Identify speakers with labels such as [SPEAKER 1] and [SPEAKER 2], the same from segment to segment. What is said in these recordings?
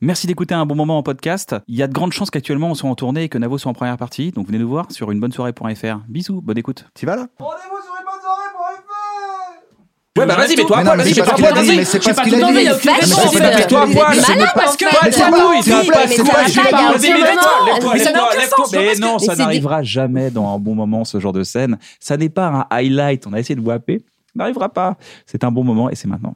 [SPEAKER 1] Merci d'écouter un bon moment en podcast. Il y a de grandes chances qu'actuellement on soit en tournée et que Navo soit en première partie. Donc venez nous voir sur unebonnesoirée.fr. Bisous, bonne écoute.
[SPEAKER 2] T'y vas là
[SPEAKER 3] Rendez-vous sur les
[SPEAKER 4] Ouais, bah vas-y, mets-toi à poil, vas-y,
[SPEAKER 2] c'est
[SPEAKER 4] mets-toi
[SPEAKER 2] pas
[SPEAKER 4] à
[SPEAKER 2] ce qu'il
[SPEAKER 4] poil,
[SPEAKER 2] a dit,
[SPEAKER 4] vas-y.
[SPEAKER 2] mais c'est pas ce qu'il
[SPEAKER 5] tout
[SPEAKER 2] a
[SPEAKER 5] envie
[SPEAKER 2] dit.
[SPEAKER 5] de faire,
[SPEAKER 2] Mais c'est
[SPEAKER 5] en
[SPEAKER 2] pas-
[SPEAKER 5] fait.
[SPEAKER 2] mais
[SPEAKER 4] Mets-toi à
[SPEAKER 2] c'est
[SPEAKER 4] poil,
[SPEAKER 2] pas-
[SPEAKER 4] c'est
[SPEAKER 2] c'est
[SPEAKER 4] malin,
[SPEAKER 2] pas-
[SPEAKER 4] parce
[SPEAKER 2] c'est
[SPEAKER 4] que-
[SPEAKER 2] pas-
[SPEAKER 4] Ouais,
[SPEAKER 2] c'est pas-
[SPEAKER 4] oui, ça va
[SPEAKER 2] c'est pas-
[SPEAKER 4] pas,
[SPEAKER 2] c'est
[SPEAKER 4] ça
[SPEAKER 2] pas-
[SPEAKER 4] va
[SPEAKER 2] c'est
[SPEAKER 4] pas,
[SPEAKER 2] pas-
[SPEAKER 4] je vais pas-
[SPEAKER 2] Mais ça n'a
[SPEAKER 4] lève-toi,
[SPEAKER 2] aucun
[SPEAKER 4] lève-toi,
[SPEAKER 2] sens,
[SPEAKER 4] mais
[SPEAKER 2] Jean-Baptiste.
[SPEAKER 1] non, ça
[SPEAKER 2] Mais c'est
[SPEAKER 1] n'arrivera jamais dans un bon moment ce genre de scène. Ça n'est pas un highlight, on a essayé de wapper, ça n'arrivera pas. C'est un bon moment et c'est maintenant.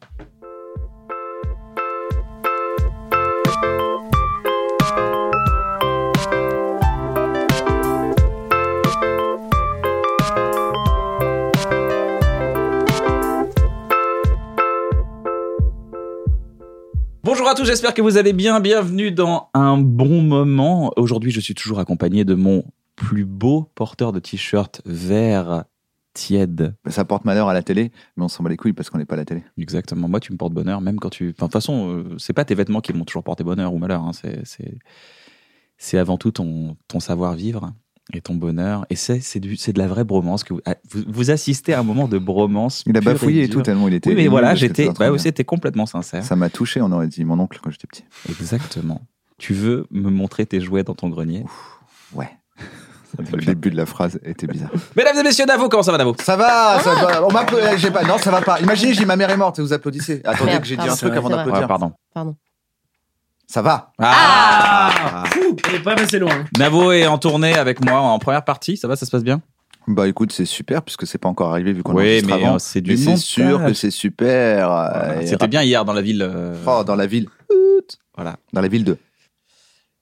[SPEAKER 1] Bonjour à tous, j'espère que vous allez bien. Bienvenue dans un bon moment. Aujourd'hui, je suis toujours accompagné de mon plus beau porteur de t-shirt vert tiède.
[SPEAKER 2] Ça porte malheur à la télé, mais on s'en bat les couilles parce qu'on n'est pas à la télé.
[SPEAKER 1] Exactement. Moi, tu me portes bonheur, même quand tu. Enfin, de toute façon, euh, c'est pas tes vêtements qui m'ont toujours porté bonheur ou malheur. hein. C'est, c'est, c'est avant tout ton, ton savoir-vivre et ton bonheur. Et c'est, c'est, du, c'est de la vraie bromance. Que vous, ah, vous, vous assistez à un moment de bromance.
[SPEAKER 2] Il a
[SPEAKER 1] pure
[SPEAKER 2] bafouillé et
[SPEAKER 1] dure.
[SPEAKER 2] tout hein. tellement il était.
[SPEAKER 1] Oui, mais
[SPEAKER 2] ému
[SPEAKER 1] voilà,
[SPEAKER 2] parce que
[SPEAKER 1] j'étais.
[SPEAKER 2] ça
[SPEAKER 1] Bah,
[SPEAKER 2] va
[SPEAKER 1] oui,
[SPEAKER 2] très
[SPEAKER 1] c'était complètement sincère.
[SPEAKER 2] bien. Ça m'a touché, on aurait dit mon oncle quand j'étais petit.
[SPEAKER 1] Exactement. Tu veux me montrer tes jouets dans ton grenier
[SPEAKER 2] Ouais.
[SPEAKER 1] Ça me fait
[SPEAKER 2] Le
[SPEAKER 1] plaisir.
[SPEAKER 2] début de la phrase était bizarre.
[SPEAKER 1] Mesdames et messieurs, Navo, comment ça va, Navo
[SPEAKER 2] Ça va, ça va. On m'applaudit. J'ai pas. Non, ça va pas. Imaginez, j'ai ma mère est morte et vous applaudissez. Attendez
[SPEAKER 6] Merde,
[SPEAKER 2] que j'ai dit
[SPEAKER 6] pardon,
[SPEAKER 2] un truc
[SPEAKER 6] c'est
[SPEAKER 2] avant
[SPEAKER 6] vrai, c'est
[SPEAKER 2] d'applaudir.
[SPEAKER 1] Ouais, pardon.
[SPEAKER 2] Ça va.
[SPEAKER 1] Ah
[SPEAKER 3] Elle est pas passée loin.
[SPEAKER 2] Ah.
[SPEAKER 1] Navo est en tournée avec moi en première partie. Ça va, ça se passe bien
[SPEAKER 2] Bah écoute, c'est super puisque c'est pas encore arrivé vu qu'on
[SPEAKER 1] Oui,
[SPEAKER 2] enregistre
[SPEAKER 1] mais,
[SPEAKER 2] avant.
[SPEAKER 1] euh, c'est du
[SPEAKER 2] Mais c'est
[SPEAKER 1] montage.
[SPEAKER 2] sûr que c'est super.
[SPEAKER 1] Voilà,
[SPEAKER 2] Euh, et
[SPEAKER 1] Ah, C'était bien hier dans la ville. euh,
[SPEAKER 2] Oh, dans la ville.
[SPEAKER 1] Voilà.
[SPEAKER 2] Dans la ville de.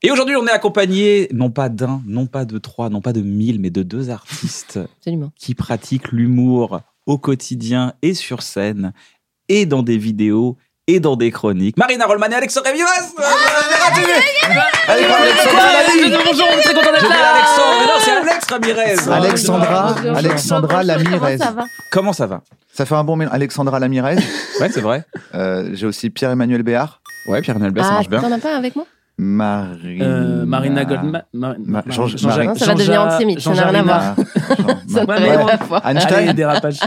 [SPEAKER 1] Et aujourd'hui, on est accompagné non pas d'un, non pas de trois, non pas de mille, mais de deux artistes
[SPEAKER 6] Absolument.
[SPEAKER 1] qui pratiquent l'humour au quotidien et sur scène et dans des vidéos et dans des chroniques. Marina Rollman et Alex Revivas Ah,
[SPEAKER 2] Allez, comme Alexandra, vas-y.
[SPEAKER 3] Bonjour, on est très content
[SPEAKER 1] Je
[SPEAKER 3] d'être
[SPEAKER 1] vais
[SPEAKER 3] là.
[SPEAKER 1] à Alexandre, mais non, c'est Alex Ramirez
[SPEAKER 2] Alexandra,
[SPEAKER 6] Bonjour,
[SPEAKER 2] Alexandra
[SPEAKER 6] bonjour, bonjour,
[SPEAKER 2] Lamirez.
[SPEAKER 6] comment ça va
[SPEAKER 1] Comment ça va
[SPEAKER 2] Ça fait un bon mélange. Alexandra Lamirez.
[SPEAKER 1] Ouais, c'est vrai.
[SPEAKER 2] Euh, J'ai aussi Pierre-Emmanuel Béard.
[SPEAKER 1] Ouais, Pierre Nelbet, ça
[SPEAKER 6] Ah,
[SPEAKER 1] marche bien.
[SPEAKER 6] t'en as pas un avec moi
[SPEAKER 2] Marina.
[SPEAKER 3] Euh, Marina Goldman. Ma-
[SPEAKER 2] Ma-
[SPEAKER 3] Ma-
[SPEAKER 2] Jean-
[SPEAKER 3] Jean-Jacques-
[SPEAKER 2] Non,
[SPEAKER 6] ça va
[SPEAKER 3] Jean-Jacques-
[SPEAKER 6] devenir antisémite, ça n'a rien à
[SPEAKER 3] Jean-Jacques
[SPEAKER 6] voir.
[SPEAKER 2] Ah, genre,
[SPEAKER 6] Ça
[SPEAKER 3] Ouais,
[SPEAKER 6] n'a
[SPEAKER 3] mais
[SPEAKER 6] rien
[SPEAKER 3] bon.
[SPEAKER 6] à voir.
[SPEAKER 3] Einstein. Allez,
[SPEAKER 2] Einstein,
[SPEAKER 3] dérapage.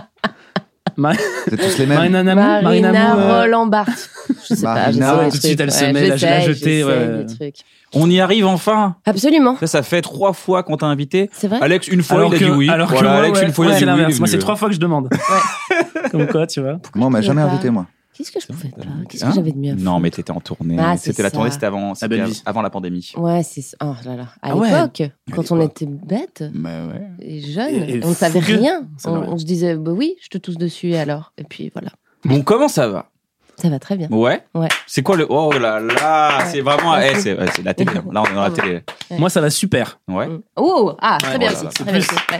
[SPEAKER 3] Ma-
[SPEAKER 2] vous êtes tous les mêmes.
[SPEAKER 3] Marina Namou.
[SPEAKER 6] Ah. Marina,
[SPEAKER 3] Namou, euh,
[SPEAKER 6] Roland Barthes. Je sais
[SPEAKER 2] Marina-
[SPEAKER 6] pas, j'essaie
[SPEAKER 2] Ah ouais,
[SPEAKER 6] des
[SPEAKER 3] tout de suite,
[SPEAKER 6] trucs.
[SPEAKER 3] elle se met, là, je l'ai
[SPEAKER 6] j'essaie,
[SPEAKER 3] jetée,
[SPEAKER 6] j'essaie
[SPEAKER 3] ouais.
[SPEAKER 6] des trucs.
[SPEAKER 1] On y arrive enfin
[SPEAKER 6] Absolument.
[SPEAKER 1] Ça, ça fait trois fois qu'on t'a invité.
[SPEAKER 6] Ah C'est vrai
[SPEAKER 1] Alex, une fois,
[SPEAKER 3] Alors
[SPEAKER 1] il a dit
[SPEAKER 3] que,
[SPEAKER 1] oui.
[SPEAKER 3] alors que
[SPEAKER 1] Voilà,
[SPEAKER 3] moi,
[SPEAKER 1] Alex,
[SPEAKER 3] ouais,
[SPEAKER 1] une fois,
[SPEAKER 3] ouais,
[SPEAKER 1] il a
[SPEAKER 3] c'est
[SPEAKER 1] dit oui. il est
[SPEAKER 3] l'inverse. Moi,
[SPEAKER 1] venu.
[SPEAKER 3] c'est trois fois que je demande. Comme quoi, tu vois.
[SPEAKER 2] Moi, on m'a
[SPEAKER 6] tu
[SPEAKER 2] jamais
[SPEAKER 6] veux pas
[SPEAKER 2] invité, moi.
[SPEAKER 6] Qu'est-ce que je pouvais pas Qu'est-ce
[SPEAKER 1] Hein
[SPEAKER 6] que j'avais de mieux à
[SPEAKER 1] Non,
[SPEAKER 6] foutre
[SPEAKER 1] mais t'étais en tournée.
[SPEAKER 6] Ah, c'est
[SPEAKER 1] c'était la
[SPEAKER 6] ça.
[SPEAKER 1] tournée, c'était avant, c'était
[SPEAKER 3] belle
[SPEAKER 1] av-
[SPEAKER 3] vie.
[SPEAKER 1] avant la pandémie.
[SPEAKER 6] Ouais, c'est. Oh là là. À
[SPEAKER 1] Ah ouais.
[SPEAKER 6] l'époque, quand on
[SPEAKER 1] l'époque.
[SPEAKER 6] était bête
[SPEAKER 1] ouais.
[SPEAKER 6] et jeune,
[SPEAKER 3] Et- et
[SPEAKER 6] on ne savait
[SPEAKER 3] fougueux.
[SPEAKER 6] rien.
[SPEAKER 3] C'est
[SPEAKER 6] On,
[SPEAKER 3] vrai.
[SPEAKER 6] on se disait, bah oui, je te tousse dessus alors. Et puis voilà.
[SPEAKER 1] Bon, comment ça va
[SPEAKER 6] Ça va très bien.
[SPEAKER 1] Ouais
[SPEAKER 6] Ouais.
[SPEAKER 1] C'est quoi le. Oh là là
[SPEAKER 6] Ouais.
[SPEAKER 1] C'est vraiment.
[SPEAKER 6] Ouais,
[SPEAKER 1] Eh,
[SPEAKER 6] c'est-
[SPEAKER 1] c'est ouais, c'est la télé. hein. Là, on est dans la
[SPEAKER 6] Ouais.
[SPEAKER 1] télé.
[SPEAKER 3] Moi, ça va super.
[SPEAKER 1] Ouais.
[SPEAKER 6] Mm. Oh, ah, très
[SPEAKER 3] Ouais,
[SPEAKER 6] bien
[SPEAKER 1] voilà,
[SPEAKER 6] aussi.
[SPEAKER 1] c'est
[SPEAKER 6] Très bien
[SPEAKER 3] plus.
[SPEAKER 6] aussi, ouais.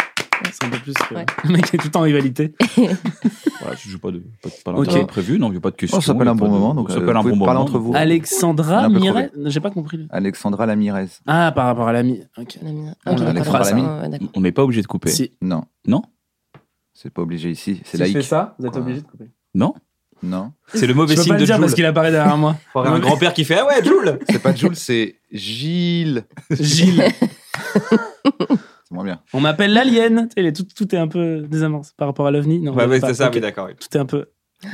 [SPEAKER 3] C'est un peu plus. que-
[SPEAKER 6] Ouais.
[SPEAKER 3] Le mec est tout le temps en rivalité.
[SPEAKER 1] Voilà, je joue pas de. Pas, pas
[SPEAKER 3] Ok.
[SPEAKER 1] d'interview prévu, non, il n'y a pas de questions.
[SPEAKER 2] Oh, ça s'appelle
[SPEAKER 1] il y a
[SPEAKER 2] un
[SPEAKER 1] pas
[SPEAKER 2] bon
[SPEAKER 1] de-
[SPEAKER 2] moment, donc,
[SPEAKER 1] Ça
[SPEAKER 2] euh,
[SPEAKER 1] s'appelle un bon
[SPEAKER 2] vous pouvez
[SPEAKER 1] moment.
[SPEAKER 2] parler entre vous. On a
[SPEAKER 3] Alexandra
[SPEAKER 2] un peu
[SPEAKER 3] Mireille. J'ai pas compris. le-
[SPEAKER 2] Alexandra Lamirez.
[SPEAKER 3] Ah, par rapport à l'ami. Ok.
[SPEAKER 6] La mienne.
[SPEAKER 3] Ah,
[SPEAKER 6] Ok,
[SPEAKER 3] la
[SPEAKER 6] d'accord,
[SPEAKER 3] phrase,
[SPEAKER 6] d'accord,
[SPEAKER 2] hein.
[SPEAKER 6] ouais, d'accord.
[SPEAKER 1] On n'est pas obligé de couper.
[SPEAKER 3] Si.
[SPEAKER 2] Non.
[SPEAKER 1] Non
[SPEAKER 2] C'est pas obligé ici. C'est
[SPEAKER 3] Si je fais
[SPEAKER 2] laïque.
[SPEAKER 3] ça, vous êtes
[SPEAKER 2] Quoi.
[SPEAKER 3] obligé de couper.
[SPEAKER 1] Non
[SPEAKER 2] Non.
[SPEAKER 1] C'est le
[SPEAKER 3] Je
[SPEAKER 1] mauvais
[SPEAKER 3] peux
[SPEAKER 1] signe
[SPEAKER 3] pas
[SPEAKER 1] de
[SPEAKER 3] le dire parce
[SPEAKER 1] Joule.
[SPEAKER 3] qu'il apparaît derrière moi.
[SPEAKER 1] Faut avoir un grand-père qui fait Ah ouais, Joule
[SPEAKER 2] C'est pas Jules, c'est Gilles.
[SPEAKER 3] Gilles.
[SPEAKER 2] C'est moins bien.
[SPEAKER 3] On m'appelle l'alien. Tu sais, il est Tout, tout est un peu désamorcé par rapport à l'OVNI. Non,
[SPEAKER 1] Ouais,
[SPEAKER 3] on
[SPEAKER 1] ouais,
[SPEAKER 3] pas.
[SPEAKER 1] c'est ça,
[SPEAKER 3] Ok.
[SPEAKER 1] oui, d'accord. oui.
[SPEAKER 3] Tout est un peu.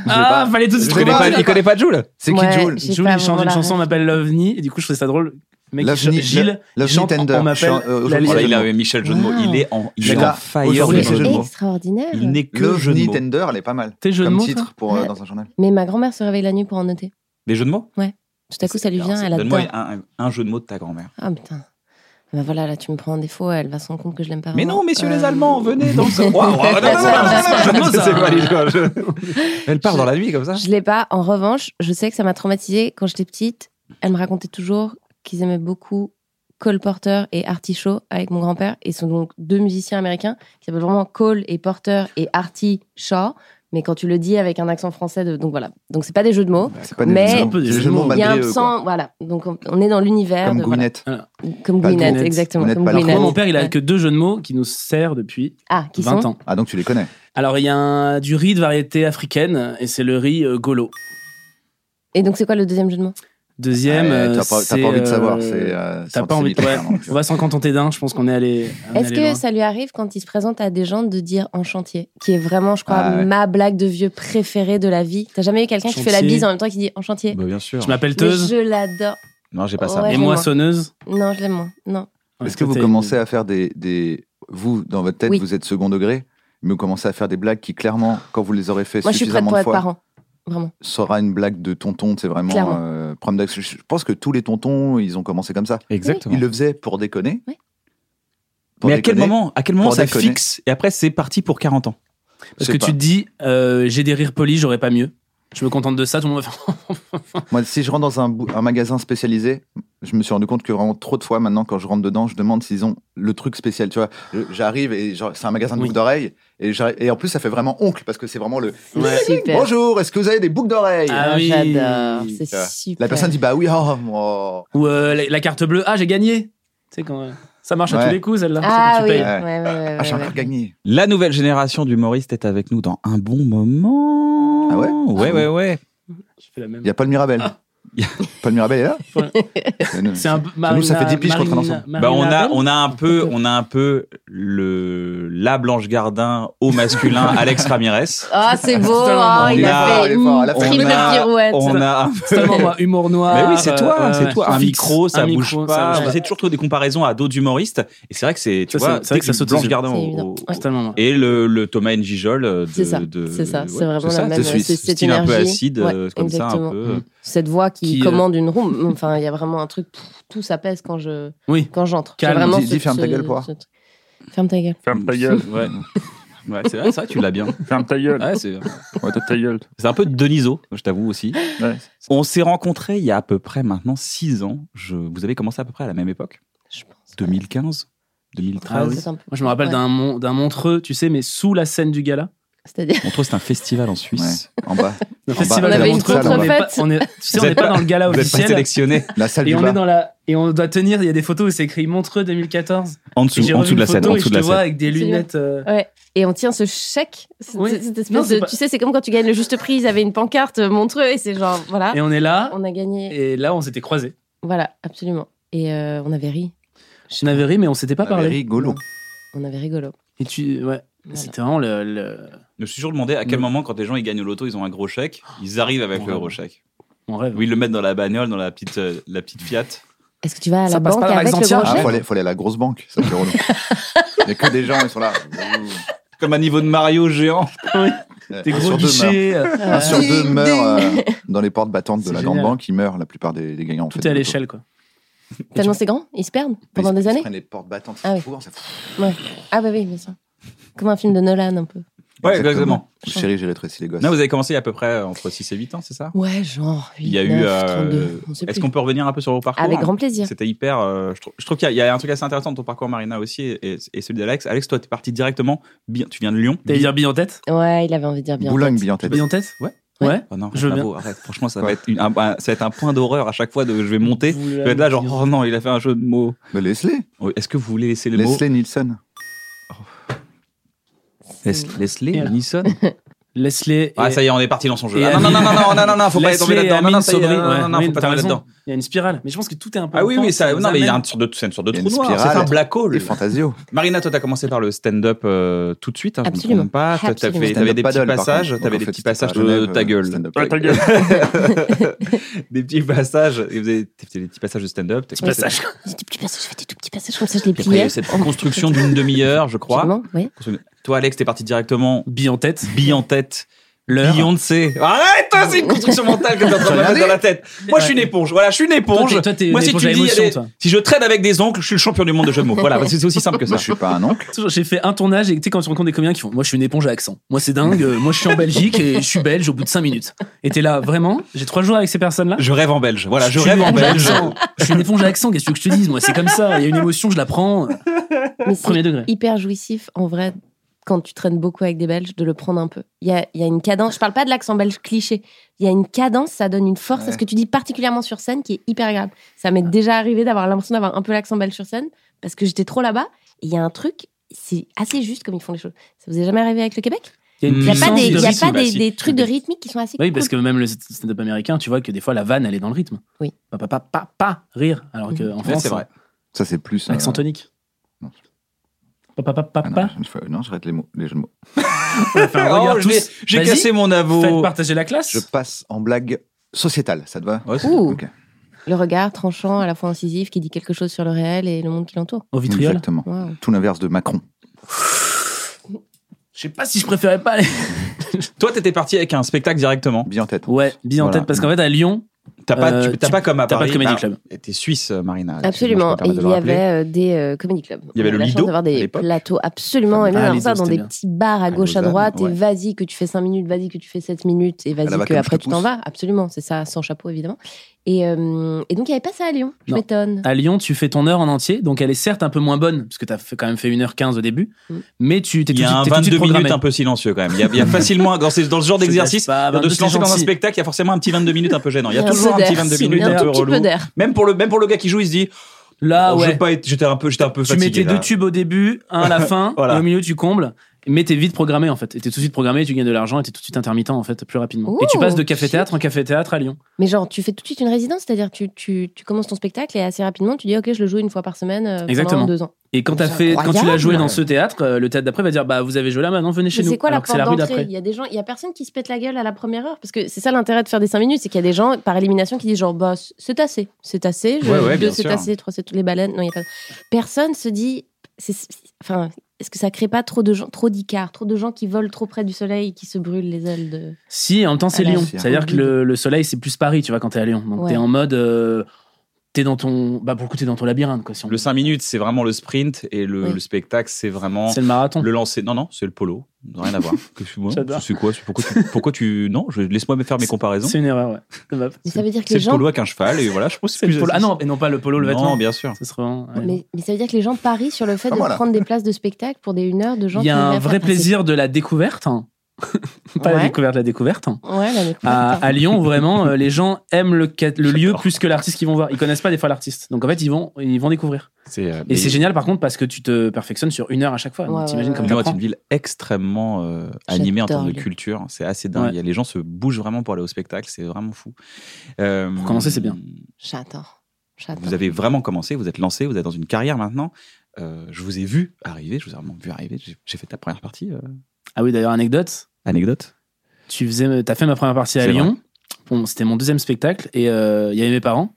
[SPEAKER 2] pas.
[SPEAKER 3] Ah, fallait tout de
[SPEAKER 2] Je
[SPEAKER 3] suite
[SPEAKER 2] connais
[SPEAKER 3] trouver.
[SPEAKER 2] pas, il
[SPEAKER 1] connaît pas Joule
[SPEAKER 2] C'est qui
[SPEAKER 6] Ouais,
[SPEAKER 2] Jules
[SPEAKER 6] j'ai
[SPEAKER 3] Jules,
[SPEAKER 6] pas
[SPEAKER 3] il chante
[SPEAKER 6] vraiment
[SPEAKER 3] une
[SPEAKER 6] la
[SPEAKER 3] chanson, on
[SPEAKER 6] ref.
[SPEAKER 3] m'appelle l'OVNI, et du coup, je trouvais ça drôle. Le Mec, il
[SPEAKER 2] L'OVNI,
[SPEAKER 3] chante- Gilles, il
[SPEAKER 2] l'OVNI
[SPEAKER 3] chante,
[SPEAKER 2] Tender.
[SPEAKER 3] on m'appelle
[SPEAKER 2] Je suis, euh, aujourd'hui,
[SPEAKER 1] Oh là,
[SPEAKER 3] l'alien.
[SPEAKER 1] il a mis Michel Jeu de mots.
[SPEAKER 6] Wow.
[SPEAKER 1] Il est en, il
[SPEAKER 2] Je
[SPEAKER 1] est
[SPEAKER 2] l'ai-
[SPEAKER 1] en fire
[SPEAKER 2] aujourd'hui,
[SPEAKER 1] de
[SPEAKER 6] C'est
[SPEAKER 2] je
[SPEAKER 1] jeux
[SPEAKER 2] le
[SPEAKER 1] de mots.
[SPEAKER 6] extraordinaire.
[SPEAKER 1] Il n'est que
[SPEAKER 2] Le
[SPEAKER 1] jeu de
[SPEAKER 2] Ni
[SPEAKER 1] mots.
[SPEAKER 2] Tender, elle est pas mal.
[SPEAKER 3] Tes jeux de
[SPEAKER 2] Comme
[SPEAKER 3] mots,
[SPEAKER 2] titre pour euh,
[SPEAKER 6] Ouais.
[SPEAKER 2] dans un journal.
[SPEAKER 6] Mais ma grand-mère se réveille la nuit pour en noter.
[SPEAKER 1] Des jeux de mots
[SPEAKER 6] Tout à coup, ça lui
[SPEAKER 1] Alors,
[SPEAKER 6] vient,
[SPEAKER 1] c'est-
[SPEAKER 6] elle
[SPEAKER 1] Donne-moi
[SPEAKER 6] adore.
[SPEAKER 1] un, un- un jeu de mots de ta grand-mère.
[SPEAKER 6] Ah putain. Ben voilà, là, tu me prends en défaut, elle va se rendre compte que je l'aime pas.
[SPEAKER 1] Mais
[SPEAKER 6] vraiment.
[SPEAKER 1] non, messieurs les
[SPEAKER 6] Euh,
[SPEAKER 1] Allemands, venez dans le. Waouh, waouh, non, non, non, non, non, non, non, je ne sais pas les jeux. Je- Elle part dans la nuit comme ça.
[SPEAKER 6] Je l'ai pas. En revanche, je sais que ça m'a traumatisée quand j'étais petite. Elle me racontait toujours qu'ils aimaient beaucoup Cole Porter et Artie Shaw avec mon grand-père. Et ce sont donc deux musiciens américains qui s'appellent vraiment Cole et Porter et Artie Shaw. Mais quand tu le dis avec un accent français, de... donc voilà. Donc c'est pas des jeux de mots.
[SPEAKER 2] C'est pas des
[SPEAKER 6] Mais-
[SPEAKER 2] jeux de
[SPEAKER 6] C'est un
[SPEAKER 2] mots.
[SPEAKER 3] peu des
[SPEAKER 2] C'est des
[SPEAKER 3] jeux
[SPEAKER 2] jeux de
[SPEAKER 3] de
[SPEAKER 2] mots
[SPEAKER 3] mots.
[SPEAKER 6] Il y a
[SPEAKER 2] malgré
[SPEAKER 6] un
[SPEAKER 2] eux,
[SPEAKER 6] sang,
[SPEAKER 2] quoi.
[SPEAKER 6] voilà. Donc on on est dans l'univers
[SPEAKER 2] Comme
[SPEAKER 6] de. voilà.
[SPEAKER 2] Gounette.
[SPEAKER 6] Comme
[SPEAKER 2] Pas
[SPEAKER 6] Gwyneth,
[SPEAKER 2] Gwyneth.
[SPEAKER 6] exactement.
[SPEAKER 2] Gwyneth
[SPEAKER 6] Comme
[SPEAKER 2] Paltrow.
[SPEAKER 6] Gwyneth.
[SPEAKER 3] Moi, mon père, il a
[SPEAKER 6] Ouais.
[SPEAKER 3] que deux jeux de mots qui nous servent depuis
[SPEAKER 6] Ah, qui
[SPEAKER 3] 20
[SPEAKER 6] sont
[SPEAKER 3] ans.
[SPEAKER 2] Ah, donc tu les connais.
[SPEAKER 3] Alors, il y a un- du riz de variété africaine, et c'est le riz euh, golo.
[SPEAKER 6] Et donc c'est quoi le deuxième jeu de mots
[SPEAKER 3] Deuxième,
[SPEAKER 2] Ouais,
[SPEAKER 3] euh,
[SPEAKER 2] T'as pas, t'as
[SPEAKER 3] c'est,
[SPEAKER 2] pas envie de
[SPEAKER 3] euh,
[SPEAKER 2] savoir. c'est, euh,
[SPEAKER 3] T'as
[SPEAKER 2] c'est
[SPEAKER 3] pas envie de...
[SPEAKER 2] antisémite,
[SPEAKER 3] ouais.
[SPEAKER 2] non,
[SPEAKER 3] On va sans contenter d'un, je pense qu'on est allé... on
[SPEAKER 6] Est-ce
[SPEAKER 3] allé
[SPEAKER 6] que
[SPEAKER 3] loin.
[SPEAKER 6] ça lui arrive quand il se présente à des gens de dire en chantier Qui est vraiment, je crois,
[SPEAKER 2] Ah ouais.
[SPEAKER 6] ma blague de vieux préférée de la vie. T'as jamais eu quelqu'un qui fait la
[SPEAKER 3] Chantier.
[SPEAKER 6] bise en même temps qui dit en chantier
[SPEAKER 2] Bah,
[SPEAKER 1] Bah, bien sûr.
[SPEAKER 3] Je m'appelle
[SPEAKER 6] Mais
[SPEAKER 3] Teuse,
[SPEAKER 6] Je l'adore.
[SPEAKER 1] Non, j'ai pas
[SPEAKER 6] Ouais.
[SPEAKER 1] ça.
[SPEAKER 3] et
[SPEAKER 1] Mais-
[SPEAKER 3] moi
[SPEAKER 6] moi.
[SPEAKER 3] sonneuse.
[SPEAKER 6] Non, je l'aime moins. Non.
[SPEAKER 2] Est-ce que vous commencez à faire des, des- Vous, dans votre tête,
[SPEAKER 6] Oui.
[SPEAKER 2] vous êtes second degré, mais vous commencez à faire des blagues qui, clairement, quand vous les aurez fait
[SPEAKER 6] Moi, je suis prête
[SPEAKER 2] suffisamment
[SPEAKER 6] pour
[SPEAKER 2] de
[SPEAKER 6] être
[SPEAKER 2] fois,
[SPEAKER 6] parent. Vraiment.
[SPEAKER 2] sera une blague de tonton. C'est vraiment.
[SPEAKER 6] Clairement.
[SPEAKER 2] euh, problème d'action. je je pense que tous les tontons, ils ont commencé comme ça.
[SPEAKER 1] Exactement.
[SPEAKER 2] Ils le faisaient pour déconner.
[SPEAKER 6] Oui.
[SPEAKER 2] Pour
[SPEAKER 1] mais à quel
[SPEAKER 2] déconner,
[SPEAKER 1] moment, à quel moment
[SPEAKER 2] Pour
[SPEAKER 1] ça
[SPEAKER 2] déconner.
[SPEAKER 1] fixe Et après, c'est parti pour 40 ans.
[SPEAKER 2] je
[SPEAKER 3] Parce
[SPEAKER 2] sais
[SPEAKER 3] que
[SPEAKER 2] pas.
[SPEAKER 3] tu te dis, euh, j'ai des rires polis, j'aurais pas mieux. Je me contente de ça, tout le monde va faire...
[SPEAKER 2] Moi, si je rentre dans un, bou- un magasin spécialisé, je me suis rendu compte que vraiment trop de fois maintenant, quand je rentre dedans, je demande s'ils ont le truc spécial. Tu vois, Je- j'arrive et genre, c'est un magasin de
[SPEAKER 3] Oui.
[SPEAKER 2] boucles d'oreilles. Et, j'arrive- et en plus, ça fait vraiment oncle parce que c'est vraiment le.
[SPEAKER 3] Ouais.
[SPEAKER 6] Super.
[SPEAKER 2] Bonjour, est-ce que vous avez des boucles d'oreilles
[SPEAKER 3] Ah oui.
[SPEAKER 6] J'adore.
[SPEAKER 2] Ça va.
[SPEAKER 6] C'est super.
[SPEAKER 2] La personne dit bah oui, oh, oh.
[SPEAKER 3] Ou euh, la, la carte bleue, ah j'ai gagné. Tu sais quand... euh, Ça marche à
[SPEAKER 2] Ouais.
[SPEAKER 3] tous les coups, celle-là.
[SPEAKER 6] Ah
[SPEAKER 3] C'est quand
[SPEAKER 6] oui.
[SPEAKER 3] tu
[SPEAKER 6] Ouais,
[SPEAKER 3] payes.
[SPEAKER 6] ouais, ouais, ouais,
[SPEAKER 2] Ah, j'ai
[SPEAKER 6] Euh, ouais.
[SPEAKER 2] encore gagné.
[SPEAKER 1] La nouvelle génération d'humoristes est avec nous dans un bon moment.
[SPEAKER 2] Ah ouais
[SPEAKER 1] Ouais, ouais, ouais.
[SPEAKER 3] Je fais la même.
[SPEAKER 2] Il n'y a pas le Mirabel. Pas le Mirabel est là
[SPEAKER 3] Ah.
[SPEAKER 2] Euh,
[SPEAKER 3] C'est un
[SPEAKER 2] Nous, ça fait 10 piges qu'on traîne ensemble.
[SPEAKER 1] Bah, on a, on a un peu, on a un peu le la Blanche Gardin au masculin, Alex Ramirez.
[SPEAKER 6] Ah, c'est beau.
[SPEAKER 3] Totalement.
[SPEAKER 6] hein, il
[SPEAKER 1] Là,
[SPEAKER 2] elle
[SPEAKER 6] a fait
[SPEAKER 2] est forte, elle a
[SPEAKER 6] une
[SPEAKER 2] fait
[SPEAKER 6] triple
[SPEAKER 1] une blague.
[SPEAKER 6] pirouette.
[SPEAKER 1] On a.
[SPEAKER 3] C'est tellement moi, humour noir.
[SPEAKER 1] Mais oui, c'est toi,
[SPEAKER 3] euh,
[SPEAKER 1] c'est
[SPEAKER 3] ouais,
[SPEAKER 1] toi.
[SPEAKER 3] ouais.
[SPEAKER 1] Un
[SPEAKER 3] Fixe,
[SPEAKER 1] micro, ça
[SPEAKER 3] un
[SPEAKER 1] bouge
[SPEAKER 3] micro,
[SPEAKER 1] pas.
[SPEAKER 3] ça bouge
[SPEAKER 1] J'essaie toujours de trouver des comparaisons à d'autres humoristes. Et c'est vrai que c'est, tu
[SPEAKER 3] Ça,
[SPEAKER 1] vois,
[SPEAKER 3] c'est- c'est vrai
[SPEAKER 1] dès
[SPEAKER 3] que ça saute aux
[SPEAKER 1] Blanche
[SPEAKER 3] yeux.
[SPEAKER 1] Gardin
[SPEAKER 6] C'est
[SPEAKER 1] au-
[SPEAKER 6] évident.
[SPEAKER 1] au-
[SPEAKER 3] C'est tellement moi.
[SPEAKER 1] Et le, le Thomas Njijol euh, de,
[SPEAKER 6] C'est ça,
[SPEAKER 1] de-
[SPEAKER 6] c'est ça,
[SPEAKER 1] ouais,
[SPEAKER 6] c'est vraiment la
[SPEAKER 1] ça,
[SPEAKER 6] même-
[SPEAKER 1] de ce-
[SPEAKER 6] c'est-
[SPEAKER 1] ce
[SPEAKER 6] cette
[SPEAKER 1] style un peu
[SPEAKER 6] énergie.
[SPEAKER 1] acide, euh,
[SPEAKER 6] Ouais,
[SPEAKER 1] comme ça, un
[SPEAKER 6] exactement.
[SPEAKER 1] peu. euh,
[SPEAKER 6] Cette voix qui,
[SPEAKER 3] Qui, euh,
[SPEAKER 6] commande une room. Enfin, il y a vraiment un truc. pff, Tout s'apaise quand je
[SPEAKER 3] Oui.
[SPEAKER 6] quand j'entre. J'ai
[SPEAKER 3] Calme.
[SPEAKER 6] vraiment
[SPEAKER 2] Dis-
[SPEAKER 6] ce-
[SPEAKER 2] dis, ferme ta
[SPEAKER 6] ce-
[SPEAKER 2] gueule, Poire.
[SPEAKER 6] ce truc. Ferme ta gueule.
[SPEAKER 7] Ferme ta gueule,
[SPEAKER 1] Ouais. Ouais, c'est vrai, c'est vrai, tu l'as bien.
[SPEAKER 7] ferme ta gueule,
[SPEAKER 1] Ouais, c'est
[SPEAKER 7] ouais, t'as ta gueule.
[SPEAKER 1] c'est un peu Deniso, je t'avoue aussi.
[SPEAKER 7] Ouais.
[SPEAKER 1] On s'est rencontrés il y a à peu près maintenant 6 ans. Je, vous avez commencé à peu près à la même époque,
[SPEAKER 6] Je pense.
[SPEAKER 1] 2015, 2013.
[SPEAKER 3] Ah oui.
[SPEAKER 6] C'est un peu-
[SPEAKER 3] Moi, je me rappelle
[SPEAKER 6] Ouais.
[SPEAKER 3] d'un mon- d'un montreux, tu sais, mais sous la scène du gala.
[SPEAKER 6] C'est-à-dire.
[SPEAKER 1] Montreux, c'est un festival en Suisse.
[SPEAKER 2] En bas.
[SPEAKER 1] bah,
[SPEAKER 2] En
[SPEAKER 3] Le festival
[SPEAKER 2] bas,
[SPEAKER 3] de
[SPEAKER 2] on avait une
[SPEAKER 3] Montreux, on est pas-
[SPEAKER 6] contrefaite.
[SPEAKER 3] on est- tu sais,
[SPEAKER 1] Vous
[SPEAKER 3] on n'est
[SPEAKER 1] êtes
[SPEAKER 3] pas
[SPEAKER 1] pas-
[SPEAKER 3] dans le gala
[SPEAKER 1] Vous êtes pas
[SPEAKER 3] Ah, officiel.
[SPEAKER 1] sélectionné
[SPEAKER 2] La salle
[SPEAKER 3] Et
[SPEAKER 2] du
[SPEAKER 3] on
[SPEAKER 2] bas.
[SPEAKER 3] est dans la et on doit tenir. Il y a des photos où c'est écrit Montreux 2014.
[SPEAKER 1] en
[SPEAKER 3] Et
[SPEAKER 1] dessous,
[SPEAKER 3] j'ai
[SPEAKER 1] en
[SPEAKER 3] revu
[SPEAKER 1] dessous de
[SPEAKER 3] une
[SPEAKER 1] la scène, en
[SPEAKER 3] photo et
[SPEAKER 1] dessous de
[SPEAKER 3] je
[SPEAKER 1] la
[SPEAKER 3] te vois
[SPEAKER 1] scène.
[SPEAKER 3] avec des
[SPEAKER 6] C'est bien.
[SPEAKER 3] lunettes. euh,
[SPEAKER 6] Et on tient ce chèque. C'est-
[SPEAKER 3] Oui.
[SPEAKER 6] c'est- Cette espèce
[SPEAKER 3] Non, c'est
[SPEAKER 6] de,
[SPEAKER 3] pas-
[SPEAKER 6] Tu sais, c'est comme quand tu gagnes le juste prix. Ils avaient une pancarte euh, Montreux et c'est genre, voilà,
[SPEAKER 3] Et on est là.
[SPEAKER 6] on a gagné.
[SPEAKER 3] Et là, on s'était croisés.
[SPEAKER 6] Voilà, absolument. Et euh, on avait ri.
[SPEAKER 3] On avait ri, mais on s'était pas
[SPEAKER 2] Ah, mais
[SPEAKER 3] parlé.
[SPEAKER 2] rigolo.
[SPEAKER 6] On avait rigolo.
[SPEAKER 3] Et tu, ouais.
[SPEAKER 6] Voilà.
[SPEAKER 3] C'était vraiment le, le-
[SPEAKER 1] Je me suis toujours demandé à quel moment, quand les gens ils gagnent au loto, ils ont un gros chèque, ils arrivent avec le
[SPEAKER 3] Ouais.
[SPEAKER 1] gros chèque.
[SPEAKER 3] mon rêve.
[SPEAKER 1] Ou ils le mettent dans la bagnole, dans la petite, euh, la petite Fiat.
[SPEAKER 6] Est-ce que tu vas à
[SPEAKER 3] Ça
[SPEAKER 6] la
[SPEAKER 3] passe
[SPEAKER 6] banque
[SPEAKER 3] pas dans
[SPEAKER 6] avec le
[SPEAKER 3] l'Axantia
[SPEAKER 6] gros
[SPEAKER 2] Ah,
[SPEAKER 6] chèque
[SPEAKER 2] faut aller, faut aller à la grosse banque. Ça, c'est relou. Il n'y a que des gens, ils sont là. Ouh.
[SPEAKER 1] Comme un niveau de Mario géant.
[SPEAKER 3] Des
[SPEAKER 2] Un
[SPEAKER 3] gros
[SPEAKER 2] sur deux meurt.
[SPEAKER 3] guichets. euh,
[SPEAKER 2] Un sur
[SPEAKER 6] Ah, Ding,
[SPEAKER 2] deux
[SPEAKER 6] ding.
[SPEAKER 2] meurt euh, dans les portes battantes de
[SPEAKER 3] C'est
[SPEAKER 2] la grande
[SPEAKER 3] génial.
[SPEAKER 2] banque. Ils meurent, la plupart des, des gagnants. en
[SPEAKER 3] Tout
[SPEAKER 2] fait,
[SPEAKER 3] est à
[SPEAKER 2] de l'auto.
[SPEAKER 3] l'échelle, quoi.
[SPEAKER 6] Tellement c'est grand, ils se perdent
[SPEAKER 2] Mais
[SPEAKER 6] pendant
[SPEAKER 2] ils-
[SPEAKER 6] des
[SPEAKER 2] ils se
[SPEAKER 6] années.
[SPEAKER 2] prennent les portes battantes.
[SPEAKER 6] Ah oui.
[SPEAKER 2] Fou, hein, on s'en fout.
[SPEAKER 6] Ah bah oui, bien sûr. Comme un film de Nolan un peu.
[SPEAKER 1] Ouais, exactement.
[SPEAKER 2] Chérie, j'ai rétréci les gosses.
[SPEAKER 1] Là, vous avez commencé à peu près entre 6 et 8 ans, c'est ça
[SPEAKER 6] Ouais, genre.
[SPEAKER 1] Il y a eu. euh, Est-ce qu'on peut revenir un peu sur vos parcours hein
[SPEAKER 6] Avec grand plaisir.
[SPEAKER 1] C'était hyper. euh, je, trou- je trouve qu'il y, a- il y a un truc assez intéressant de ton parcours, Marina, aussi, et, et celui d'Alex. Alex, toi, t'es parti directement. bien- Tu viens de Lyon.
[SPEAKER 3] T'allais dire bille en tête
[SPEAKER 6] Ouais, il avait envie de dire bien.
[SPEAKER 2] Boulogne,
[SPEAKER 6] en fait.
[SPEAKER 2] bien en tête.
[SPEAKER 3] Bille en tête
[SPEAKER 1] Eh ben. Ouais.
[SPEAKER 3] Ouais.
[SPEAKER 1] Oh non,
[SPEAKER 3] Je veux
[SPEAKER 1] Navo, arrête. Franchement, ça va, être une- un, un- ça va être un point d'horreur à chaque fois de je vais monter.
[SPEAKER 3] Vous
[SPEAKER 1] Je vais être là, genre,
[SPEAKER 3] l'avez
[SPEAKER 1] oh non, il a fait un jeu de mots.
[SPEAKER 2] Mais Leslie.
[SPEAKER 1] Oh, Est-ce que vous voulez laisser le mot
[SPEAKER 2] Leslie Nielsen.
[SPEAKER 1] Les- Leslie
[SPEAKER 3] Et là.
[SPEAKER 1] Nissan
[SPEAKER 3] Leslie. et-
[SPEAKER 1] Ah, ça y est, on est parti dans son jeu.
[SPEAKER 3] et
[SPEAKER 1] Ah, non, non, non,
[SPEAKER 3] Amine-
[SPEAKER 1] non, non, non, non, non, faut pas tomber
[SPEAKER 3] Leslie et
[SPEAKER 1] là-dedans. Non,
[SPEAKER 3] Amine
[SPEAKER 1] non, ça y est,
[SPEAKER 3] Sobri,
[SPEAKER 1] non,
[SPEAKER 3] ouais.
[SPEAKER 1] non, non,
[SPEAKER 3] Oui,
[SPEAKER 1] faut pas
[SPEAKER 3] t'as
[SPEAKER 1] tomber
[SPEAKER 3] raison.
[SPEAKER 1] là-dedans.
[SPEAKER 3] Il y a une spirale. Mais je pense que tout est un peu.
[SPEAKER 1] Ah oui,
[SPEAKER 3] ensemble,
[SPEAKER 1] oui, ça,
[SPEAKER 3] nous
[SPEAKER 1] non, mais il y a
[SPEAKER 3] amène.
[SPEAKER 1] une sorte de, c'est une sorte de
[SPEAKER 2] Il y a
[SPEAKER 1] trou
[SPEAKER 2] une
[SPEAKER 1] noir. C'est
[SPEAKER 2] spirale.
[SPEAKER 1] un black
[SPEAKER 3] Oh
[SPEAKER 1] hole.
[SPEAKER 2] Les Fantasio.
[SPEAKER 1] Marina, toi, t'as commencé par le stand-up euh, tout de suite. Hein, je me
[SPEAKER 6] Absolument.
[SPEAKER 1] trompe pas. T'as- T'as
[SPEAKER 6] Absolument.
[SPEAKER 1] fait, t'avais
[SPEAKER 2] Stand-up
[SPEAKER 1] des petits
[SPEAKER 2] paddle, par
[SPEAKER 1] passages.
[SPEAKER 2] contre. Donc,
[SPEAKER 1] T'avais
[SPEAKER 2] en
[SPEAKER 1] des
[SPEAKER 2] fait,
[SPEAKER 1] petits
[SPEAKER 2] c'était
[SPEAKER 1] passages
[SPEAKER 2] à Genève,
[SPEAKER 1] de ta gueule.
[SPEAKER 2] stand-up. Ouais, ta
[SPEAKER 7] gueule.
[SPEAKER 1] Des petits passages. et vous avez- T'as fait des petits passages de stand-up. T'as
[SPEAKER 6] Oui.
[SPEAKER 1] commencé-
[SPEAKER 3] Passage.
[SPEAKER 6] Des tout petits passages, je fais des tout petits passages comme ça, je les
[SPEAKER 1] Puis après, il y a eu
[SPEAKER 6] pliais.
[SPEAKER 1] cette construction d'une demi-heure, je crois.
[SPEAKER 6] Absolument, ouais.
[SPEAKER 1] Toi, Alex, t'es parti directement
[SPEAKER 3] Bille en tête.
[SPEAKER 1] bille en tête.
[SPEAKER 3] L'heure.
[SPEAKER 1] Beyoncé. Arrête, toi, c'est une construction mentale que t'es en train de me mettre dans la tête. Moi, je suis une éponge. Voilà, je suis une
[SPEAKER 3] Toi,
[SPEAKER 1] éponge.
[SPEAKER 3] t'es- toi, t'es
[SPEAKER 1] Moi,
[SPEAKER 3] une
[SPEAKER 1] si
[SPEAKER 3] éponge
[SPEAKER 1] tu
[SPEAKER 3] à
[SPEAKER 1] me dis, il y a
[SPEAKER 3] émotion,
[SPEAKER 1] des-
[SPEAKER 3] toi.
[SPEAKER 1] si je traîne avec des oncles, je suis le champion du monde de jeux de mots. Voilà, parce que c'est aussi simple que ça.
[SPEAKER 2] Moi, je suis pas un oncle.
[SPEAKER 3] Toujours, J'ai fait un tournage et tu sais, quand tu rencontres des comédiens qui font Moi, je suis une éponge à accent. Moi, c'est dingue. euh, Moi, je suis en Belgique et je suis belge au bout de 5 minutes. Et t'es là, vraiment J'ai 3 jours avec ces personnes-là
[SPEAKER 1] Je rêve en belge. Voilà, je
[SPEAKER 3] suis
[SPEAKER 1] rêve
[SPEAKER 3] une
[SPEAKER 1] en
[SPEAKER 3] éponge à
[SPEAKER 1] belge.
[SPEAKER 3] accent. Je suis une éponge à accent, qu'est-ce que tu veux que je te dise Moi, c'est comme ça. Il y a une émotion, je la prends.
[SPEAKER 6] Mais c'est
[SPEAKER 3] Premier degré.
[SPEAKER 6] hyper jouissif en vrai quand tu traînes beaucoup avec des Belges, de le prendre un peu. Il y a, il y a une cadence, je parle pas de l'accent belge cliché, il y a une cadence, ça donne une force à ce
[SPEAKER 2] Ouais.
[SPEAKER 6] que tu dis particulièrement sur scène qui est hyper agréable. Ça m'est déjà arrivé d'avoir l'impression d'avoir un peu l'accent belge sur scène parce que j'étais trop là-bas et il y a un truc, c'est assez juste comme ils font les choses. Ça vous est jamais arrivé avec le Québec
[SPEAKER 3] une
[SPEAKER 6] Il n'y a pas
[SPEAKER 3] puissance
[SPEAKER 6] des,
[SPEAKER 3] de
[SPEAKER 6] il y a
[SPEAKER 3] rythme.
[SPEAKER 6] pas
[SPEAKER 4] bah
[SPEAKER 6] des,
[SPEAKER 4] si.
[SPEAKER 6] des trucs de rythmique qui sont assez
[SPEAKER 3] Oui,
[SPEAKER 6] cool.
[SPEAKER 3] parce que même le stand-up américain, tu vois que des fois la vanne, elle est dans le rythme.
[SPEAKER 6] Oui.
[SPEAKER 3] Pas, pas, pas, pas, pas rire, alors qu'en
[SPEAKER 1] Ouais,
[SPEAKER 3] France,
[SPEAKER 1] c'est vrai.
[SPEAKER 2] Ça, c'est plus. euh,
[SPEAKER 3] Accent tonique.
[SPEAKER 2] non.
[SPEAKER 3] Pas, pas, pas, pas,
[SPEAKER 2] ah non,
[SPEAKER 3] pas.
[SPEAKER 2] je- je- non, j'arrête les mots, les jeux de mots.
[SPEAKER 3] Enfin, regarde
[SPEAKER 1] Oh, je
[SPEAKER 3] tous.
[SPEAKER 1] vais- J'ai
[SPEAKER 3] Vas-y,
[SPEAKER 1] cassé mon
[SPEAKER 3] Faites
[SPEAKER 1] avo.
[SPEAKER 3] partager la classe.
[SPEAKER 2] Je passe en blague sociétale, ça te va
[SPEAKER 1] Ouais, c'est-
[SPEAKER 6] Ouh,
[SPEAKER 2] Ok.
[SPEAKER 6] le regard tranchant, à la fois incisif, qui dit quelque chose sur le réel et le monde qui l'entoure.
[SPEAKER 3] Au vitriol.
[SPEAKER 2] Exactement.
[SPEAKER 6] Waouh.
[SPEAKER 2] Tout l'inverse de Macron.
[SPEAKER 3] Je sais pas si je préférais pas aller.
[SPEAKER 1] Toi, t'étais parti avec un spectacle directement.
[SPEAKER 2] Bien en tête.
[SPEAKER 3] Ouais, bien en
[SPEAKER 2] Voilà.
[SPEAKER 3] tête, parce qu'en fait, à Lyon,
[SPEAKER 1] T'as pas,
[SPEAKER 3] Euh,
[SPEAKER 1] tu- t'as
[SPEAKER 3] tu-
[SPEAKER 1] pas comme à
[SPEAKER 3] t'as pas
[SPEAKER 1] Paris.
[SPEAKER 3] de comédie
[SPEAKER 1] bah,
[SPEAKER 3] club.
[SPEAKER 1] et T'es suisse, euh, Marina.
[SPEAKER 6] Absolument. Et
[SPEAKER 1] Excuse-moi, je me permets de
[SPEAKER 6] il
[SPEAKER 1] le
[SPEAKER 6] y
[SPEAKER 1] rappeler.
[SPEAKER 6] avait euh, des euh, comedy clubs.
[SPEAKER 1] Il y avait
[SPEAKER 6] On a
[SPEAKER 1] le
[SPEAKER 6] la chance
[SPEAKER 1] Lido,
[SPEAKER 6] d'avoir
[SPEAKER 1] à
[SPEAKER 6] des
[SPEAKER 1] l'époque.
[SPEAKER 6] plateaux, absolument.
[SPEAKER 3] Ah,
[SPEAKER 6] Et même avoir
[SPEAKER 3] Lido,
[SPEAKER 6] ça dans
[SPEAKER 3] c'était
[SPEAKER 6] des
[SPEAKER 3] bien.
[SPEAKER 6] petits bars à gauche, à
[SPEAKER 2] Lausanne,
[SPEAKER 6] droite.
[SPEAKER 1] ouais.
[SPEAKER 6] Et vas-y que tu fais 5 minutes, vas-y que tu fais 7 minutes. Et
[SPEAKER 2] À la
[SPEAKER 6] vas-y que
[SPEAKER 2] Bac,
[SPEAKER 6] après
[SPEAKER 2] je te
[SPEAKER 6] tu t'en
[SPEAKER 2] pousse.
[SPEAKER 6] vas. Absolument. C'est ça, sans chapeau évidemment. Et, euh, et donc il n'y avait pas ça à Lyon. Je
[SPEAKER 3] Non.
[SPEAKER 6] m'étonne.
[SPEAKER 3] à Lyon, tu fais ton heure en entier, donc elle est certes un peu moins bonne, parce que t'as fait- quand même fait 1h15 au début,
[SPEAKER 6] Mm.
[SPEAKER 3] mais tu t'es
[SPEAKER 1] Il
[SPEAKER 3] tout,
[SPEAKER 1] y a
[SPEAKER 3] de suite-
[SPEAKER 1] un
[SPEAKER 3] t'es tout de suite
[SPEAKER 1] 22
[SPEAKER 3] programmé.
[SPEAKER 1] minutes un peu silencieux quand même. Il y a, il y a facilement, dans, ces- dans ce genre
[SPEAKER 3] Je te
[SPEAKER 1] d'exercice,
[SPEAKER 3] cache pas,
[SPEAKER 1] de se
[SPEAKER 3] 22,
[SPEAKER 1] lancer dans un
[SPEAKER 3] gentil.
[SPEAKER 1] spectacle, il y a forcément un petit 22 minutes un peu gênant. Il y a
[SPEAKER 6] un
[SPEAKER 1] toujours
[SPEAKER 6] peu
[SPEAKER 1] un
[SPEAKER 6] d'air,
[SPEAKER 1] petit 22
[SPEAKER 6] si,
[SPEAKER 1] minutes
[SPEAKER 6] il y a
[SPEAKER 1] un peu
[SPEAKER 6] un petit peu
[SPEAKER 1] relou.
[SPEAKER 6] d'air.
[SPEAKER 1] Même pour le, même pour le gars qui joue, il se dit
[SPEAKER 3] Là,
[SPEAKER 1] oh, je
[SPEAKER 3] Ah ouais.
[SPEAKER 1] vais pas être- J'étais un peu, j'étais un peu
[SPEAKER 3] Tu
[SPEAKER 1] fatigué.
[SPEAKER 3] mettais
[SPEAKER 1] là.
[SPEAKER 3] deux tubes au début, un à la fin,
[SPEAKER 1] Voilà.
[SPEAKER 3] et au milieu tu combles, mais t'es vite programmé en fait. Et t'es tout de suite programmé, tu gagnes de l'argent, et t'es tout de suite intermittent en fait, plus rapidement. et tu
[SPEAKER 6] Ouh,
[SPEAKER 3] passes de café-théâtre en café-théâtre à Lyon.
[SPEAKER 6] Mais genre, tu fais tout de suite une résidence, c'est-à-dire tu, tu, tu commences ton spectacle et assez rapidement tu dis ok, je le joue une fois par semaine euh,
[SPEAKER 3] Exactement.
[SPEAKER 6] pendant deux ans.
[SPEAKER 3] Et quand,
[SPEAKER 6] Mais
[SPEAKER 3] t'as
[SPEAKER 6] c'est
[SPEAKER 3] fait, quand tu l'as
[SPEAKER 6] incroyable.
[SPEAKER 3] joué dans ce théâtre, euh, le théâtre d'après va dire Bah, vous avez joué là, maintenant venez chez
[SPEAKER 6] Mais
[SPEAKER 3] nous.
[SPEAKER 6] c'est quoi la
[SPEAKER 3] Alors que c'est
[SPEAKER 6] porte
[SPEAKER 3] la rue
[SPEAKER 6] d'entrée Il
[SPEAKER 3] d'après.
[SPEAKER 6] y a des gens, il y a personne qui se pète la gueule à la première heure parce que c'est ça l'intérêt de faire des 5 minutes, c'est qu'il y a des gens par élimination qui disent genre bah c'est assez, c'est assez, je,
[SPEAKER 1] Ouais, ouais, bien
[SPEAKER 6] deux c'est
[SPEAKER 1] sûr.
[SPEAKER 6] assez, trois c'est toutes les baleines. Non, il y a pas. Personne se dit c'est enfin est-ce que ça crée pas trop de gens, trop d'écarts, trop de gens qui volent trop près du soleil et qui se brûlent les ailes de
[SPEAKER 3] Si, en même temps, c'est
[SPEAKER 6] Ah, là,
[SPEAKER 3] Lyon.
[SPEAKER 2] c'est
[SPEAKER 3] C'est-à-dire que le, le soleil, c'est plus Paris, tu vois, quand t'es à Lyon. Donc
[SPEAKER 6] Ouais.
[SPEAKER 3] t'es en mode. euh, t'es dans ton. Bah, pour le coup, t'es dans ton labyrinthe, quoi. Si on...
[SPEAKER 1] Le 5 minutes, c'est vraiment le sprint et le,
[SPEAKER 6] Oui.
[SPEAKER 1] le spectacle, c'est vraiment
[SPEAKER 3] C'est le marathon.
[SPEAKER 1] le lancer. Non, non, c'est le polo. Rien à voir. Que- moi,
[SPEAKER 3] J'adore.
[SPEAKER 1] C'est quoi c'est pourquoi tu, pourquoi tu. Non, je- laisse-moi me faire mes comparaisons.
[SPEAKER 3] C'est une erreur, ouais. C'est pas-
[SPEAKER 6] Mais ça veut dire que
[SPEAKER 1] C'est
[SPEAKER 6] les
[SPEAKER 1] le
[SPEAKER 6] gens
[SPEAKER 1] polo avec un cheval et voilà, je pense que
[SPEAKER 3] c'est
[SPEAKER 1] c'est
[SPEAKER 3] le
[SPEAKER 1] plus
[SPEAKER 3] polo. Ah non, et non pas le polo, le vêtement.
[SPEAKER 1] Non, bien sûr.
[SPEAKER 3] Ce serait vraiment- ouais.
[SPEAKER 6] mais, mais ça veut dire que les gens parient sur le fait
[SPEAKER 2] Pas
[SPEAKER 6] de
[SPEAKER 2] moi, là.
[SPEAKER 6] prendre des places de spectacle pour des une heure de gens.
[SPEAKER 3] Il y a
[SPEAKER 6] qui n'ont
[SPEAKER 3] un
[SPEAKER 6] rien à
[SPEAKER 3] vrai
[SPEAKER 6] faire. Enfin,
[SPEAKER 3] plaisir de la découverte. hein. pas la
[SPEAKER 6] Ouais.
[SPEAKER 3] découverte, la découverte. hein.
[SPEAKER 6] c'est- Ouais, là, mais
[SPEAKER 3] À, à Lyon, vraiment, euh, les gens aiment le, ca- le lieu
[SPEAKER 1] J'adore.
[SPEAKER 3] plus que l'artiste qu'ils vont voir. Ils connaissent pas des fois l'artiste. Donc en fait, ils vont, ils vont découvrir.
[SPEAKER 1] C'est, euh,
[SPEAKER 3] Et
[SPEAKER 1] mais-
[SPEAKER 3] c'est génial par contre parce que tu te perfectionnes sur une heure à chaque fois. Donc
[SPEAKER 6] Ouais,
[SPEAKER 3] T'imagines
[SPEAKER 6] ouais,
[SPEAKER 3] comme
[SPEAKER 6] ouais.
[SPEAKER 3] tu
[SPEAKER 1] Lyon est une ville extrêmement euh, animée en
[SPEAKER 6] J'adore
[SPEAKER 1] termes de
[SPEAKER 6] Lyon.
[SPEAKER 1] culture. C'est assez dingue.
[SPEAKER 3] Ouais.
[SPEAKER 1] Il y a- les gens se bougent vraiment pour aller au spectacle. C'est vraiment fou. Euh,
[SPEAKER 3] Pour commencer, c'est bien.
[SPEAKER 6] j'adore. J'adore.
[SPEAKER 1] Vous avez vraiment commencé. Vous êtes lancé. Vous êtes dans une carrière maintenant. Euh, je vous ai vu arriver. Je vous ai vraiment vu arriver. J'ai j'ai fait ta première partie. euh,
[SPEAKER 3] Ah oui, d'ailleurs, anecdote.
[SPEAKER 1] Anecdote.
[SPEAKER 3] Tu faisais, t'as fait ma première partie à
[SPEAKER 1] C'est
[SPEAKER 3] Lyon. Bon, c'était mon deuxième spectacle et euh, il y avait mes parents.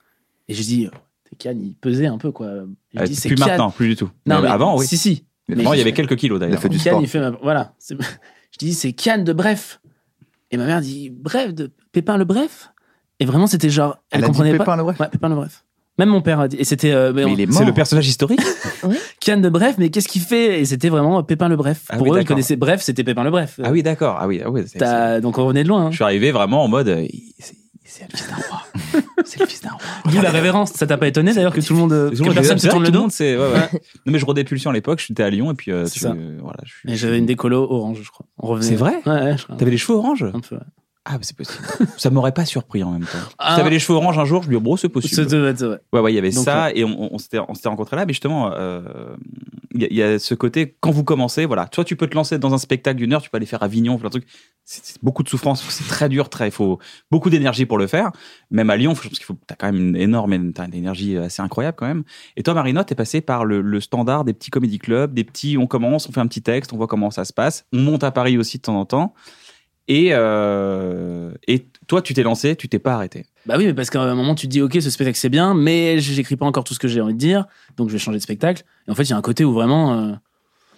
[SPEAKER 3] Et j'ai dit, oh, t'es canne, il pesait un peu quoi. J'ai
[SPEAKER 1] Euh,
[SPEAKER 3] dit,
[SPEAKER 1] plus
[SPEAKER 3] Kian.
[SPEAKER 1] maintenant, plus du tout.
[SPEAKER 3] Non,
[SPEAKER 1] Mais
[SPEAKER 3] mais
[SPEAKER 1] avant, oui.
[SPEAKER 3] Si, si.
[SPEAKER 2] Mais
[SPEAKER 3] Mais-
[SPEAKER 1] Avant, il y avait quelques kilos d'ailleurs.
[SPEAKER 2] fait du
[SPEAKER 3] Kian,
[SPEAKER 2] sport.
[SPEAKER 3] il fait ma- Voilà. C'est- Je dis, c'est Kian de Bref. Et ma mère dit, Bref, de Pépin le Bref. Et vraiment, c'était genre, elle,
[SPEAKER 2] Elle a dit
[SPEAKER 3] comprenait pas.
[SPEAKER 2] Pépin le Bref.
[SPEAKER 3] Ouais, Pépin le Bref. Même mon père a dit. Et c'était euh, mais
[SPEAKER 2] Mais
[SPEAKER 3] on-
[SPEAKER 2] il est mort.
[SPEAKER 1] C'est le personnage historique.
[SPEAKER 3] Kian de Bref, mais qu'est-ce qu'il fait Et c'était vraiment euh, Pépin le Bref.
[SPEAKER 1] Ah
[SPEAKER 3] Pour
[SPEAKER 1] oui,
[SPEAKER 3] eux, ils
[SPEAKER 1] d'accord.
[SPEAKER 3] connaissaient Bref, c'était Pépin le Bref.
[SPEAKER 1] ah oui, d'accord. Ah oui, ah oui. c'est-
[SPEAKER 3] T'as- Donc on revenait de loin. hein.
[SPEAKER 1] Je suis arrivé vraiment en mode. euh, il- c'est- C'est le fils d'un roi. C'est le fils d'un roi.
[SPEAKER 3] D'où la révérence. Ça t'a pas étonné d'ailleurs que tout le monde. euh,
[SPEAKER 1] Parce que
[SPEAKER 3] Que personne se tourne le dos
[SPEAKER 1] C'est ouais, ouais. non mais je rodais Pulsion à l'époque, j'étais à Lyon et puis euh,
[SPEAKER 3] C'est
[SPEAKER 1] tu-
[SPEAKER 3] ça.
[SPEAKER 1] voilà, je suis-
[SPEAKER 3] Et j'avais une décolo orange, je crois. On revenait.
[SPEAKER 1] C'est vrai
[SPEAKER 3] Ouais, ouais, je crois.
[SPEAKER 1] T'avais les cheveux orange
[SPEAKER 3] Un peu. ouais.
[SPEAKER 1] Ah mais c'est possible. ça m'aurait pas surpris en même temps.
[SPEAKER 3] Ah.
[SPEAKER 1] Si t'avais les cheveux orange un jour, je lui ai dit, bro, c'est possible.
[SPEAKER 3] C'est- ouais, c'est vrai.
[SPEAKER 1] Ouais ouais, il y avait
[SPEAKER 3] Donc, euh,
[SPEAKER 1] ça et on, on- on s'était on s'était rencontrés là mais justement euh, il y, a- il y a ce côté quand vous commencez, voilà, toi tu peux te lancer dans un spectacle d'une heure, tu peux aller faire Avignon, plein de trucs. C'est c'est beaucoup de souffrance, c'est très dur, très il faut beaucoup d'énergie pour le faire. Même à Lyon, je pense qu'il faut t'as quand même une énorme t'as une énergie assez incroyable quand même. Et toi, Marino, t'es passé par le, le standard des petits comédie clubs, des petits, on commence, on fait un petit texte, on voit comment ça se passe. On monte à Paris aussi de temps en temps. Et, euh, et toi, tu t'es lancé, tu t'es pas arrêté.
[SPEAKER 3] Bah oui, mais parce qu'à un moment, tu te dis, OK, ce spectacle, c'est bien, mais j'écris pas encore tout ce que j'ai envie de dire, donc je vais changer de spectacle. Et en fait, il y a un côté où vraiment, euh,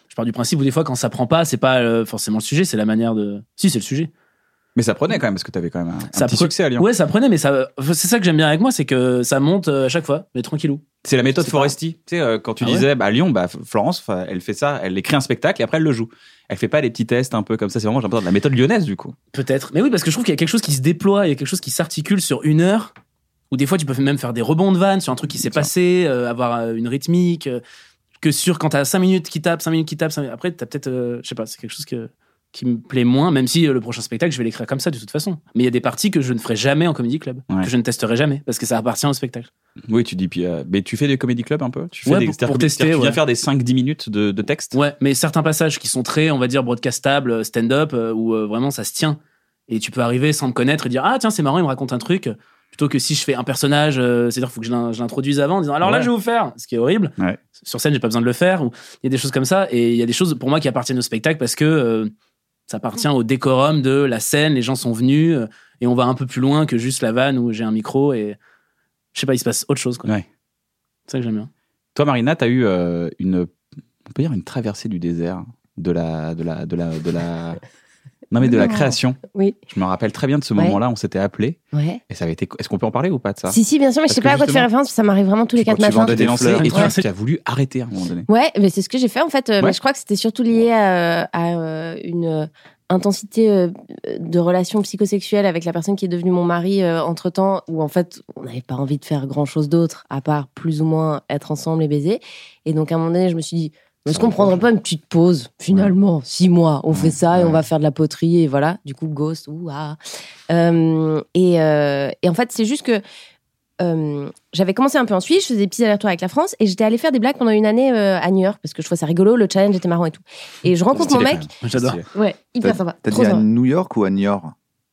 [SPEAKER 3] je pars du principe où des fois, quand ça prend pas, c'est pas euh, forcément le sujet, c'est la manière de. Si, c'est le sujet.
[SPEAKER 1] Mais ça prenait quand même, parce que t'avais quand même un, un
[SPEAKER 3] Ça
[SPEAKER 1] petit
[SPEAKER 3] pre-
[SPEAKER 1] succès à Lyon.
[SPEAKER 3] Ouais, ça prenait, mais ça, enfin, c'est ça que j'aime bien avec moi, c'est que ça monte euh, à chaque fois, mais tranquillou.
[SPEAKER 1] C'est la méthode
[SPEAKER 3] C'est
[SPEAKER 1] Foresti. Tu sais, euh, quand tu
[SPEAKER 3] Ah ouais
[SPEAKER 1] disais, bah, à Lyon, bah, Florence, enfin, elle fait ça, elle écrit un spectacle et après elle le joue. Elle fait pas les petits tests un peu comme ça. C'est vraiment, j'ai l'impression, de la méthode lyonnaise, du coup.
[SPEAKER 3] Peut-être. Mais oui, parce que je trouve qu'il y a quelque chose qui se déploie, il y a quelque chose qui s'articule sur une heure, où des fois, tu peux même faire des rebonds de vannes sur un truc qui s'est passé, euh, avoir euh, une rythmique. euh, que sur quand t'as 5 minutes qui tapent, 5 minutes qui tapent, 5 minutes. Après, t'as peut-être, euh, je sais pas, c'est quelque chose que, qui me plaît moins, même si euh, le prochain spectacle, je vais l'écrire comme ça de toute façon. Mais il y a des parties que je ne ferai jamais en comédie club,
[SPEAKER 1] Ouais.
[SPEAKER 3] que je ne testerai jamais, parce que ça appartient au spectacle.
[SPEAKER 1] Oui, tu dis, puis, euh, mais tu fais des comédie clubs un peu tu fais
[SPEAKER 3] Ouais,
[SPEAKER 1] des,
[SPEAKER 3] pour-
[SPEAKER 1] c'est-à-dire
[SPEAKER 3] pour
[SPEAKER 1] que tu-
[SPEAKER 3] tester,
[SPEAKER 1] Tu viens
[SPEAKER 3] ouais.
[SPEAKER 1] faire des 5-10 minutes de, de texte
[SPEAKER 3] Ouais, mais certains passages qui sont très, on va dire, broadcastables, euh, stand-up, euh, où euh, vraiment ça se tient. Et tu peux arriver sans me connaître et dire Ah, tiens, c'est marrant, il me raconte un truc. Plutôt que si je fais un personnage, euh, c'est-à-dire faut que je l'in- je l'introduise avant en disant Alors là,
[SPEAKER 1] Ouais.
[SPEAKER 3] je vais vous faire, ce qui est horrible.
[SPEAKER 1] Ouais.
[SPEAKER 3] Sur scène, j'ai pas besoin de le faire. Ou il y a des choses comme ça. Et il y a des choses pour moi qui appartiennent au spectacle parce que euh, ça appartient au décorum de la scène, les gens sont venus euh, et on va un peu plus loin que juste la vanne où j'ai un micro et je sais pas, il se passe autre chose. quoi.
[SPEAKER 1] Ouais.
[SPEAKER 3] C'est ça que j'aime bien.
[SPEAKER 1] Toi, Marina, tu as eu euh, une, on peut dire une traversée du désert, de la, de la, de la, de la, non mais de la
[SPEAKER 6] Non.
[SPEAKER 1] création.
[SPEAKER 6] Oui.
[SPEAKER 1] Je me rappelle très bien de ce
[SPEAKER 6] Ouais.
[SPEAKER 1] moment-là, on s'était appelé
[SPEAKER 6] Ouais.
[SPEAKER 1] et ça avait été. Est-ce qu'on peut en parler ou pas de ça
[SPEAKER 6] Si, si, bien sûr, mais
[SPEAKER 1] Parce
[SPEAKER 6] je sais
[SPEAKER 1] que
[SPEAKER 6] pas à quoi tu fais
[SPEAKER 1] justement-
[SPEAKER 6] référence, ça m'arrive vraiment tous les
[SPEAKER 2] Quand
[SPEAKER 6] quatre
[SPEAKER 2] tu
[SPEAKER 6] matins.
[SPEAKER 2] vendais
[SPEAKER 1] T'es lancé
[SPEAKER 2] fleurs.
[SPEAKER 1] et tu
[SPEAKER 3] Ouais.
[SPEAKER 1] tu as voulu arrêter à un moment donné.
[SPEAKER 6] Ouais, mais c'est ce que j'ai fait en fait. Euh,
[SPEAKER 1] Ouais.
[SPEAKER 6] Mais je crois que c'était surtout lié à, euh, à, euh, une euh, intensité euh, de relation psychosexuelle avec la personne qui est devenue mon mari entre temps, où en fait on n'avait pas envie de faire grand chose d'autre à part plus ou moins être ensemble et baiser. Et donc à un moment donné, je me suis dit, est-ce qu'on prendrait pas une petite pause finalement Six mois, on
[SPEAKER 1] Ouais,
[SPEAKER 6] fait ça et
[SPEAKER 1] ouais.
[SPEAKER 6] on va faire de la poterie et voilà. Du coup, ghost, ouh, ah. Euh, et, euh, et en fait, c'est juste que euh, j'avais commencé un peu en Suisse, je faisais des petits allers-retours avec la France et j'étais allée faire des blagues pendant une année euh, à New York parce que je trouvais ça rigolo, le challenge était marrant et tout. Et je rencontre mon
[SPEAKER 1] Stylé,
[SPEAKER 6] mec,
[SPEAKER 1] quand même.
[SPEAKER 3] J'adore.
[SPEAKER 1] Stylé.
[SPEAKER 6] ouais, hyper sympa,
[SPEAKER 2] T'as
[SPEAKER 6] trop
[SPEAKER 2] dit à
[SPEAKER 6] sympa,
[SPEAKER 2] New York ou à New York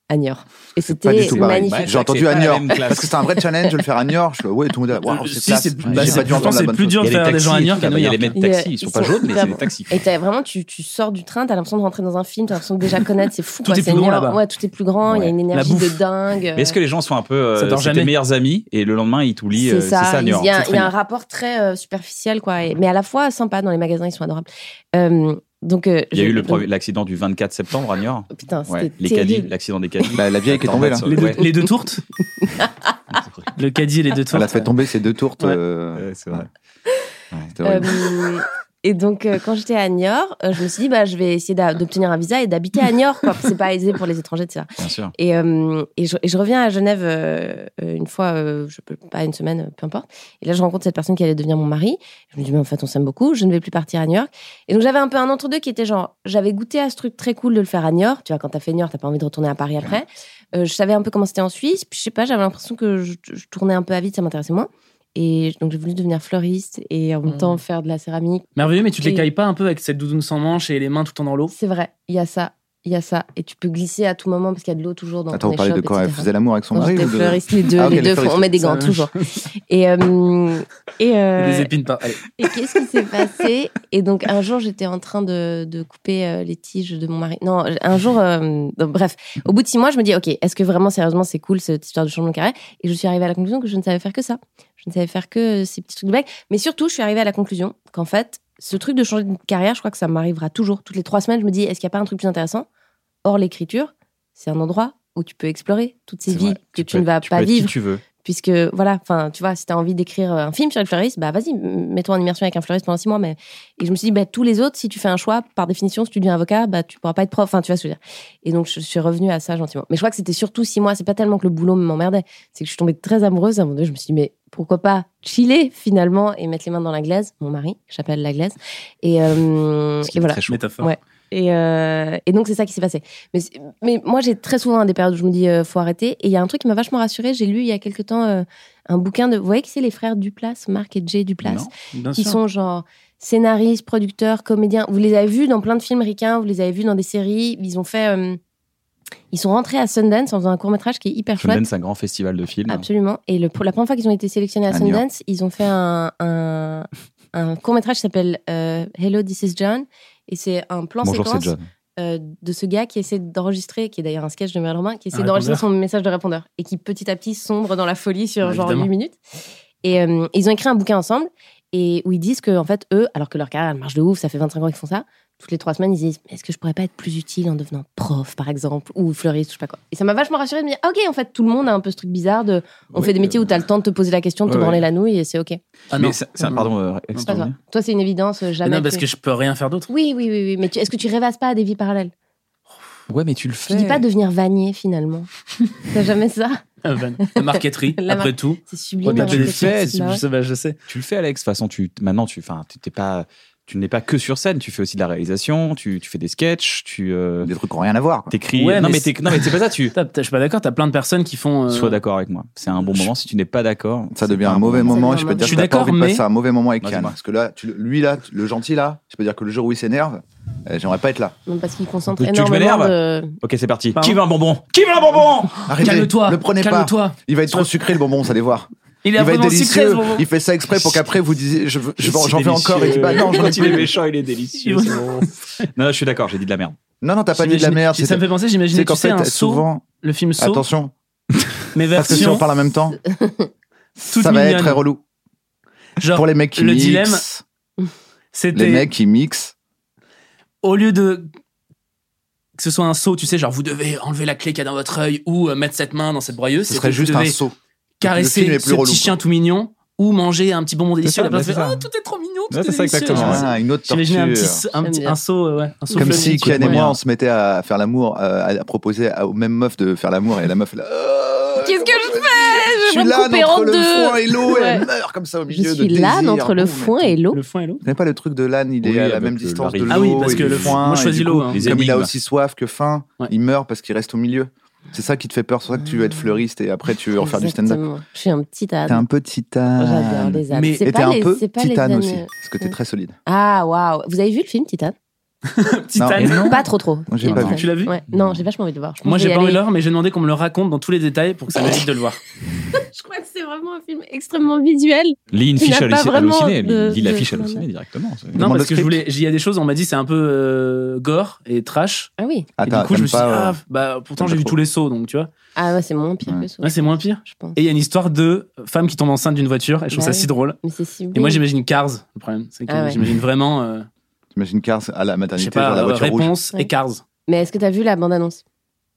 [SPEAKER 6] à New York. Et
[SPEAKER 2] pas du
[SPEAKER 6] c'était
[SPEAKER 2] tout pareil.
[SPEAKER 6] magnifique.
[SPEAKER 1] Ouais,
[SPEAKER 2] J'ai
[SPEAKER 1] c'est
[SPEAKER 2] entendu
[SPEAKER 1] vrai
[SPEAKER 2] à
[SPEAKER 1] que c'est pas la
[SPEAKER 2] New York.
[SPEAKER 1] même classe.
[SPEAKER 2] Parce que c'est un vrai challenge de le faire à New York. Je- Ouais, tout le monde est là, waouh, c'est
[SPEAKER 3] Si,
[SPEAKER 2] classe.
[SPEAKER 3] c'est
[SPEAKER 2] Ouais,
[SPEAKER 3] bah,
[SPEAKER 2] J'ai
[SPEAKER 3] c'est-
[SPEAKER 2] pas dû
[SPEAKER 3] je
[SPEAKER 2] entendre
[SPEAKER 3] pense que
[SPEAKER 2] la
[SPEAKER 3] c'est
[SPEAKER 2] bonne
[SPEAKER 3] plus dur
[SPEAKER 1] Il
[SPEAKER 3] de
[SPEAKER 1] y a
[SPEAKER 3] faire
[SPEAKER 1] des
[SPEAKER 3] des gens à New
[SPEAKER 1] taxis.
[SPEAKER 3] York qu'à
[SPEAKER 1] là-bas,
[SPEAKER 3] New
[SPEAKER 1] Il y a
[SPEAKER 3] York.
[SPEAKER 1] les mêmes
[SPEAKER 6] Il y a-
[SPEAKER 1] taxis. Ils sont
[SPEAKER 6] ils
[SPEAKER 1] pas
[SPEAKER 6] sont
[SPEAKER 1] jaunes, mais c'est
[SPEAKER 6] hyper
[SPEAKER 1] des taxis.
[SPEAKER 6] Et t'as vraiment, tu, tu sors du train, t'as l'impression de rentrer dans un film, t'as l'impression de déjà connaître, c'est fou.
[SPEAKER 3] Tout
[SPEAKER 6] quoi,
[SPEAKER 3] est
[SPEAKER 6] c'est
[SPEAKER 3] plus grand
[SPEAKER 6] New York.
[SPEAKER 3] là-bas.
[SPEAKER 6] Ouais, tout est plus grand, il y
[SPEAKER 1] Ouais.
[SPEAKER 6] a une énergie
[SPEAKER 3] bouffe.
[SPEAKER 6] de dingue.
[SPEAKER 1] Mais est-ce que les gens sont un peu euh,
[SPEAKER 3] Ça dort
[SPEAKER 1] c'est tes
[SPEAKER 3] jamais.
[SPEAKER 1] meilleurs amis et le lendemain ils t'oublient
[SPEAKER 6] C'est
[SPEAKER 1] euh,
[SPEAKER 6] ça.
[SPEAKER 1] New
[SPEAKER 6] il
[SPEAKER 1] York.
[SPEAKER 6] y a,
[SPEAKER 1] C'est
[SPEAKER 6] il y
[SPEAKER 1] très
[SPEAKER 6] a un
[SPEAKER 1] bien.
[SPEAKER 6] rapport très euh, superficiel, quoi, et- mais à la fois sympa. Dans les magasins, ils sont adorables. Euh, donc, euh,
[SPEAKER 1] Il y a
[SPEAKER 6] je-
[SPEAKER 1] eu le
[SPEAKER 6] donc-
[SPEAKER 1] premier- l'accident du 24 septembre à New York.
[SPEAKER 6] Putain, c'était
[SPEAKER 1] Ouais, les caddies,
[SPEAKER 6] terrible.
[SPEAKER 1] l'accident des caddies.
[SPEAKER 2] La- la vieille qui est
[SPEAKER 1] Attends,
[SPEAKER 2] tombée, là.
[SPEAKER 1] ça-
[SPEAKER 3] Les deux,
[SPEAKER 1] ouais.
[SPEAKER 3] les deux tourtes Le caddie et les deux tourtes.
[SPEAKER 2] Elle a fait tomber ses deux tourtes.
[SPEAKER 3] Ouais.
[SPEAKER 2] euh,
[SPEAKER 1] Ouais, c'est vrai.
[SPEAKER 2] c'était horrible.
[SPEAKER 6] Euh, et donc, euh, quand j'étais à Niort, euh, je me suis dit, bah, je vais essayer d'a- d'obtenir un visa et d'habiter à Niort. quoi. C'est pas aisé pour les étrangers, etc.
[SPEAKER 1] Bien sûr.
[SPEAKER 6] Et, euh, et, je, et je reviens à Genève euh, euh, une fois, euh, je peux pas une semaine, euh, peu importe. Et là, je rencontre cette personne qui allait devenir mon mari. Je me dis, mais en fait, on s'aime beaucoup. Je ne vais plus partir à New York. Et donc, j'avais un peu un entre-deux qui était genre, j'avais goûté à ce truc très cool de le faire à New York. Tu vois, quand t'as fait New York, t'as pas envie de retourner à Paris après. Euh, je savais un peu comment c'était en Suisse. Puis, je sais pas, j'avais l'impression que je, je tournais un peu à vide, ça m'intéressait moins. Et donc, j'ai voulu devenir fleuriste et en même
[SPEAKER 3] Mhm.
[SPEAKER 2] Mmh.
[SPEAKER 6] temps faire de la céramique.
[SPEAKER 3] Merveilleux, mais tu te les
[SPEAKER 6] Oui.
[SPEAKER 3] cailles pas un peu avec cette doudoune sans manche et les mains tout le temps dans l'eau
[SPEAKER 6] C'est vrai, il y a ça. Il y a ça. Et tu peux glisser à tout moment parce qu'il y a de l'eau toujours dans
[SPEAKER 2] Attends,
[SPEAKER 6] ton
[SPEAKER 2] vous parlez de quand elle faisait l'amour avec son
[SPEAKER 6] Quand
[SPEAKER 2] mari
[SPEAKER 6] j'étais
[SPEAKER 2] ou de-
[SPEAKER 6] fleuriste, les deux,
[SPEAKER 2] Ah, ok,
[SPEAKER 6] les
[SPEAKER 2] les
[SPEAKER 6] deux font- on
[SPEAKER 2] fleuristes.
[SPEAKER 6] met des gants
[SPEAKER 3] Ça-
[SPEAKER 6] toujours. Et, euh, et, euh,
[SPEAKER 3] Des épines par. Allez.
[SPEAKER 6] et qu'est-ce qui s'est passé Et donc un jour, j'étais en train de, de couper euh, les tiges de mon mari. Non, un jour, euh, donc, bref, au bout de six mois, je me dis, ok, est-ce que vraiment sérieusement c'est cool cette histoire de changement de carré Et je suis arrivée à la conclusion que je ne savais faire que ça. Je ne savais faire que ces petits trucs de blague. Mais surtout, je suis arrivée à la conclusion qu'en fait, ce truc de changer de carrière, je crois que ça m'arrivera toujours. Toutes les trois semaines, je me dis, est-ce qu'il n'y a pas un truc plus intéressant Hors l'écriture, c'est un endroit où tu peux explorer toutes ces
[SPEAKER 1] C'est
[SPEAKER 6] vies
[SPEAKER 1] vrai.
[SPEAKER 6] que tu,
[SPEAKER 1] peux-
[SPEAKER 6] ne vas
[SPEAKER 1] tu peux
[SPEAKER 6] pas
[SPEAKER 1] être qui
[SPEAKER 6] vivre
[SPEAKER 1] tu veux.
[SPEAKER 6] puisque voilà enfin tu vois si t'as envie d'écrire un film sur les fleuristes bah vas-y m- mets-toi en immersion avec un fleuriste pendant six mois mais et je me suis dit bah tous les autres si tu fais un choix par définition si tu deviens avocat bah tu pourras pas être prof enfin tu vois ce que je veux dire et donc je suis revenue à ça gentiment mais je crois que c'était surtout six mois c'est pas tellement que le boulot m'emmerdait c'est que je suis tombée très amoureuse à un moment donné je me suis dit mais pourquoi pas chiller finalement et mettre les mains dans la glaise mon mari que j'appelle la glaise et, euh,
[SPEAKER 1] Ce qui
[SPEAKER 6] et
[SPEAKER 1] est
[SPEAKER 6] voilà
[SPEAKER 1] très chaud.
[SPEAKER 3] Métaphore.
[SPEAKER 6] Ouais. et, euh, et donc, c'est ça qui s'est passé. Mais, c'est- mais moi, j'ai très souvent des périodes où je me dis, euh, faut arrêter. Et il y a un truc qui m'a vachement rassurée. J'ai lu il y a quelque temps euh, un bouquin de. Vous voyez qui c'est les frères Duplass, Marc et Jay Duplass
[SPEAKER 1] Non.
[SPEAKER 3] Bien
[SPEAKER 6] Qui
[SPEAKER 3] sûr.
[SPEAKER 6] sont genre scénaristes, producteurs, comédiens. Vous les avez vus dans plein de films ricains, vous les avez vus dans des séries. Ils ont fait. euh, ils sont rentrés à Sundance en faisant un court-métrage qui est hyper chouette.
[SPEAKER 1] Sundance, c'est un grand festival de films.
[SPEAKER 6] Absolument. Et le, pour la première fois qu'ils ont été sélectionnés à
[SPEAKER 2] À New York.
[SPEAKER 6] Sundance, ils ont fait un, un, un court-métrage qui s'appelle euh, Hello, This is John. Et c'est un plan
[SPEAKER 1] Bonjour, c'est
[SPEAKER 6] séquence
[SPEAKER 1] John.
[SPEAKER 6] euh, de ce gars qui essaie d'enregistrer, qui est d'ailleurs un sketch de Merlin Robin, qui essaie
[SPEAKER 3] Un
[SPEAKER 6] d'enregistrer son
[SPEAKER 3] répondeur.
[SPEAKER 6] message de répondeur et qui petit à petit sombre dans la folie sur
[SPEAKER 3] Ouais,
[SPEAKER 6] genre
[SPEAKER 3] Bah, évidemment.
[SPEAKER 6] 8 minutes. Et euh, ils ont écrit un bouquin ensemble et où ils disent que en fait eux, alors que leur carrière elle marche de ouf, ça fait 25 ans qu'ils font ça, toutes les trois semaines ils disent est-ce que je pourrais pas être plus utile en devenant prof par exemple ou fleuriste, je sais pas quoi. Et ça m'a vachement rassurée de me dire ah, ok en fait tout le monde a un peu ce truc bizarre de on
[SPEAKER 1] Ouais,
[SPEAKER 6] fait des métiers où t'as le temps de te poser la question, de te
[SPEAKER 1] ouais,
[SPEAKER 6] branler
[SPEAKER 1] ouais.
[SPEAKER 6] la nouille et c'est ok.
[SPEAKER 3] Ah euh, non.
[SPEAKER 1] Mais c'est- c'est un- pardon, euh,
[SPEAKER 6] Pas toi.
[SPEAKER 1] excuse-moi.
[SPEAKER 6] Toi c'est une évidence euh,
[SPEAKER 3] Mais
[SPEAKER 6] jamais.
[SPEAKER 3] non, parce
[SPEAKER 6] tu-
[SPEAKER 3] que je peux rien faire d'autre.
[SPEAKER 6] Oui oui oui, oui. mais tu- est-ce que tu rêvasses pas à des vies parallèles
[SPEAKER 1] Ouais, mais tu le
[SPEAKER 6] Je
[SPEAKER 1] fais.
[SPEAKER 6] dis pas devenir vanier finalement. T'as jamais ça
[SPEAKER 3] Euh, Van. La marqueterie,
[SPEAKER 6] La
[SPEAKER 3] après
[SPEAKER 6] mar-
[SPEAKER 3] tout.
[SPEAKER 6] C'est
[SPEAKER 3] Ouais,
[SPEAKER 6] sublime.
[SPEAKER 3] mais
[SPEAKER 6] hein,
[SPEAKER 3] tu le
[SPEAKER 6] cette
[SPEAKER 3] fais, tu-
[SPEAKER 6] petite-
[SPEAKER 3] je sais, bah, je sais.
[SPEAKER 1] Tu le fais, Alex. De toute façon, tu, maintenant, tu, enfin, tu t'es pas, tu n'es pas que sur scène. Tu fais aussi de la réalisation. Tu, tu fais des sketchs. Tu euh,
[SPEAKER 2] Des trucs qui n'ont rien à voir. quoi.
[SPEAKER 1] t'écris.
[SPEAKER 3] Ouais,
[SPEAKER 1] non,
[SPEAKER 3] mais
[SPEAKER 1] mais t'éc- non, mais c'est pas ça. Tu
[SPEAKER 3] T'as- t'as- Je suis pas d'accord, t'as plein de personnes qui font. euh,
[SPEAKER 1] sois d'accord avec moi. C'est un bon
[SPEAKER 3] je-
[SPEAKER 1] moment. Si tu n'es pas d'accord,
[SPEAKER 2] Ça
[SPEAKER 1] c'est
[SPEAKER 2] devient
[SPEAKER 1] pas
[SPEAKER 2] un mauvais
[SPEAKER 1] bon
[SPEAKER 2] moment.
[SPEAKER 6] Ça
[SPEAKER 2] et je peux te
[SPEAKER 6] devient
[SPEAKER 2] dire
[SPEAKER 6] un
[SPEAKER 2] que
[SPEAKER 3] mauvais
[SPEAKER 2] t'as pas
[SPEAKER 3] moment.
[SPEAKER 2] envie de
[SPEAKER 3] Je suis
[SPEAKER 2] passer
[SPEAKER 3] d'accord,
[SPEAKER 2] un mauvais moment avec
[SPEAKER 1] Vas-y,
[SPEAKER 2] Yann.
[SPEAKER 1] moi.
[SPEAKER 2] Parce que là, tu le- lui, là, tu- le gentil, là, je peux dire que le jour où il s'énerve, euh, j'aimerais pas être là.
[SPEAKER 6] Non, parce qu'il concentre
[SPEAKER 1] Tu veux que je
[SPEAKER 6] énormément de.
[SPEAKER 1] Ok, c'est parti.
[SPEAKER 3] Pardon
[SPEAKER 1] Qui veut un bonbon Qui veut un bonbon
[SPEAKER 2] Arrêtez,
[SPEAKER 3] Calme-toi,
[SPEAKER 2] le prenez pas.
[SPEAKER 3] calme-toi.
[SPEAKER 2] Il va être trop sucré, le bonbon, vous allez voir.
[SPEAKER 3] Il est
[SPEAKER 2] Il va être
[SPEAKER 3] vraiment sucré
[SPEAKER 2] délicieux.
[SPEAKER 3] ce moment.
[SPEAKER 2] Il fait ça exprès pour qu'après vous disiez, je veux- je veux-
[SPEAKER 1] C'est
[SPEAKER 2] j'en veux
[SPEAKER 1] délicieux.
[SPEAKER 2] encore. Il dit, bah non, j'en ai
[SPEAKER 1] quand il
[SPEAKER 2] plus.
[SPEAKER 1] est méchant, il est délicieux. c'est bon. non, je suis d'accord. J'ai dit de la merde.
[SPEAKER 2] Non, non, t'as pas dit de la
[SPEAKER 3] J'imagine-
[SPEAKER 2] merde.
[SPEAKER 3] Ça me
[SPEAKER 2] c'était-
[SPEAKER 3] fait penser,
[SPEAKER 2] C'est
[SPEAKER 3] j'imaginais,
[SPEAKER 2] qu'en
[SPEAKER 3] tu sais,
[SPEAKER 2] fait,
[SPEAKER 3] un saut,
[SPEAKER 2] souvent,
[SPEAKER 3] le film Saut,
[SPEAKER 2] attention,
[SPEAKER 3] mais
[SPEAKER 2] parce que si on
[SPEAKER 3] version
[SPEAKER 2] parle en même temps,
[SPEAKER 3] toute
[SPEAKER 2] ça va être
[SPEAKER 3] mignonne.
[SPEAKER 2] très relou. Pour
[SPEAKER 3] Genre,
[SPEAKER 2] les mecs qui
[SPEAKER 3] le dilemme,
[SPEAKER 2] mixent, les
[SPEAKER 3] c'était
[SPEAKER 2] mecs qui mixent,
[SPEAKER 3] au lieu de que ce soit un saut, tu sais, genre vous devez enlever la clé qu'il y a dans votre œil ou euh, mettre cette main dans cette broyeuse,
[SPEAKER 2] ce
[SPEAKER 3] c'est
[SPEAKER 2] serait
[SPEAKER 3] que
[SPEAKER 2] juste
[SPEAKER 3] vous
[SPEAKER 2] un
[SPEAKER 3] devez
[SPEAKER 2] saut. Le
[SPEAKER 3] caresser
[SPEAKER 2] film est
[SPEAKER 3] ce
[SPEAKER 2] plus relou,
[SPEAKER 3] petit
[SPEAKER 2] quoi.
[SPEAKER 3] chien tout mignon ou manger un petit bonbon délicieux.
[SPEAKER 1] ça, bah,
[SPEAKER 3] La personne
[SPEAKER 1] c'est
[SPEAKER 3] fait,
[SPEAKER 1] ça.
[SPEAKER 3] Ah, tout est trop mignon, tout
[SPEAKER 1] Ouais,
[SPEAKER 3] est
[SPEAKER 1] c'est ça,
[SPEAKER 3] délicieux.
[SPEAKER 1] exactement,
[SPEAKER 3] Genre,
[SPEAKER 1] ouais.
[SPEAKER 2] Ah, une autre
[SPEAKER 3] J'imaginais un petit,
[SPEAKER 2] torture.
[SPEAKER 3] un petit
[SPEAKER 6] J'aime
[SPEAKER 3] un saut, euh, ouais, un saut
[SPEAKER 2] Comme
[SPEAKER 3] fun.
[SPEAKER 2] si
[SPEAKER 3] Écoute,
[SPEAKER 2] Kian et
[SPEAKER 3] moyen.
[SPEAKER 2] moi, on se mettait à faire l'amour, euh, à, à proposer à- aux mêmes meufs de faire l'amour, et la meuf, elle, euh,
[SPEAKER 6] Qu'est-ce que je
[SPEAKER 2] comment
[SPEAKER 6] fais
[SPEAKER 2] Je
[SPEAKER 6] Je
[SPEAKER 2] suis
[SPEAKER 6] vais me
[SPEAKER 2] là
[SPEAKER 6] couper
[SPEAKER 2] entre
[SPEAKER 6] en
[SPEAKER 2] le
[SPEAKER 6] deux.
[SPEAKER 2] foin et l'eau, et elle
[SPEAKER 6] Ouais.
[SPEAKER 2] meurt comme ça au milieu
[SPEAKER 6] Je
[SPEAKER 2] de
[SPEAKER 6] suis l'âne
[SPEAKER 2] désir.
[SPEAKER 6] entre le
[SPEAKER 2] Oh,
[SPEAKER 6] foin
[SPEAKER 2] mais-
[SPEAKER 6] et l'eau.
[SPEAKER 3] le foin et l'eau.
[SPEAKER 2] Vous n'avez pas le truc de l'âne, il
[SPEAKER 1] Oui,
[SPEAKER 2] est à la
[SPEAKER 1] avec
[SPEAKER 2] même
[SPEAKER 1] le
[SPEAKER 2] distance de
[SPEAKER 1] baril.
[SPEAKER 2] l'eau.
[SPEAKER 3] Ah oui, parce
[SPEAKER 2] et
[SPEAKER 3] que
[SPEAKER 2] du
[SPEAKER 3] le
[SPEAKER 2] foin,
[SPEAKER 3] foin, moi, je
[SPEAKER 2] et
[SPEAKER 3] choisis
[SPEAKER 2] du
[SPEAKER 3] l'eau,
[SPEAKER 2] coup,
[SPEAKER 3] hein.
[SPEAKER 1] Les
[SPEAKER 2] Comme il a
[SPEAKER 1] énigmes.
[SPEAKER 2] aussi soif que faim,
[SPEAKER 3] Ouais.
[SPEAKER 2] il meurt parce qu'il reste au milieu. C'est ça qui te fait peur, c'est pour ça que tu veux être fleuriste et après tu veux refaire du stand-up.
[SPEAKER 6] Ah. Exactement. Je suis un petit
[SPEAKER 2] T'es
[SPEAKER 6] âne.
[SPEAKER 2] un petit
[SPEAKER 6] J'adore
[SPEAKER 2] âne.
[SPEAKER 6] les ânes.
[SPEAKER 3] Mais-
[SPEAKER 6] C'est
[SPEAKER 2] Et t'es
[SPEAKER 6] pas
[SPEAKER 2] un
[SPEAKER 6] les-
[SPEAKER 2] peu
[SPEAKER 6] c'est pas les
[SPEAKER 2] titane
[SPEAKER 6] ânes,
[SPEAKER 2] aussi,
[SPEAKER 6] euh,
[SPEAKER 2] parce que t'es
[SPEAKER 6] Ouais.
[SPEAKER 2] très solide.
[SPEAKER 6] Ah waouh Vous avez vu le film Titane
[SPEAKER 3] Petit
[SPEAKER 2] Non.
[SPEAKER 3] âne.
[SPEAKER 6] Pas trop trop.
[SPEAKER 2] j'ai
[SPEAKER 1] pas
[SPEAKER 6] Titane.
[SPEAKER 3] vu. Tu l'as vu
[SPEAKER 6] Ouais. Non, j'ai vachement envie de le voir. Je pense
[SPEAKER 3] Moi,
[SPEAKER 6] que
[SPEAKER 3] j'ai
[SPEAKER 6] je vais
[SPEAKER 3] pas
[SPEAKER 6] y
[SPEAKER 3] envie de
[SPEAKER 6] aller.
[SPEAKER 3] l'heure, mais j'ai demandé qu'on me le raconte dans tous les détails pour que ça m'évite de le voir.
[SPEAKER 6] Je crois que c'est vraiment un film extrêmement visuel.
[SPEAKER 1] Lis une
[SPEAKER 6] Tu
[SPEAKER 1] fiche
[SPEAKER 6] n'as pas
[SPEAKER 1] halluci-
[SPEAKER 6] vraiment
[SPEAKER 1] hallucinée.
[SPEAKER 6] de-
[SPEAKER 1] Lis la
[SPEAKER 6] de-
[SPEAKER 1] fiche hallucinée directement. c'est-
[SPEAKER 3] Non,
[SPEAKER 2] Demande le
[SPEAKER 3] parce que je
[SPEAKER 2] script.
[SPEAKER 3] voulais. Il y a des choses, on m'a dit c'est un peu euh, gore et trash.
[SPEAKER 6] Ah oui.
[SPEAKER 2] Ah,
[SPEAKER 3] et
[SPEAKER 2] t'as-
[SPEAKER 3] du coup, je
[SPEAKER 2] t'aimes
[SPEAKER 3] me suis dit,
[SPEAKER 2] pas,
[SPEAKER 3] ah,
[SPEAKER 2] euh,
[SPEAKER 3] bah, pourtant
[SPEAKER 2] t'aimes
[SPEAKER 3] j'ai
[SPEAKER 2] pas
[SPEAKER 3] vu
[SPEAKER 2] trop.
[SPEAKER 3] tous les sauts, donc tu vois.
[SPEAKER 6] Ah ouais, c'est moins pire que ça.
[SPEAKER 3] Ouais, c'est moins pire.
[SPEAKER 6] Je pense.
[SPEAKER 3] Et il y a une histoire de femme qui tombe enceinte d'une voiture, et je trouve
[SPEAKER 6] Bah
[SPEAKER 3] ça
[SPEAKER 6] oui.
[SPEAKER 3] si drôle.
[SPEAKER 6] Mais c'est si
[SPEAKER 3] Et moi, j'imagine Cars, le problème. C'est que
[SPEAKER 6] Ah ouais.
[SPEAKER 3] j'imagine vraiment, euh,
[SPEAKER 6] ah.
[SPEAKER 2] T'imagines Cars à la
[SPEAKER 3] je sais
[SPEAKER 2] maternité,
[SPEAKER 3] pas,
[SPEAKER 2] genre la
[SPEAKER 3] euh,
[SPEAKER 2] voiture rouge.
[SPEAKER 3] réponse et
[SPEAKER 6] Ouais.
[SPEAKER 3] Cars.
[SPEAKER 6] Mais est-ce que t'as vu la bande-annonce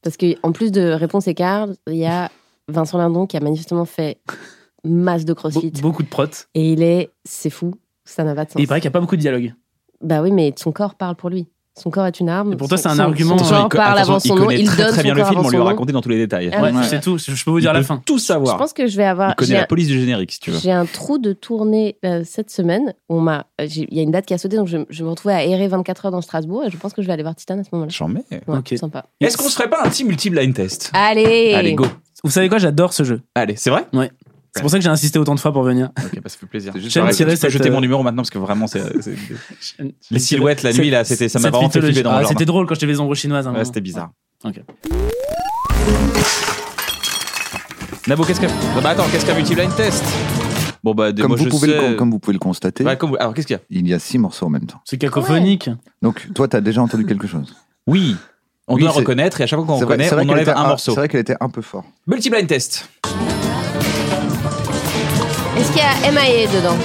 [SPEAKER 6] Parce qu'en plus de réponse écart, il y a Vincent Lindon qui a manifestement fait masse de
[SPEAKER 3] Be-
[SPEAKER 6] crossfit.
[SPEAKER 3] beaucoup de protes.
[SPEAKER 6] Et il est. C'est fou. Ça n'a pas de sens.
[SPEAKER 3] Et il paraît qu'il n'y a pas beaucoup de dialogue.
[SPEAKER 6] Bah oui, mais son corps parle pour lui. Son corps est une arme.
[SPEAKER 3] Et pour toi,
[SPEAKER 6] Son-
[SPEAKER 3] c'est un
[SPEAKER 6] son-
[SPEAKER 3] argument,
[SPEAKER 6] Son
[SPEAKER 3] euh,
[SPEAKER 6] corps
[SPEAKER 1] il co-
[SPEAKER 6] parle
[SPEAKER 1] attention,
[SPEAKER 6] avant son nom.
[SPEAKER 1] connaît
[SPEAKER 6] Il
[SPEAKER 1] très,
[SPEAKER 6] donne
[SPEAKER 1] très bien
[SPEAKER 6] son
[SPEAKER 1] le
[SPEAKER 6] corps
[SPEAKER 1] film,
[SPEAKER 6] avant
[SPEAKER 1] on lui
[SPEAKER 6] son
[SPEAKER 1] a
[SPEAKER 6] nom.
[SPEAKER 1] raconté dans tous les détails.
[SPEAKER 6] Ah
[SPEAKER 3] Ouais,
[SPEAKER 2] ouais.
[SPEAKER 3] c'est tout. Je je peux vous
[SPEAKER 1] Il
[SPEAKER 3] dire la
[SPEAKER 1] peut
[SPEAKER 3] fin.
[SPEAKER 1] Tout
[SPEAKER 6] Je
[SPEAKER 1] savoir.
[SPEAKER 6] pense que je vais avoir.
[SPEAKER 1] Il connaît
[SPEAKER 6] j'ai
[SPEAKER 1] la
[SPEAKER 6] un-
[SPEAKER 1] police du générique, si tu veux.
[SPEAKER 6] J'ai un trou de tournée euh, cette semaine. On m'a, euh, j'ai- il y a une date qui a sauté, donc je, je me retrouvais à errer 24 heures dans Strasbourg et je pense que je vais aller voir Titan à ce moment-là.
[SPEAKER 1] J'en mets.
[SPEAKER 6] Ouais,
[SPEAKER 3] Ok.
[SPEAKER 6] Sympa.
[SPEAKER 1] Est-ce qu'on se ferait pas un petit multi-blind test
[SPEAKER 6] Allez.
[SPEAKER 1] Allez, go.
[SPEAKER 3] Vous savez quoi, j'adore ce jeu.
[SPEAKER 1] Allez, c'est vrai
[SPEAKER 3] C'est pour ça que j'ai insisté autant de fois pour venir.
[SPEAKER 1] Ok, bah, ça fait plaisir.
[SPEAKER 2] C'est juste
[SPEAKER 3] J'aime
[SPEAKER 2] un
[SPEAKER 1] J'aime
[SPEAKER 3] tirer
[SPEAKER 1] tirer
[SPEAKER 3] cette,
[SPEAKER 1] jeter
[SPEAKER 3] euh,
[SPEAKER 1] mon numéro maintenant parce que vraiment, c'est. c'est-
[SPEAKER 6] Ah
[SPEAKER 1] Les silhouettes, la
[SPEAKER 3] Cette-
[SPEAKER 1] nuit, là, c'était- ça m'a
[SPEAKER 3] cette
[SPEAKER 1] vraiment fait
[SPEAKER 3] mythologie.
[SPEAKER 1] flipper dans
[SPEAKER 3] Ah,
[SPEAKER 1] le jardin.
[SPEAKER 3] C'était drôle quand j'étais les ombres chinoises. à un
[SPEAKER 1] Ouais,
[SPEAKER 3] moment.
[SPEAKER 1] c'était bizarre.
[SPEAKER 3] Ok.
[SPEAKER 1] Nabo, qu'est-ce qu'un. Ah Bah attends, qu'est-ce qu'un multi-blind test Bon, bah, des-
[SPEAKER 2] Comme
[SPEAKER 1] moi,
[SPEAKER 2] vous
[SPEAKER 1] je
[SPEAKER 2] pouvez le
[SPEAKER 1] sais-
[SPEAKER 2] con- comme vous pouvez le constater,
[SPEAKER 1] Ouais, comme vous- Alors, qu'est-ce qu'il y a
[SPEAKER 2] il y a six morceaux en même temps.
[SPEAKER 3] C'est cacophonique.
[SPEAKER 2] Donc, toi, t'as déjà entendu quelque chose.
[SPEAKER 1] Oui. On
[SPEAKER 2] Oui,
[SPEAKER 1] doit
[SPEAKER 2] c'est-
[SPEAKER 1] reconnaître et à chaque fois qu'on
[SPEAKER 2] C'est vrai-
[SPEAKER 1] reconnaît,
[SPEAKER 2] c'est vrai
[SPEAKER 1] on
[SPEAKER 2] qu'elle
[SPEAKER 1] enlève
[SPEAKER 2] était
[SPEAKER 1] un morceau.
[SPEAKER 2] C'est vrai qu'elle était un peu fort.
[SPEAKER 1] Multi-blind test.
[SPEAKER 6] Est-ce qu'il y a MIA dedans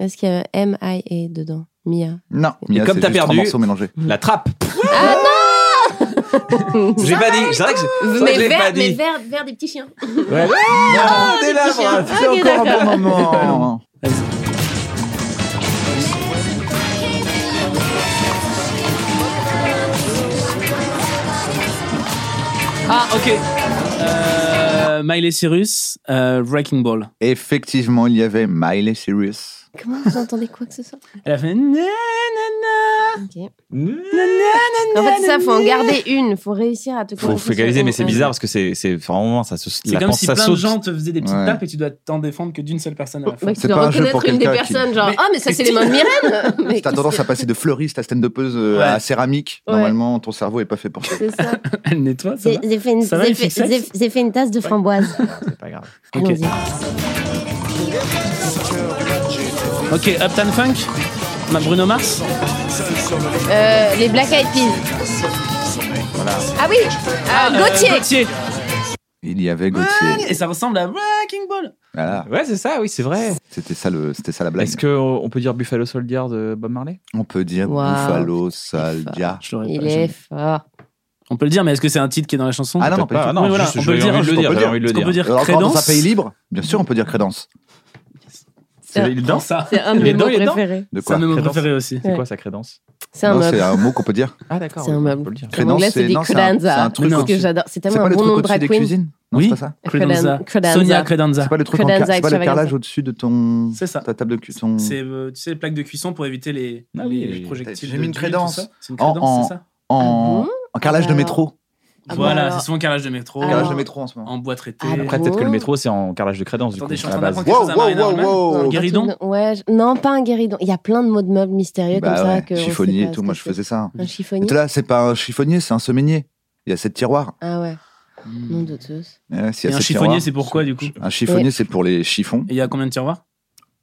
[SPEAKER 6] Est-ce qu'il y a MIA dedans Mia.
[SPEAKER 2] Non,
[SPEAKER 1] Et
[SPEAKER 2] Mia,
[SPEAKER 1] comme
[SPEAKER 2] c'est
[SPEAKER 1] t'as
[SPEAKER 2] juste
[SPEAKER 1] perdu-
[SPEAKER 2] trois morceaux mélangés.
[SPEAKER 1] La trappe.
[SPEAKER 6] Ah non
[SPEAKER 1] J'ai pas dit. C'est vrai que je- c'est vrai que je
[SPEAKER 6] Mais
[SPEAKER 1] l'ai pas
[SPEAKER 6] vers, mais
[SPEAKER 1] dit.
[SPEAKER 6] vers, vers des petits chiens.
[SPEAKER 1] Ouais. Ah, des
[SPEAKER 6] petits
[SPEAKER 1] labres.
[SPEAKER 6] chiens.
[SPEAKER 2] C'est
[SPEAKER 6] Ok,
[SPEAKER 2] encore un
[SPEAKER 6] d'accord.
[SPEAKER 2] bon moment.
[SPEAKER 3] Ah, ok. Euh, Miley Cyrus, euh, Wrecking Ball.
[SPEAKER 2] Effectivement, il y avait Miley Cyrus.
[SPEAKER 6] Comment vous entendez quoi que ce soit
[SPEAKER 3] Elle a fait. na, na, na,
[SPEAKER 6] Ok.
[SPEAKER 3] na, na, na,
[SPEAKER 6] En fait, c'est ça,
[SPEAKER 3] na,
[SPEAKER 6] faut en
[SPEAKER 3] na.
[SPEAKER 6] garder une, faut réussir à te
[SPEAKER 1] Faut
[SPEAKER 6] concentrer sur
[SPEAKER 1] focaliser,
[SPEAKER 6] une.
[SPEAKER 1] mais c'est
[SPEAKER 6] Ouais.
[SPEAKER 1] bizarre parce que c'est c'est vraiment ça se.
[SPEAKER 3] C'est
[SPEAKER 1] la
[SPEAKER 3] comme
[SPEAKER 1] pense-
[SPEAKER 3] si
[SPEAKER 1] ça
[SPEAKER 3] plein de
[SPEAKER 1] saute.
[SPEAKER 3] gens te faisaient des petites
[SPEAKER 2] Ouais.
[SPEAKER 3] tapes et tu dois t'en défendre que d'une seule personne à la fois.
[SPEAKER 6] Ouais,
[SPEAKER 2] C'est
[SPEAKER 6] tu dois
[SPEAKER 2] pas un jeu
[SPEAKER 6] reconnaître
[SPEAKER 2] pour
[SPEAKER 6] une des
[SPEAKER 2] quelqu'un qui-
[SPEAKER 6] personnes, genre,
[SPEAKER 3] Mais-
[SPEAKER 6] ah, mais ça, c'est les mains de Myrène Mais
[SPEAKER 2] T'as
[SPEAKER 6] qu'est-ce
[SPEAKER 2] tendance
[SPEAKER 6] que-
[SPEAKER 2] à passer de fleuriste à stand-upeuse euh,
[SPEAKER 3] Ouais.
[SPEAKER 2] à céramique.
[SPEAKER 6] Ouais.
[SPEAKER 2] Normalement, ton cerveau est pas fait pour ça.
[SPEAKER 6] C'est ça.
[SPEAKER 3] Elle nettoie, ça va
[SPEAKER 6] J'ai fait, une-
[SPEAKER 3] Ça va,
[SPEAKER 6] j'ai
[SPEAKER 3] les
[SPEAKER 6] fait-
[SPEAKER 3] fixettes
[SPEAKER 6] j'ai- j'ai fait une tasse de framboise.
[SPEAKER 1] C'est pas grave.
[SPEAKER 3] Ok.
[SPEAKER 6] Allons-y.
[SPEAKER 3] Ok, Uptown Funk, Ma- Bruno Mars.
[SPEAKER 6] Euh, les Black Eyed Peas. Ah oui, euh, Gauthier.
[SPEAKER 3] Euh, Gauthier.
[SPEAKER 2] Il y avait Gauthier.
[SPEAKER 3] Et ça ressemble à Wrecking Ball.
[SPEAKER 2] Voilà.
[SPEAKER 1] Ouais, c'est ça. Oui, c'est vrai.
[SPEAKER 2] C'était ça, le, c'était ça la blague.
[SPEAKER 1] Est-ce qu'on peut dire Buffalo Soldier de Bob Marley
[SPEAKER 2] On peut dire
[SPEAKER 6] Waouh.
[SPEAKER 2] Buffalo Soldier.
[SPEAKER 3] Je l'aurais
[SPEAKER 6] Il
[SPEAKER 3] pas,
[SPEAKER 6] est
[SPEAKER 3] je-
[SPEAKER 6] fort.
[SPEAKER 3] On peut le dire, mais est-ce que c'est un titre qui est dans la chanson
[SPEAKER 2] Ah non, non,
[SPEAKER 1] Ah,
[SPEAKER 2] pas du tout.
[SPEAKER 3] non, voilà, on peut le dire,
[SPEAKER 1] envie de
[SPEAKER 3] juste
[SPEAKER 1] le
[SPEAKER 2] on
[SPEAKER 1] dire.
[SPEAKER 2] peut
[SPEAKER 1] J'avais
[SPEAKER 2] dire.
[SPEAKER 1] envie de le
[SPEAKER 3] Est-ce qu'on
[SPEAKER 1] dire.
[SPEAKER 3] peut dire
[SPEAKER 2] Alors, Encore dans
[SPEAKER 3] Crédence
[SPEAKER 2] un pays libre Bien sûr, on peut dire crédence.
[SPEAKER 6] C'est-
[SPEAKER 1] Il danse
[SPEAKER 3] ça.
[SPEAKER 6] Euh, C'est un
[SPEAKER 3] Il
[SPEAKER 6] de
[SPEAKER 3] est
[SPEAKER 6] mes mots
[SPEAKER 3] dedans, il est dedans
[SPEAKER 6] préférés.
[SPEAKER 2] De
[SPEAKER 3] C'est un
[SPEAKER 2] quoi
[SPEAKER 3] de mes mots
[SPEAKER 1] Crédence.
[SPEAKER 3] préférés aussi.
[SPEAKER 1] C'est
[SPEAKER 6] Ouais.
[SPEAKER 1] quoi sa crédence
[SPEAKER 6] C'est un
[SPEAKER 2] Non, c'est
[SPEAKER 6] meuble.
[SPEAKER 2] un mot qu'on peut dire.
[SPEAKER 1] Ah d'accord.
[SPEAKER 6] C'est un
[SPEAKER 1] oui,
[SPEAKER 6] meuble.
[SPEAKER 1] on peut le dire.
[SPEAKER 6] En anglais,
[SPEAKER 2] Crédence,
[SPEAKER 6] c'est
[SPEAKER 2] c'est
[SPEAKER 6] des
[SPEAKER 2] non, c'est un- c'est
[SPEAKER 6] credenza.
[SPEAKER 2] un truc.
[SPEAKER 3] Non,
[SPEAKER 6] que j'adore. C'est
[SPEAKER 2] C'est
[SPEAKER 6] tellement
[SPEAKER 2] pas
[SPEAKER 6] un
[SPEAKER 2] le
[SPEAKER 6] bon
[SPEAKER 2] truc
[SPEAKER 6] nom de
[SPEAKER 2] au-dessus
[SPEAKER 6] drag
[SPEAKER 2] des
[SPEAKER 6] queen.
[SPEAKER 2] cuisines Non,
[SPEAKER 3] Oui.
[SPEAKER 2] c'est pas ça.
[SPEAKER 3] Credenza.
[SPEAKER 6] Credenza.
[SPEAKER 3] Sonia Credenza.
[SPEAKER 2] C'est Hmm. pas le truc en ca- C'est
[SPEAKER 6] Credenza,
[SPEAKER 2] pas le
[SPEAKER 6] extravaganza.
[SPEAKER 2] carrelage au-dessus de ton.
[SPEAKER 3] C'est ça.
[SPEAKER 2] Ta table de cu- ton-
[SPEAKER 3] C'est, euh, tu sais, les plaques de cuisson pour éviter les,
[SPEAKER 1] Ah oui,
[SPEAKER 3] les
[SPEAKER 1] j'ai-
[SPEAKER 3] projectiles.
[SPEAKER 2] j'ai
[SPEAKER 3] de
[SPEAKER 2] mis une
[SPEAKER 3] d'huile, tout
[SPEAKER 2] crédence.
[SPEAKER 3] ça. C'est une
[SPEAKER 2] En-
[SPEAKER 3] crédence,
[SPEAKER 2] en-
[SPEAKER 3] c'est ça
[SPEAKER 6] Ah
[SPEAKER 2] En
[SPEAKER 6] bon
[SPEAKER 2] en carrelage de
[SPEAKER 6] Alors.
[SPEAKER 2] métro.
[SPEAKER 6] Ah bah
[SPEAKER 3] Voilà,
[SPEAKER 6] alors.
[SPEAKER 3] c'est souvent carrelage de métro.
[SPEAKER 6] Alors.
[SPEAKER 2] Carrelage de métro en ce moment.
[SPEAKER 3] En boîte traitée.
[SPEAKER 6] Ah
[SPEAKER 1] Après
[SPEAKER 6] bon
[SPEAKER 1] peut-être que le métro c'est en carrelage de crédence du coup.
[SPEAKER 3] Attendez, je suis en
[SPEAKER 1] à la
[SPEAKER 3] train
[SPEAKER 1] base.
[SPEAKER 3] d'apprendre quelque chose à Marina
[SPEAKER 2] Wow, wow,
[SPEAKER 3] Rollman.
[SPEAKER 2] wow, wow.
[SPEAKER 3] Un guéridon
[SPEAKER 6] Ouais, je- non, pas un guéridon. Il y a plein de mots de meubles mystérieux
[SPEAKER 2] Bah
[SPEAKER 6] comme ça.
[SPEAKER 2] ouais,
[SPEAKER 6] que on sait
[SPEAKER 2] Chiffonnier
[SPEAKER 6] pas
[SPEAKER 2] et
[SPEAKER 6] ce
[SPEAKER 2] tout,
[SPEAKER 6] que
[SPEAKER 2] moi je
[SPEAKER 6] c'est.
[SPEAKER 2] faisais ça.
[SPEAKER 6] Un
[SPEAKER 2] Et
[SPEAKER 6] chiffonnier.
[SPEAKER 2] là, c'est pas un chiffonnier, c'est un semeinier. Il y a sept tiroirs.
[SPEAKER 6] Ah ouais, nom de tous.
[SPEAKER 2] Eh, s'il
[SPEAKER 3] hein. Et
[SPEAKER 2] y a
[SPEAKER 3] un
[SPEAKER 2] sept
[SPEAKER 3] chiffonnier,
[SPEAKER 2] tiroirs.
[SPEAKER 3] c'est pourquoi du coup Et
[SPEAKER 2] Un chiffonnier, c'est pour les chiffons,
[SPEAKER 3] il y a combien de tiroirs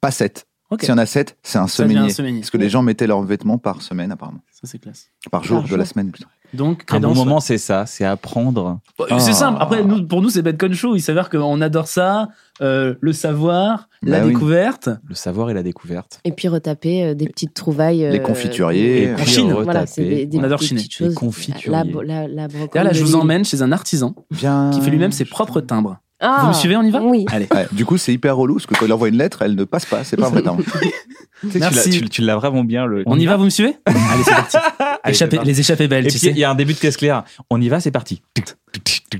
[SPEAKER 2] pas sept.
[SPEAKER 3] Ok.
[SPEAKER 2] S'il y en a sept, c'est un
[SPEAKER 3] Ça devient un
[SPEAKER 2] semainier.
[SPEAKER 3] semainier.
[SPEAKER 2] Parce que les gens mettaient leurs vêtements par semaine, apparemment.
[SPEAKER 3] Ça, c'est classe.
[SPEAKER 2] Par jour de
[SPEAKER 6] jour.
[SPEAKER 2] la semaine. plutôt.
[SPEAKER 3] Donc,
[SPEAKER 1] Un
[SPEAKER 3] crédence.
[SPEAKER 1] bon moment c'est ça, c'est apprendre.
[SPEAKER 3] ouais. Bah, C'est
[SPEAKER 2] Ah.
[SPEAKER 3] simple. Après, nous, pour nous, c'est Bedcon Show. Il s'avère qu'on adore ça, euh, le savoir, la
[SPEAKER 2] Bah oui.
[SPEAKER 3] découverte.
[SPEAKER 1] Le savoir et la découverte.
[SPEAKER 6] Et puis retaper euh, des petites trouvailles. euh,
[SPEAKER 2] Les confituriers.
[SPEAKER 1] Et
[SPEAKER 3] en
[SPEAKER 1] puis
[SPEAKER 3] Chine.
[SPEAKER 1] retaper.
[SPEAKER 6] Voilà, c'est des, des,
[SPEAKER 3] On adore
[SPEAKER 6] des
[SPEAKER 3] chiner.
[SPEAKER 6] petites choses.
[SPEAKER 1] Les confituriers.
[SPEAKER 6] La, bo- la, la brocante
[SPEAKER 3] Là, là, je
[SPEAKER 6] de
[SPEAKER 3] vous
[SPEAKER 6] Lille.
[SPEAKER 3] emmène chez un artisan
[SPEAKER 2] Bien.
[SPEAKER 3] qui fait lui-même ses propres timbres.
[SPEAKER 6] Ah,
[SPEAKER 3] Vous me suivez, on y va
[SPEAKER 6] Oui.
[SPEAKER 3] Allez.
[SPEAKER 2] Ouais, du coup, c'est hyper relou parce que quand il envoie une lettre, elle ne passe pas. C'est pas vrai. non.
[SPEAKER 1] Tu sais que tu
[SPEAKER 3] Merci.
[SPEAKER 1] l'as- tu- Tu l'as vraiment bien le.
[SPEAKER 3] On y va, vous me suivez Allez, c'est parti.
[SPEAKER 1] Allez, c'est
[SPEAKER 3] Échappée-
[SPEAKER 1] parti.
[SPEAKER 3] les échappées belles,
[SPEAKER 1] Et
[SPEAKER 3] tu
[SPEAKER 1] puis
[SPEAKER 3] sais.
[SPEAKER 1] il y a un début de caisse claire. On y va, c'est parti.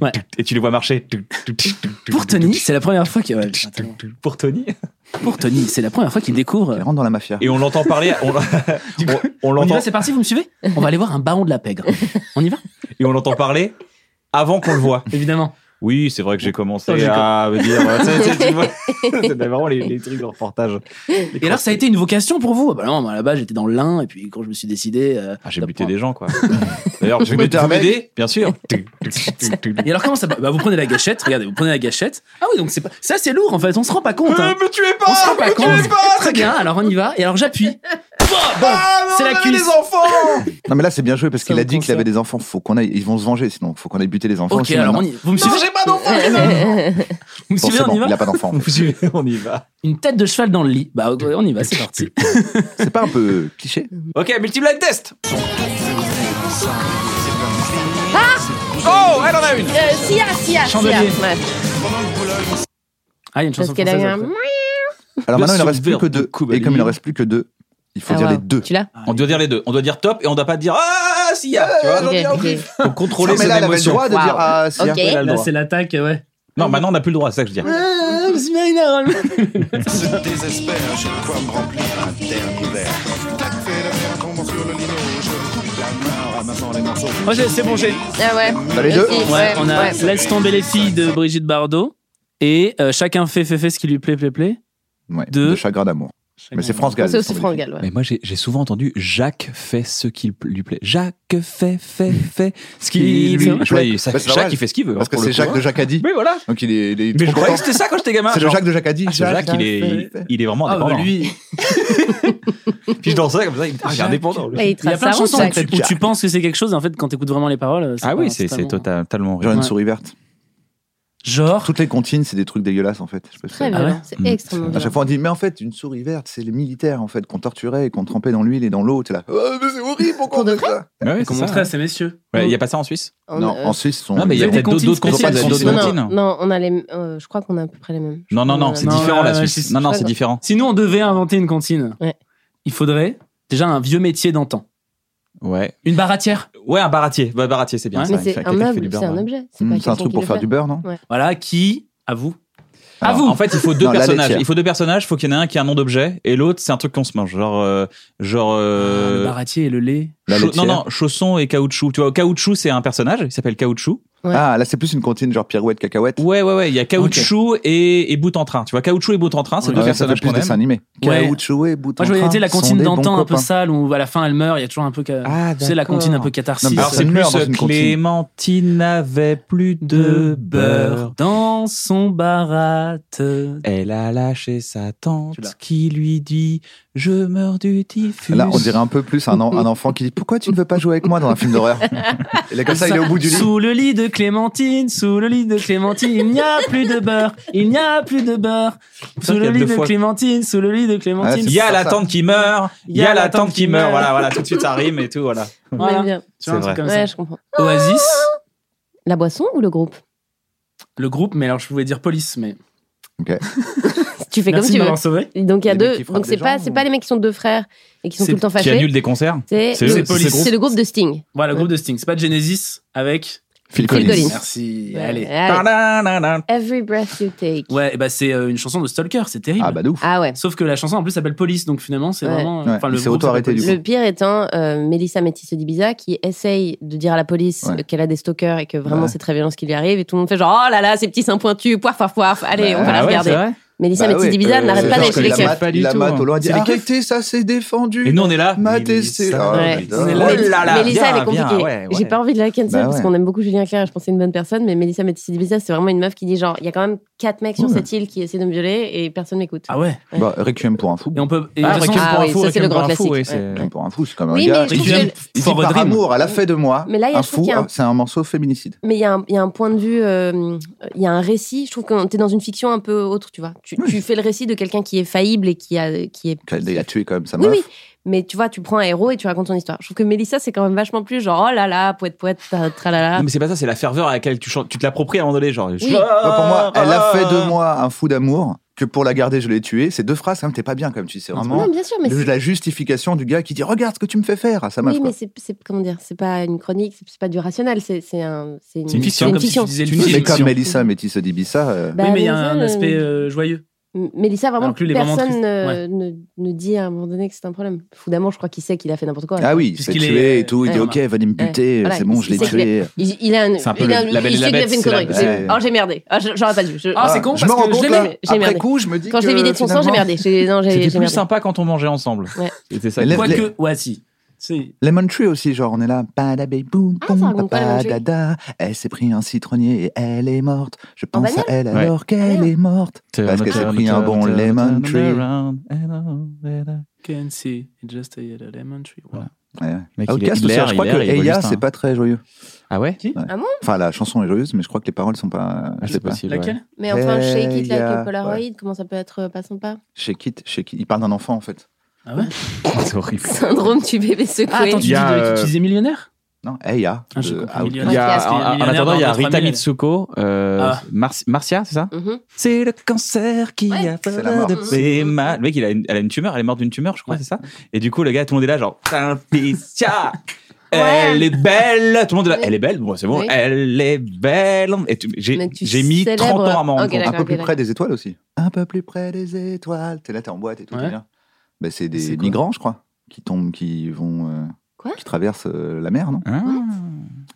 [SPEAKER 3] Ouais.
[SPEAKER 1] Et tu les vois marcher.
[SPEAKER 3] Pour Tony, c'est la première fois que. ouais, putain, tellement.
[SPEAKER 1] Pour Tony.
[SPEAKER 3] Pour Tony, c'est la première fois qu'il
[SPEAKER 2] Elle
[SPEAKER 3] découvre. euh,
[SPEAKER 2] rentre dans la mafia.
[SPEAKER 1] Et on l'entend parler. On,
[SPEAKER 3] Du coup,
[SPEAKER 1] on- on
[SPEAKER 3] On y
[SPEAKER 1] l'entend
[SPEAKER 3] va, c'est parti, vous me suivez On va aller voir un baron de la pègre. On y va
[SPEAKER 1] et on l'entend parler avant qu'on le voit.
[SPEAKER 3] Évidemment.
[SPEAKER 1] Oui, c'est vrai que j'ai commencé
[SPEAKER 3] Oh, j'ai
[SPEAKER 1] à me dire. euh, tu sais, tu sais, tu vois, c'est vraiment les, les trucs de reportage.
[SPEAKER 3] Et alors, ça a été une vocation pour vous Bah non, moi, à la base, j'étais dans l'un, et puis quand je me suis décidé. euh,
[SPEAKER 1] Ah, j'ai
[SPEAKER 3] de
[SPEAKER 1] buté
[SPEAKER 3] prendre-
[SPEAKER 1] des gens, quoi. D'ailleurs, je
[SPEAKER 2] Vous
[SPEAKER 1] vais
[SPEAKER 2] mettez un mec
[SPEAKER 1] t'aider, bien sûr.
[SPEAKER 3] Et alors, comment ça bah, Vous prenez la gâchette, regardez, vous prenez la gâchette. Ah oui, donc c'est pas. Ça, c'est lourd, en fait, on se rend pas compte.
[SPEAKER 2] Euh,
[SPEAKER 3] hein.
[SPEAKER 1] me tuez
[SPEAKER 3] On se rend pas compte. Très bien, alors on y va, et alors j'appuie. Bon, c'est la cuisse.
[SPEAKER 2] Non, mais là, c'est bien joué parce
[SPEAKER 3] Ça
[SPEAKER 2] qu'il a
[SPEAKER 3] me
[SPEAKER 2] dit qu'il avait
[SPEAKER 3] concerne.
[SPEAKER 2] des enfants. Faut qu'on aille. Ils vont se venger sinon. Faut qu'on aille buter les enfants.
[SPEAKER 3] Ok,
[SPEAKER 2] aussi,
[SPEAKER 3] alors on
[SPEAKER 2] maintenant.
[SPEAKER 3] y Vous me suivez Vous me suivez,
[SPEAKER 2] Forcément,
[SPEAKER 3] on y
[SPEAKER 2] il
[SPEAKER 3] va
[SPEAKER 2] a pas d'enfant.
[SPEAKER 1] On vous y va, on y va.
[SPEAKER 3] Une tête de cheval dans le lit. Bah, ok, on y va, c'est parti.
[SPEAKER 2] C'est pas un peu cliché
[SPEAKER 1] Ok, multi-blind test. Oh, elle en a une.
[SPEAKER 6] Euh, Sia, Sia, Sia.
[SPEAKER 3] Chandelier.
[SPEAKER 6] Ouais.
[SPEAKER 3] Ah, il y a une
[SPEAKER 6] Parce
[SPEAKER 3] chanson
[SPEAKER 6] qu'elle a eu
[SPEAKER 3] française.
[SPEAKER 6] un.
[SPEAKER 3] après.
[SPEAKER 2] Alors
[SPEAKER 1] Le
[SPEAKER 2] maintenant, il en reste plus
[SPEAKER 1] sauveteur
[SPEAKER 2] que
[SPEAKER 1] de
[SPEAKER 2] deux.
[SPEAKER 1] Koubaly.
[SPEAKER 2] Et comme il en reste plus que deux, il faut
[SPEAKER 6] Ah,
[SPEAKER 2] dire
[SPEAKER 6] wow.
[SPEAKER 2] les deux.
[SPEAKER 6] Tu l'as
[SPEAKER 1] On doit dire les deux. On doit dire top et on doit pas dire ah si y a. Tu vois,
[SPEAKER 6] Ok, ok.
[SPEAKER 1] faut contrôler
[SPEAKER 2] Non, mais
[SPEAKER 1] ses
[SPEAKER 2] là, elle avait le
[SPEAKER 1] émotions.
[SPEAKER 2] droit de
[SPEAKER 6] Wow.
[SPEAKER 2] dire ah, si,
[SPEAKER 6] Ok.
[SPEAKER 2] après, elle a le
[SPEAKER 3] Là,
[SPEAKER 2] droit.
[SPEAKER 3] c'est l'attaque, ouais.
[SPEAKER 1] Non, maintenant on n'a plus le droit, c'est ça que je dis.
[SPEAKER 3] Ah, je suis Marina Rollman.
[SPEAKER 7] Je désespère, j'ai de quoi me remplir un dernier verre. Tac, fais la merde, qu'on mange sur le lino. Je coupe la main, ramassant les morceaux.
[SPEAKER 3] Moi, j'ai- c'est bon, j'ai.
[SPEAKER 6] Ah ouais.
[SPEAKER 2] Bah, les deux.
[SPEAKER 6] Aussi,
[SPEAKER 3] Ouais, on a
[SPEAKER 6] ouais.
[SPEAKER 3] Laisse tomber les filles de Brigitte Bardot. Et euh, chacun fait, fait, fait ce qui lui plaît, plaît, plaît.
[SPEAKER 2] Ouais,
[SPEAKER 3] Deux.
[SPEAKER 2] De chagrin d'amour. Mais c'est France Gall.
[SPEAKER 6] Ah, C'est aussi
[SPEAKER 2] sans
[SPEAKER 6] France
[SPEAKER 2] doute.
[SPEAKER 6] Gall, ouais.
[SPEAKER 1] Mais moi, j'ai j'ai souvent entendu Jacques fait ce qu'il pl- lui plaît. Jacques fait, fait, fait ce qu'il
[SPEAKER 3] Il-
[SPEAKER 1] lui
[SPEAKER 3] c'est vrai.
[SPEAKER 1] plaît. Ça-
[SPEAKER 2] Bah, c'est
[SPEAKER 1] Jacques,
[SPEAKER 2] normal.
[SPEAKER 1] il fait ce qu'il veut.
[SPEAKER 2] Parce
[SPEAKER 1] hein,
[SPEAKER 2] que
[SPEAKER 1] pour
[SPEAKER 2] c'est
[SPEAKER 1] le coup,
[SPEAKER 2] Jacques de
[SPEAKER 1] hein.
[SPEAKER 2] Jacques
[SPEAKER 1] Mais voilà.
[SPEAKER 2] Donc il est, il est
[SPEAKER 1] Mais je
[SPEAKER 2] trop
[SPEAKER 1] croyais que
[SPEAKER 2] content.
[SPEAKER 1] c'était ça quand j'étais gamin.
[SPEAKER 2] C'est le
[SPEAKER 1] genre.
[SPEAKER 2] Jacques de Jacadi.
[SPEAKER 1] Ah, ce Jacques, il est, il- il est vraiment
[SPEAKER 3] Ah, bah,
[SPEAKER 1] indépendant.
[SPEAKER 3] lui,
[SPEAKER 1] Puis je dansais comme ça, il me dit, ah, il est
[SPEAKER 3] Jacques.
[SPEAKER 1] indépendant. lui.
[SPEAKER 6] Ouais, il
[SPEAKER 3] il y a
[SPEAKER 6] trace
[SPEAKER 3] plein
[SPEAKER 6] sa
[SPEAKER 3] de
[SPEAKER 6] route,
[SPEAKER 3] chansons en
[SPEAKER 6] Jacques.
[SPEAKER 3] fait, où tu penses que c'est quelque chose, et en fait, quand t'écoutes vraiment les paroles.
[SPEAKER 1] Ah
[SPEAKER 3] pas-
[SPEAKER 1] oui, c'est c'est
[SPEAKER 3] totalement-
[SPEAKER 1] total- totalement
[SPEAKER 2] Genre
[SPEAKER 1] vrai.
[SPEAKER 2] une
[SPEAKER 3] Ouais.
[SPEAKER 2] souris verte.
[SPEAKER 3] Genre,
[SPEAKER 2] Toutes les comptines, c'est des trucs dégueulasses en fait. Je sais pas si-
[SPEAKER 6] Très
[SPEAKER 3] Ah ouais
[SPEAKER 6] violent. C'est
[SPEAKER 1] Mmh.
[SPEAKER 6] extrêmement
[SPEAKER 2] À chaque
[SPEAKER 6] violent.
[SPEAKER 2] fois, on dit, mais en fait, une souris verte, c'est les militaires en fait qu'on torturait et qu'on trempait dans l'huile et dans l'eau. T'es là, oh, mais c'est horrible, pourquoi on fait ça
[SPEAKER 1] Ah Ouais, c'est ça.
[SPEAKER 3] qu'on
[SPEAKER 1] hein.
[SPEAKER 3] montrait à ces messieurs.
[SPEAKER 1] Ouais, Il n'y a pas ça en Suisse
[SPEAKER 6] On-
[SPEAKER 2] Non,
[SPEAKER 6] euh,
[SPEAKER 2] en Suisse, ils sont.
[SPEAKER 1] Non, mais il y a
[SPEAKER 3] avez des
[SPEAKER 1] peut-être d'autres
[SPEAKER 3] comptines
[SPEAKER 1] d'autres
[SPEAKER 3] spéciales
[SPEAKER 1] comptines.
[SPEAKER 2] en
[SPEAKER 1] d'autres
[SPEAKER 2] Suisse.
[SPEAKER 6] non,
[SPEAKER 1] comptines.
[SPEAKER 6] non, non, on a les. euh, je crois qu'on a à peu près les mêmes.
[SPEAKER 1] Non, non, non, c'est
[SPEAKER 3] Non,
[SPEAKER 1] différent
[SPEAKER 3] ouais,
[SPEAKER 1] la
[SPEAKER 3] ouais,
[SPEAKER 1] Suisse.
[SPEAKER 3] c'est-
[SPEAKER 1] Non, non,
[SPEAKER 6] je
[SPEAKER 1] c'est
[SPEAKER 6] crois-
[SPEAKER 1] différent.
[SPEAKER 3] Si nous, on devait inventer une cantine,
[SPEAKER 6] Ouais.
[SPEAKER 3] il faudrait déjà un vieux métier d'antan.
[SPEAKER 1] Ouais.
[SPEAKER 3] Une baratière,
[SPEAKER 1] Ouais, un baratier. Bah, baratier, c'est bien.
[SPEAKER 3] Ouais.
[SPEAKER 1] ça.
[SPEAKER 6] Mais
[SPEAKER 1] Il fait-
[SPEAKER 6] c'est
[SPEAKER 1] quelqu'un
[SPEAKER 6] un
[SPEAKER 1] qui fait
[SPEAKER 6] meuble,
[SPEAKER 1] du beurre,
[SPEAKER 6] c'est un
[SPEAKER 1] ouais.
[SPEAKER 6] objet. C'est
[SPEAKER 2] Hmm,
[SPEAKER 6] pas
[SPEAKER 2] C'est un
[SPEAKER 6] Bah, quelqu'un
[SPEAKER 2] truc
[SPEAKER 6] qui
[SPEAKER 2] pour
[SPEAKER 6] le
[SPEAKER 2] faire
[SPEAKER 6] fait.
[SPEAKER 2] du beurre, non
[SPEAKER 3] voilà, qui, à vous, à
[SPEAKER 2] Alors,
[SPEAKER 3] vous,
[SPEAKER 1] En fait, il faut deux
[SPEAKER 2] Non, la
[SPEAKER 1] personnages.
[SPEAKER 2] laitière.
[SPEAKER 1] Il faut deux personnages. Il faut qu'il y en ait un qui a un nom d'objet et l'autre, c'est un truc qu'on se mange. Genre, euh, genre.
[SPEAKER 3] Ah, le
[SPEAKER 1] euh,
[SPEAKER 3] baratier et le lait.
[SPEAKER 2] La
[SPEAKER 1] cha-
[SPEAKER 2] laitière.
[SPEAKER 1] non, non, chaussons et caoutchouc. Tu vois, caoutchouc, c'est un personnage. Il s'appelle caoutchouc.
[SPEAKER 6] Ouais.
[SPEAKER 2] Ah, là, c'est plus une comptine genre pirouette, cacahuète.
[SPEAKER 1] Ouais, ouais, ouais. Il y a caoutchouc et, et bout en train. Tu vois, caoutchouc et bout en train, c'est
[SPEAKER 3] Ouais.
[SPEAKER 1] deux
[SPEAKER 2] Ah ouais, ça fait
[SPEAKER 1] personnages
[SPEAKER 2] plus
[SPEAKER 1] qu'on
[SPEAKER 2] dessin
[SPEAKER 1] aime.
[SPEAKER 2] animé.
[SPEAKER 3] Ouais.
[SPEAKER 2] Caoutchouc et bouton.
[SPEAKER 3] Moi, je voyais tu sais, la
[SPEAKER 2] contine
[SPEAKER 3] contine d'antan un peu sale où à la fin elle meurt, il y a toujours un peu. ca-
[SPEAKER 1] Ah,
[SPEAKER 3] tu sais, la
[SPEAKER 1] d'accord.
[SPEAKER 3] contine un peu catharsis.
[SPEAKER 2] Non, mais
[SPEAKER 1] Alors, c'est
[SPEAKER 2] une
[SPEAKER 1] plus
[SPEAKER 2] meurt dans
[SPEAKER 1] euh,
[SPEAKER 2] une comptine.
[SPEAKER 1] Clémentine n'avait plus de beurre.
[SPEAKER 3] dans son barate.
[SPEAKER 1] Elle a lâché sa
[SPEAKER 3] Tu l'as.
[SPEAKER 1] tante qui lui dit Je meurs du typhus.
[SPEAKER 2] Là, on dirait un peu plus un, en- un enfant qui dit Pourquoi tu ne veux pas jouer avec moi dans un film d'horreur Et là, comme ça, il est au bout du lit.
[SPEAKER 3] Sous le lit de Clémentine, sous le lit de Clémentine, il n'y a plus de beurre, il n'y a plus de beurre.
[SPEAKER 1] Putain,
[SPEAKER 3] Sous
[SPEAKER 1] il y
[SPEAKER 3] le
[SPEAKER 1] a
[SPEAKER 3] lit
[SPEAKER 1] deux
[SPEAKER 3] de
[SPEAKER 1] fois.
[SPEAKER 3] Clémentine, sous le lit de Clémentine.
[SPEAKER 1] Il y a
[SPEAKER 2] C'est
[SPEAKER 1] la
[SPEAKER 2] ça.
[SPEAKER 1] tante qui meurt, il y a la tante qui meurt. Voilà, voilà, tout de suite ça rime et tout, voilà.
[SPEAKER 6] On aime
[SPEAKER 3] Voilà.
[SPEAKER 6] bien.
[SPEAKER 3] Tu vois, un
[SPEAKER 1] C'est
[SPEAKER 3] truc comme ça.
[SPEAKER 6] Ouais, je comprends.
[SPEAKER 3] Oasis,
[SPEAKER 6] La boisson ou le groupe
[SPEAKER 3] le groupe, mais alors je voulais dire police, mais.
[SPEAKER 6] tu fais
[SPEAKER 3] Merci de
[SPEAKER 6] comme
[SPEAKER 3] m'avoir sauvé.
[SPEAKER 6] tu veux. Donc il y a
[SPEAKER 2] Les mecs
[SPEAKER 6] deux.
[SPEAKER 2] qui frappent
[SPEAKER 6] Donc c'est
[SPEAKER 2] des
[SPEAKER 6] pas,
[SPEAKER 2] gens,
[SPEAKER 6] c'est
[SPEAKER 2] ou-
[SPEAKER 6] pas les mecs qui sont deux frères et qui sont
[SPEAKER 3] C'est-
[SPEAKER 6] tout le temps
[SPEAKER 1] Qui
[SPEAKER 6] fâchés.
[SPEAKER 1] annule des concerts
[SPEAKER 6] C'est
[SPEAKER 1] C'est eux,
[SPEAKER 6] le-
[SPEAKER 3] c'est Police.
[SPEAKER 6] c'est le groupe de Sting.
[SPEAKER 3] Voilà, le groupe de Sting. C'est pas Genesis avec.
[SPEAKER 1] Phil
[SPEAKER 6] Collins. Collins.
[SPEAKER 3] Merci.
[SPEAKER 6] Ouais,
[SPEAKER 3] Allez.
[SPEAKER 1] Ta-da-da-da.
[SPEAKER 6] Every breath you take.
[SPEAKER 3] Ouais, et bah c'est euh, une chanson de Stalker, c'est terrible.
[SPEAKER 2] Ah bah de ouf.
[SPEAKER 6] Ah ouais.
[SPEAKER 3] Sauf que la chanson en plus s'appelle Police, donc finalement c'est
[SPEAKER 6] Ouais.
[SPEAKER 3] vraiment. euh,
[SPEAKER 2] Ouais, il s'est
[SPEAKER 3] groupe s'appelle
[SPEAKER 2] auto-arrêté, du
[SPEAKER 3] Police.
[SPEAKER 6] Le pire étant euh, Mélissa Métis Odibiza qui essaye de dire à la police
[SPEAKER 2] Ouais. Bah.
[SPEAKER 6] qu'elle a des stalkers et que vraiment
[SPEAKER 2] Ouais.
[SPEAKER 6] c'est très violent ce qui lui arrive et tout le monde fait genre oh là là ces petits seins pointus poif poif poif allez
[SPEAKER 2] Bah,
[SPEAKER 6] on va la
[SPEAKER 1] Ah ouais,
[SPEAKER 6] regarder.
[SPEAKER 1] c'est vrai
[SPEAKER 6] Mélissa
[SPEAKER 2] Bah
[SPEAKER 6] Métis
[SPEAKER 2] oui,
[SPEAKER 6] Odibiza
[SPEAKER 2] euh,
[SPEAKER 6] n'arrête
[SPEAKER 2] c'est
[SPEAKER 6] pas
[SPEAKER 2] genre
[SPEAKER 6] d'être
[SPEAKER 2] que
[SPEAKER 6] les
[SPEAKER 2] la
[SPEAKER 6] keufs.
[SPEAKER 2] mat-
[SPEAKER 1] Pas du
[SPEAKER 2] La
[SPEAKER 1] tout,
[SPEAKER 2] mat
[SPEAKER 1] hein.
[SPEAKER 2] au loin dit
[SPEAKER 1] C'est les keufs.
[SPEAKER 2] arrêtez ça c'est défendu.
[SPEAKER 1] Et nous, on est là.
[SPEAKER 2] Matt et
[SPEAKER 3] Mélissa.
[SPEAKER 2] c'est- Ah,
[SPEAKER 6] Ouais.
[SPEAKER 2] putain.
[SPEAKER 3] On est
[SPEAKER 6] Ouais,
[SPEAKER 3] là.
[SPEAKER 1] Oh là là,
[SPEAKER 6] Mélissa, elle
[SPEAKER 1] bien,
[SPEAKER 6] est compliquée.
[SPEAKER 1] bien, ouais, ouais.
[SPEAKER 6] J'ai pas envie de la cancel
[SPEAKER 2] Bah
[SPEAKER 6] parce
[SPEAKER 2] ouais.
[SPEAKER 6] qu'on aime beaucoup Julien Clerc et je pense que c'est une bonne personne, mais Mélissa Métis Odibiza, c'est vraiment une meuf qui dit genre, il y a quand même quatre mecs sur
[SPEAKER 2] Ouais.
[SPEAKER 6] cette île qui essaient de me violer et personne m'écoute.
[SPEAKER 3] Ah ouais.
[SPEAKER 2] Bah Requiem pour un fou.
[SPEAKER 3] Et on peut. Et
[SPEAKER 1] Ah,
[SPEAKER 3] de toute
[SPEAKER 1] Requiem
[SPEAKER 3] façon,
[SPEAKER 6] Ah
[SPEAKER 1] pour un
[SPEAKER 6] oui,
[SPEAKER 1] fou,
[SPEAKER 6] ça, c'est le
[SPEAKER 1] Requiem pour
[SPEAKER 6] grand
[SPEAKER 1] un fou, ouais,
[SPEAKER 6] classique,
[SPEAKER 1] c'est-
[SPEAKER 2] Requiem pour un fou c'est quand même un
[SPEAKER 6] Oui,
[SPEAKER 2] gars.
[SPEAKER 6] mais je trouve
[SPEAKER 3] Requiem
[SPEAKER 6] que-
[SPEAKER 2] Il dit
[SPEAKER 3] for a
[SPEAKER 2] par
[SPEAKER 3] Dream.
[SPEAKER 2] amour, elle a fait de moi.
[SPEAKER 6] Mais là, il y a-
[SPEAKER 2] un
[SPEAKER 6] je trouve
[SPEAKER 2] fou,
[SPEAKER 6] qu'il y a un-
[SPEAKER 2] ah, c'est un morceau féminicide.
[SPEAKER 6] Mais il y, a un- il y a un point de vue, euh, il y a un récit. Je trouve que t'es dans une fiction un peu autre, tu vois. Tu, tu fais le récit de quelqu'un qui est faillible et qui, a, qui est.
[SPEAKER 2] Il a tué quand même sa
[SPEAKER 6] Oui,
[SPEAKER 2] meuf.
[SPEAKER 6] oui. Mais tu vois, tu prends un héros et tu racontes son histoire. Je trouve que Mélissa, c'est quand même vachement plus genre, oh là là, poète poète, tra- tralala.
[SPEAKER 1] Non, mais c'est pas ça, c'est la ferveur à laquelle tu chantes. Tu te l'appropries à un moment donné, genre.
[SPEAKER 6] Oui.
[SPEAKER 2] Moi, pour moi, elle a fait de moi un fou d'amour que pour la garder, je l'ai tué. C'est deux phrases, quand même, t'es pas bien, comme tu dis. C'est vraiment
[SPEAKER 6] Non, bien sûr, mais
[SPEAKER 2] le-
[SPEAKER 6] c'est-
[SPEAKER 2] la justification du gars qui dit Regarde ce que tu me fais faire à sa meuf.
[SPEAKER 6] Oui,
[SPEAKER 2] quoi.
[SPEAKER 6] mais c'est, c'est- comment dire, c'est pas une chronique, c'est, c'est pas du rationnel, c'est, c'est, un, c'est, une,
[SPEAKER 3] C'est une fiction,
[SPEAKER 6] c'est
[SPEAKER 3] comme si tu disais le film.
[SPEAKER 2] Mais
[SPEAKER 3] fiction.
[SPEAKER 2] comme Mélissa Métis Odibissa, euh,
[SPEAKER 6] Bah,
[SPEAKER 3] oui, mais il y a
[SPEAKER 6] Mélissa,
[SPEAKER 3] un
[SPEAKER 6] euh,
[SPEAKER 3] aspect euh, joyeux.
[SPEAKER 6] M- Mélissa, vraiment,
[SPEAKER 3] Alors que lui, il est vraiment
[SPEAKER 6] personne
[SPEAKER 3] triste.
[SPEAKER 6] euh, ne, ne dit à un moment donné que c'est un problème. Fou d'amour, je crois qu'il sait qu'il a fait n'importe quoi.
[SPEAKER 2] ah oui, il s'est
[SPEAKER 3] Puisqu'il
[SPEAKER 2] tué
[SPEAKER 3] est-
[SPEAKER 2] et tout. Il
[SPEAKER 6] euh,
[SPEAKER 2] dit
[SPEAKER 6] Ouais,
[SPEAKER 3] voilà.
[SPEAKER 2] Ok, venez me buter,
[SPEAKER 6] Voilà,
[SPEAKER 2] c'est bon,
[SPEAKER 6] il-
[SPEAKER 2] je l'ai
[SPEAKER 6] il sait
[SPEAKER 2] tué.
[SPEAKER 6] Il, il a un.
[SPEAKER 1] C'est un peu
[SPEAKER 6] il a
[SPEAKER 1] le- la Belle et
[SPEAKER 6] il
[SPEAKER 1] la
[SPEAKER 6] sait qu'il a
[SPEAKER 1] Bête,
[SPEAKER 6] fait une
[SPEAKER 1] c'est la-
[SPEAKER 6] connerie. C'est-
[SPEAKER 2] ouais.
[SPEAKER 6] Alors j'ai merdé. Ah, je- j'aurais pas dû. Je-
[SPEAKER 3] Ah, c'est
[SPEAKER 6] Ah.
[SPEAKER 3] con,
[SPEAKER 2] je me
[SPEAKER 3] parce
[SPEAKER 2] rends
[SPEAKER 3] que je
[SPEAKER 2] compte
[SPEAKER 3] l'ai
[SPEAKER 2] là,
[SPEAKER 3] aimé.
[SPEAKER 6] J'ai
[SPEAKER 2] après
[SPEAKER 6] merdé.
[SPEAKER 2] coup, je me dis
[SPEAKER 6] Quand je l'ai
[SPEAKER 2] que,
[SPEAKER 6] vidé de son sang, j'ai
[SPEAKER 2] finalement,
[SPEAKER 6] merdé. J'ai- non, j'ai-
[SPEAKER 1] C'était
[SPEAKER 6] j'ai
[SPEAKER 1] plus
[SPEAKER 6] merdé.
[SPEAKER 1] sympa quand on mangeait ensemble.
[SPEAKER 6] Ouais.
[SPEAKER 1] C'était ça.
[SPEAKER 2] Mais lève-
[SPEAKER 3] Quoique. Ouais, si. Si.
[SPEAKER 2] Lemon Tree aussi, genre on est là, badababoum,
[SPEAKER 6] Ah, ça
[SPEAKER 2] boum,
[SPEAKER 6] raconte pas Lemon Tree.
[SPEAKER 2] dada. Elle s'est Eh, pris un citronnier et elle est morte. Je
[SPEAKER 6] En
[SPEAKER 2] pense à elle
[SPEAKER 1] Ouais.
[SPEAKER 2] alors qu'elle
[SPEAKER 6] merde.
[SPEAKER 2] est morte. Parce qu'elle s'est pris un bon lemon tree.
[SPEAKER 3] Can see just a yellow lemon tree. Voilà.
[SPEAKER 2] Ouais, ouais.
[SPEAKER 1] Mec, il est-
[SPEAKER 2] Outcast
[SPEAKER 1] il
[SPEAKER 2] aussi,
[SPEAKER 1] erre,
[SPEAKER 2] je crois
[SPEAKER 1] il
[SPEAKER 2] que
[SPEAKER 1] erre, il hein. évolue,
[SPEAKER 2] Eya,
[SPEAKER 1] ça.
[SPEAKER 2] c'est pas très joyeux.
[SPEAKER 1] Ah ouais
[SPEAKER 2] Enfin, la chanson est joyeuse, mais je crois que les paroles sont
[SPEAKER 1] Ah,
[SPEAKER 2] pas. je sais
[SPEAKER 1] C'est
[SPEAKER 2] pas.
[SPEAKER 1] possible. ouais.
[SPEAKER 3] Laquelle
[SPEAKER 6] Mais enfin,
[SPEAKER 2] Eh,
[SPEAKER 6] Shake It
[SPEAKER 2] il y a-
[SPEAKER 6] Like a Polaroid, comment ça peut être euh, pas sympa
[SPEAKER 2] Shake it, shake it. Il parle d'un enfant en fait.
[SPEAKER 3] Ah ouais
[SPEAKER 1] C'est horrible.
[SPEAKER 6] Syndrome du bébé secoué.
[SPEAKER 3] Ah, attends,
[SPEAKER 1] Il
[SPEAKER 3] tu,
[SPEAKER 1] y
[SPEAKER 3] dis-
[SPEAKER 1] a,
[SPEAKER 3] tu- tu
[SPEAKER 1] euh,
[SPEAKER 3] disais millionnaire
[SPEAKER 2] Non, Eya.
[SPEAKER 3] Ah, j'ai
[SPEAKER 2] de
[SPEAKER 3] compris,
[SPEAKER 2] Outcast.
[SPEAKER 3] millionnaire.
[SPEAKER 1] Il y a,
[SPEAKER 3] Parce qu'il y a
[SPEAKER 1] en, en
[SPEAKER 3] millionnaire
[SPEAKER 1] attendant, il y a
[SPEAKER 3] dans notre
[SPEAKER 1] Rita
[SPEAKER 3] famille.
[SPEAKER 1] Mitsuko, euh,
[SPEAKER 3] Ah.
[SPEAKER 1] Mar- Marcia, c'est ça
[SPEAKER 6] Mhm.
[SPEAKER 1] C'est le cancer qui
[SPEAKER 6] Ouais.
[SPEAKER 1] a
[SPEAKER 2] C'est la mort.
[SPEAKER 1] peur de mes mal. Le mec, il a une, elle a une tumeur, elle est morte d'une tumeur, je crois,
[SPEAKER 3] Ouais.
[SPEAKER 1] c'est ça Et du coup, le gars, tout le monde est là, genre, Patricia
[SPEAKER 6] Ouais.
[SPEAKER 1] Elle est belle Tout le monde est là,
[SPEAKER 6] Oui.
[SPEAKER 1] elle est belle Bon, c'est bon,
[SPEAKER 6] Oui.
[SPEAKER 1] elle est belle Et tu- J'ai
[SPEAKER 6] Mais tu
[SPEAKER 1] j'ai mis 30
[SPEAKER 6] célèbres-
[SPEAKER 1] ans à m'en rendre
[SPEAKER 6] Ok,
[SPEAKER 1] compte.
[SPEAKER 2] Un
[SPEAKER 6] D'accord,
[SPEAKER 2] peu plus
[SPEAKER 6] ok,
[SPEAKER 2] près des étoiles aussi. Un peu plus près des étoiles. T'es là, t'es en boîte et tout.
[SPEAKER 3] Ouais.
[SPEAKER 2] t'es bien. Bah, c'est
[SPEAKER 3] C'est
[SPEAKER 2] des
[SPEAKER 3] quoi
[SPEAKER 2] migrants, je crois, qui tombent, qui vont. euh,
[SPEAKER 6] Quoi
[SPEAKER 2] Qui traversent euh, la mer, non
[SPEAKER 1] Ah,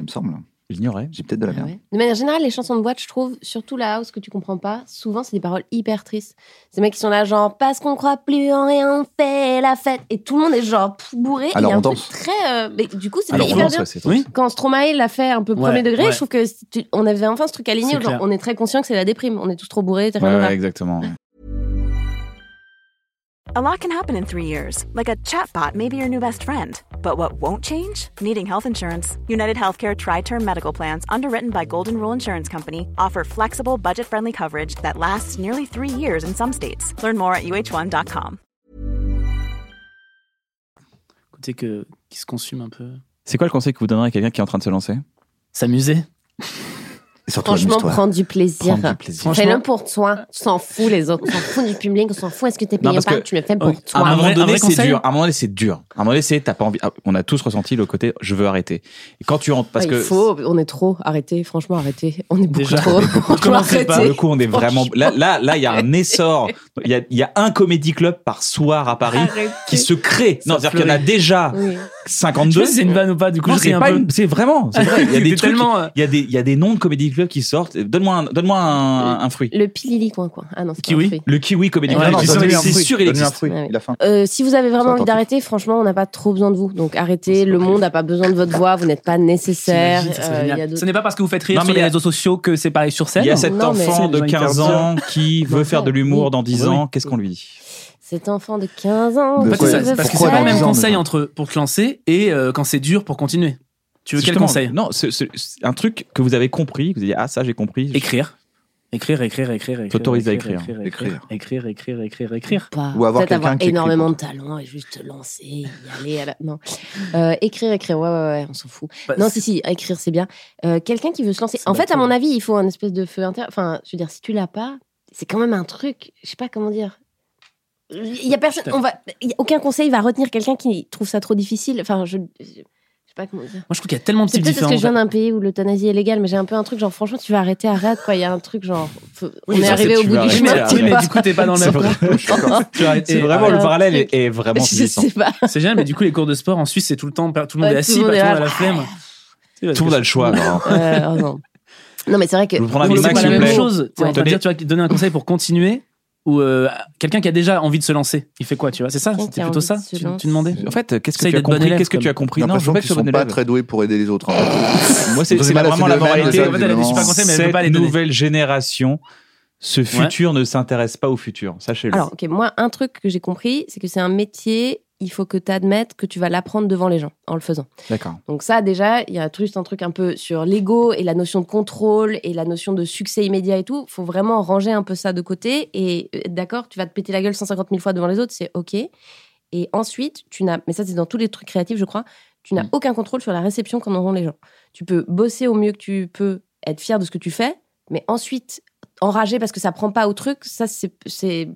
[SPEAKER 2] Il me semble.
[SPEAKER 1] J'ignorais.
[SPEAKER 2] J'ai peut-être de la
[SPEAKER 6] Ah
[SPEAKER 2] merde.
[SPEAKER 6] ouais. De manière générale, les chansons de boîte, je trouve, surtout la house que tu comprends pas, souvent c'est des paroles hyper tristes. Ces mecs qui sont là, genre, parce qu'on croit plus en rien, on fait la fête. Et tout le monde est genre pff, bourré. et
[SPEAKER 2] Alors,
[SPEAKER 6] il y a un
[SPEAKER 2] on
[SPEAKER 6] truc
[SPEAKER 2] danse.
[SPEAKER 6] très. euh, mais du coup, c'est
[SPEAKER 1] Alors, on
[SPEAKER 6] hyper
[SPEAKER 1] lance,
[SPEAKER 6] bien.
[SPEAKER 1] ouais, c'est
[SPEAKER 3] Oui.
[SPEAKER 6] Quand Stromae l'a fait un peu
[SPEAKER 3] Ouais,
[SPEAKER 6] premier degré,
[SPEAKER 3] ouais.
[SPEAKER 6] je trouve que c'est- tu- on avait enfin ce truc aligné.
[SPEAKER 3] C'est
[SPEAKER 6] où Genre,
[SPEAKER 3] clair.
[SPEAKER 6] on est très conscient que c'est la déprime. On est tous trop bourrés. t'as
[SPEAKER 1] Ouais,
[SPEAKER 6] rien à
[SPEAKER 1] ouais,
[SPEAKER 6] faire.
[SPEAKER 1] exactement.
[SPEAKER 8] A lot can happen in three years, like a chatbot may be your new best friend. But what won't change? Needing health insurance. United Healthcare Tri Term Medical Plans, underwritten by Golden Rule Insurance Company, offer flexible, budget friendly coverage that lasts nearly three years in some states. Learn more at uh1.com.
[SPEAKER 3] Côté que, qui se consume un peu.
[SPEAKER 1] C'est quoi le conseil que vous donneriez à quelqu'un qui est en train de se lancer
[SPEAKER 3] S'amuser.
[SPEAKER 2] Et surtout,
[SPEAKER 6] Franchement,
[SPEAKER 2] amuse-toi.
[SPEAKER 6] prends du plaisir.
[SPEAKER 2] Prends du plaisir.
[SPEAKER 3] Franchement-
[SPEAKER 6] Fais-le pour toi. Tu s'en fous les autres. Tu s'en fous du public. On s'en fout. Est-ce que t'es
[SPEAKER 1] Non,
[SPEAKER 6] payé ou
[SPEAKER 1] parce que-
[SPEAKER 6] pas Tu le fais
[SPEAKER 3] Oui. Ah,
[SPEAKER 6] pour
[SPEAKER 1] À
[SPEAKER 3] Un
[SPEAKER 1] un
[SPEAKER 6] toi.
[SPEAKER 3] mais-
[SPEAKER 1] moment
[SPEAKER 3] vrai- un
[SPEAKER 1] donné,
[SPEAKER 3] vrai
[SPEAKER 1] c'est
[SPEAKER 3] conseil
[SPEAKER 1] dur. À un moment donné, c'est dur. À un moment donné, c'est t'as pas envie. ah, On a tous ressenti le côté je veux arrêter. Et quand tu rentres, parce
[SPEAKER 6] Ouais,
[SPEAKER 1] que
[SPEAKER 6] Il faut, on est trop arrêté, franchement arrêté. On est beaucoup
[SPEAKER 3] Déjà,
[SPEAKER 6] trop. On doit
[SPEAKER 3] Commencez pas.
[SPEAKER 1] Pour le
[SPEAKER 6] arrêter.
[SPEAKER 1] coup, on est vraiment. Là, là, là, il y a un essor. Il y a, il y a un comédie club par soir à Paris qui se crée. Non,
[SPEAKER 3] Ça
[SPEAKER 1] c'est-à-dire qu'il y en a
[SPEAKER 3] fleurit.
[SPEAKER 1] déjà
[SPEAKER 6] Oui.
[SPEAKER 3] Je sais
[SPEAKER 1] 52.
[SPEAKER 3] pas si c'est une vanne ou pas, du coup,
[SPEAKER 1] Non,
[SPEAKER 3] je ris
[SPEAKER 1] c'est
[SPEAKER 3] un
[SPEAKER 1] pas
[SPEAKER 3] peu.
[SPEAKER 1] une- c'est vraiment, c'est vrai. Il y a des
[SPEAKER 3] C'était
[SPEAKER 1] trucs.
[SPEAKER 3] tellement, euh,
[SPEAKER 1] Il y a des, il y a des noms de comédie club qui sortent. Donne-moi, un, donne-moi un, un fruit.
[SPEAKER 6] Le pilili coin coin. Ah non, c'est pas
[SPEAKER 3] Kiwi.
[SPEAKER 6] un fruit.
[SPEAKER 1] Le kiwi comédie
[SPEAKER 3] Ouais,
[SPEAKER 1] club.
[SPEAKER 3] non,
[SPEAKER 1] C'est
[SPEAKER 3] donne-lui
[SPEAKER 1] c'est sûr, il
[SPEAKER 2] Donne-lui un
[SPEAKER 1] existe.
[SPEAKER 2] fruit,
[SPEAKER 6] Ouais.
[SPEAKER 2] il a faim.
[SPEAKER 6] Euh, si vous avez
[SPEAKER 2] Ça
[SPEAKER 6] vraiment envie
[SPEAKER 2] attend.
[SPEAKER 6] d'arrêter, franchement, on n'a pas trop besoin de vous. Donc arrêtez. Le monde n'a pas besoin de votre voix. Vous n'êtes pas nécessaire.
[SPEAKER 3] J'imagine, ça serait
[SPEAKER 6] Euh, il y a
[SPEAKER 3] génial.
[SPEAKER 6] d'autres-
[SPEAKER 3] Ce n'est pas parce que vous faites rire
[SPEAKER 1] Non, mais
[SPEAKER 3] sur
[SPEAKER 1] il y
[SPEAKER 3] les
[SPEAKER 1] a-
[SPEAKER 3] réseaux sociaux que c'est pareil sur scène.
[SPEAKER 1] Il y a cet
[SPEAKER 6] Non, mais-
[SPEAKER 1] enfant de
[SPEAKER 3] C'est-
[SPEAKER 1] 15 ans qui veut faire de l'humour dans 10
[SPEAKER 3] Oui.
[SPEAKER 1] ans. Qu'est-ce qu'on lui dit
[SPEAKER 6] Cet enfant de 15
[SPEAKER 2] De
[SPEAKER 6] ans.
[SPEAKER 3] En fait,
[SPEAKER 6] qui
[SPEAKER 3] c'est
[SPEAKER 2] quoi-
[SPEAKER 3] ça,
[SPEAKER 6] veut
[SPEAKER 3] c'est parce que
[SPEAKER 2] pourquoi
[SPEAKER 3] c'est pas
[SPEAKER 6] faire-
[SPEAKER 3] le
[SPEAKER 2] dans
[SPEAKER 3] même
[SPEAKER 2] dix ans,
[SPEAKER 3] conseil
[SPEAKER 2] déjà
[SPEAKER 3] entre pour te lancer et euh, quand c'est dur pour continuer. Tu veux quel
[SPEAKER 1] Justement,
[SPEAKER 3] conseil
[SPEAKER 1] Non, c'est c'est- c'est un truc que vous avez compris. que Vous avez dit ah ça j'ai compris.
[SPEAKER 3] Écrire. Écrire, écrire, écrire, écrire.
[SPEAKER 1] T'autorises à
[SPEAKER 3] Écrire, écrire, écrire, écrire, écrire, écrire.
[SPEAKER 6] Pas.
[SPEAKER 2] Ou avoir
[SPEAKER 6] Peut-être
[SPEAKER 2] quelqu'un qui écrit
[SPEAKER 6] énormément
[SPEAKER 2] pour
[SPEAKER 6] de talent et juste te lancer, y aller à la... Non. Euh, écrire, écrire, ouais, ouais, ouais, on s'en fout.
[SPEAKER 3] Bah,
[SPEAKER 6] non, si, si, écrire, c'est bien. Euh, quelqu'un qui veut se lancer.
[SPEAKER 3] C'est
[SPEAKER 6] En fait,
[SPEAKER 3] bateau,
[SPEAKER 6] à mon
[SPEAKER 3] ouais.
[SPEAKER 6] avis, il faut un espèce de feu inter... Enfin, je veux dire, si tu l'as pas, c'est quand même un truc, je sais pas comment dire. Il y a personne, on va, y a- aucun conseil va retenir quelqu'un qui trouve ça trop difficile. Enfin, je, je sais pas comment dire.
[SPEAKER 3] Moi, je trouve qu'il y a tellement de
[SPEAKER 6] C'est
[SPEAKER 3] types
[SPEAKER 6] peut-être parce
[SPEAKER 3] différents.
[SPEAKER 6] que je viens d'un pays où l'euthanasie est légale, mais j'ai un peu un truc genre franchement tu vas arrêter à rate quoi. Il y a un truc genre faut-
[SPEAKER 3] Oui,
[SPEAKER 6] on
[SPEAKER 3] mais
[SPEAKER 6] est
[SPEAKER 3] ça,
[SPEAKER 6] arrivé
[SPEAKER 3] c'est-
[SPEAKER 6] au
[SPEAKER 3] tu
[SPEAKER 6] bout
[SPEAKER 3] vas
[SPEAKER 6] du
[SPEAKER 3] arrêter
[SPEAKER 6] chemin.
[SPEAKER 3] à
[SPEAKER 6] tu
[SPEAKER 3] rate.
[SPEAKER 6] vois.
[SPEAKER 3] Mais du coup, t'es pas dans le
[SPEAKER 1] C'est
[SPEAKER 3] même
[SPEAKER 1] vrai.
[SPEAKER 3] plan. Tu vas arrêter
[SPEAKER 1] C'est
[SPEAKER 3] à
[SPEAKER 1] vraiment
[SPEAKER 3] rate.
[SPEAKER 1] le
[SPEAKER 6] un
[SPEAKER 1] parallèle est,
[SPEAKER 6] truc.
[SPEAKER 1] est vraiment
[SPEAKER 6] Je
[SPEAKER 1] saisissant.
[SPEAKER 6] sais pas.
[SPEAKER 3] C'est génial, mais du coup, les cours de sport en Suisse, c'est tout le temps, tout le monde
[SPEAKER 6] Ouais,
[SPEAKER 3] est assis, tout le monde a la flemme.
[SPEAKER 1] Tout le monde a le choix. alors.
[SPEAKER 6] Euh, oh non. non mais c'est vrai que
[SPEAKER 1] Je vous prends un
[SPEAKER 3] Mais
[SPEAKER 1] Big
[SPEAKER 3] c'est
[SPEAKER 1] Mac,
[SPEAKER 3] pas la
[SPEAKER 1] s'il vous
[SPEAKER 3] même
[SPEAKER 1] plaît.
[SPEAKER 3] chose. Tu es en train de
[SPEAKER 1] Tenez.
[SPEAKER 3] dire, tu vas donner un conseil pour continuer ou euh, quelqu'un qui a déjà envie de se lancer, il fait quoi, tu vois C'est ça
[SPEAKER 6] Quelqu'un qui
[SPEAKER 3] C'était
[SPEAKER 6] a
[SPEAKER 3] plutôt
[SPEAKER 6] envie
[SPEAKER 3] ça
[SPEAKER 6] de se
[SPEAKER 3] tu,
[SPEAKER 6] lancer.
[SPEAKER 3] tu demandais
[SPEAKER 1] En fait, qu'est-ce que
[SPEAKER 3] Essaye
[SPEAKER 1] tu as
[SPEAKER 3] d'être bon
[SPEAKER 1] compris
[SPEAKER 3] élève,
[SPEAKER 1] Qu'est-ce que tu as
[SPEAKER 2] J'ai
[SPEAKER 1] compris Non, je
[SPEAKER 2] l'impression
[SPEAKER 1] veux pas
[SPEAKER 2] qu'ils
[SPEAKER 1] que ce
[SPEAKER 2] sont
[SPEAKER 1] bon
[SPEAKER 2] pas
[SPEAKER 1] élève.
[SPEAKER 2] très doués pour aider les autres. en fait.
[SPEAKER 1] Moi, c'est
[SPEAKER 2] Ils ont du
[SPEAKER 1] c'est
[SPEAKER 2] mal à
[SPEAKER 1] vraiment
[SPEAKER 2] se
[SPEAKER 1] la
[SPEAKER 2] lever,
[SPEAKER 3] moralité.
[SPEAKER 1] moralité.
[SPEAKER 3] En fait, elle a des super conseils, mais elle peut pas les
[SPEAKER 1] Cette
[SPEAKER 3] donner.
[SPEAKER 1] nouvelle génération, ce futur ne s'intéresse pas au futur. Sachez-le.
[SPEAKER 6] Alors, ok, moi, un truc que j'ai compris, c'est que c'est un métier, il faut que tu admettes que tu vas l'apprendre devant les gens en le faisant.
[SPEAKER 1] D'accord.
[SPEAKER 6] Donc ça, déjà, il y a tout juste un truc un peu sur l'ego et la notion de contrôle et la notion de succès immédiat et tout. faut vraiment ranger un peu ça de côté et euh, d'accord, tu vas te péter la gueule 150 000 fois devant les autres, c'est ok. Et ensuite, tu n'as, mais ça c'est dans tous les trucs créatifs, je crois, tu
[SPEAKER 2] Mm.
[SPEAKER 6] n'as aucun contrôle sur la réception qu'en auront les gens. Tu peux bosser au mieux que tu peux, être fier de ce que tu fais, mais ensuite enrager parce que ça prend pas au truc, ça c'est- c'est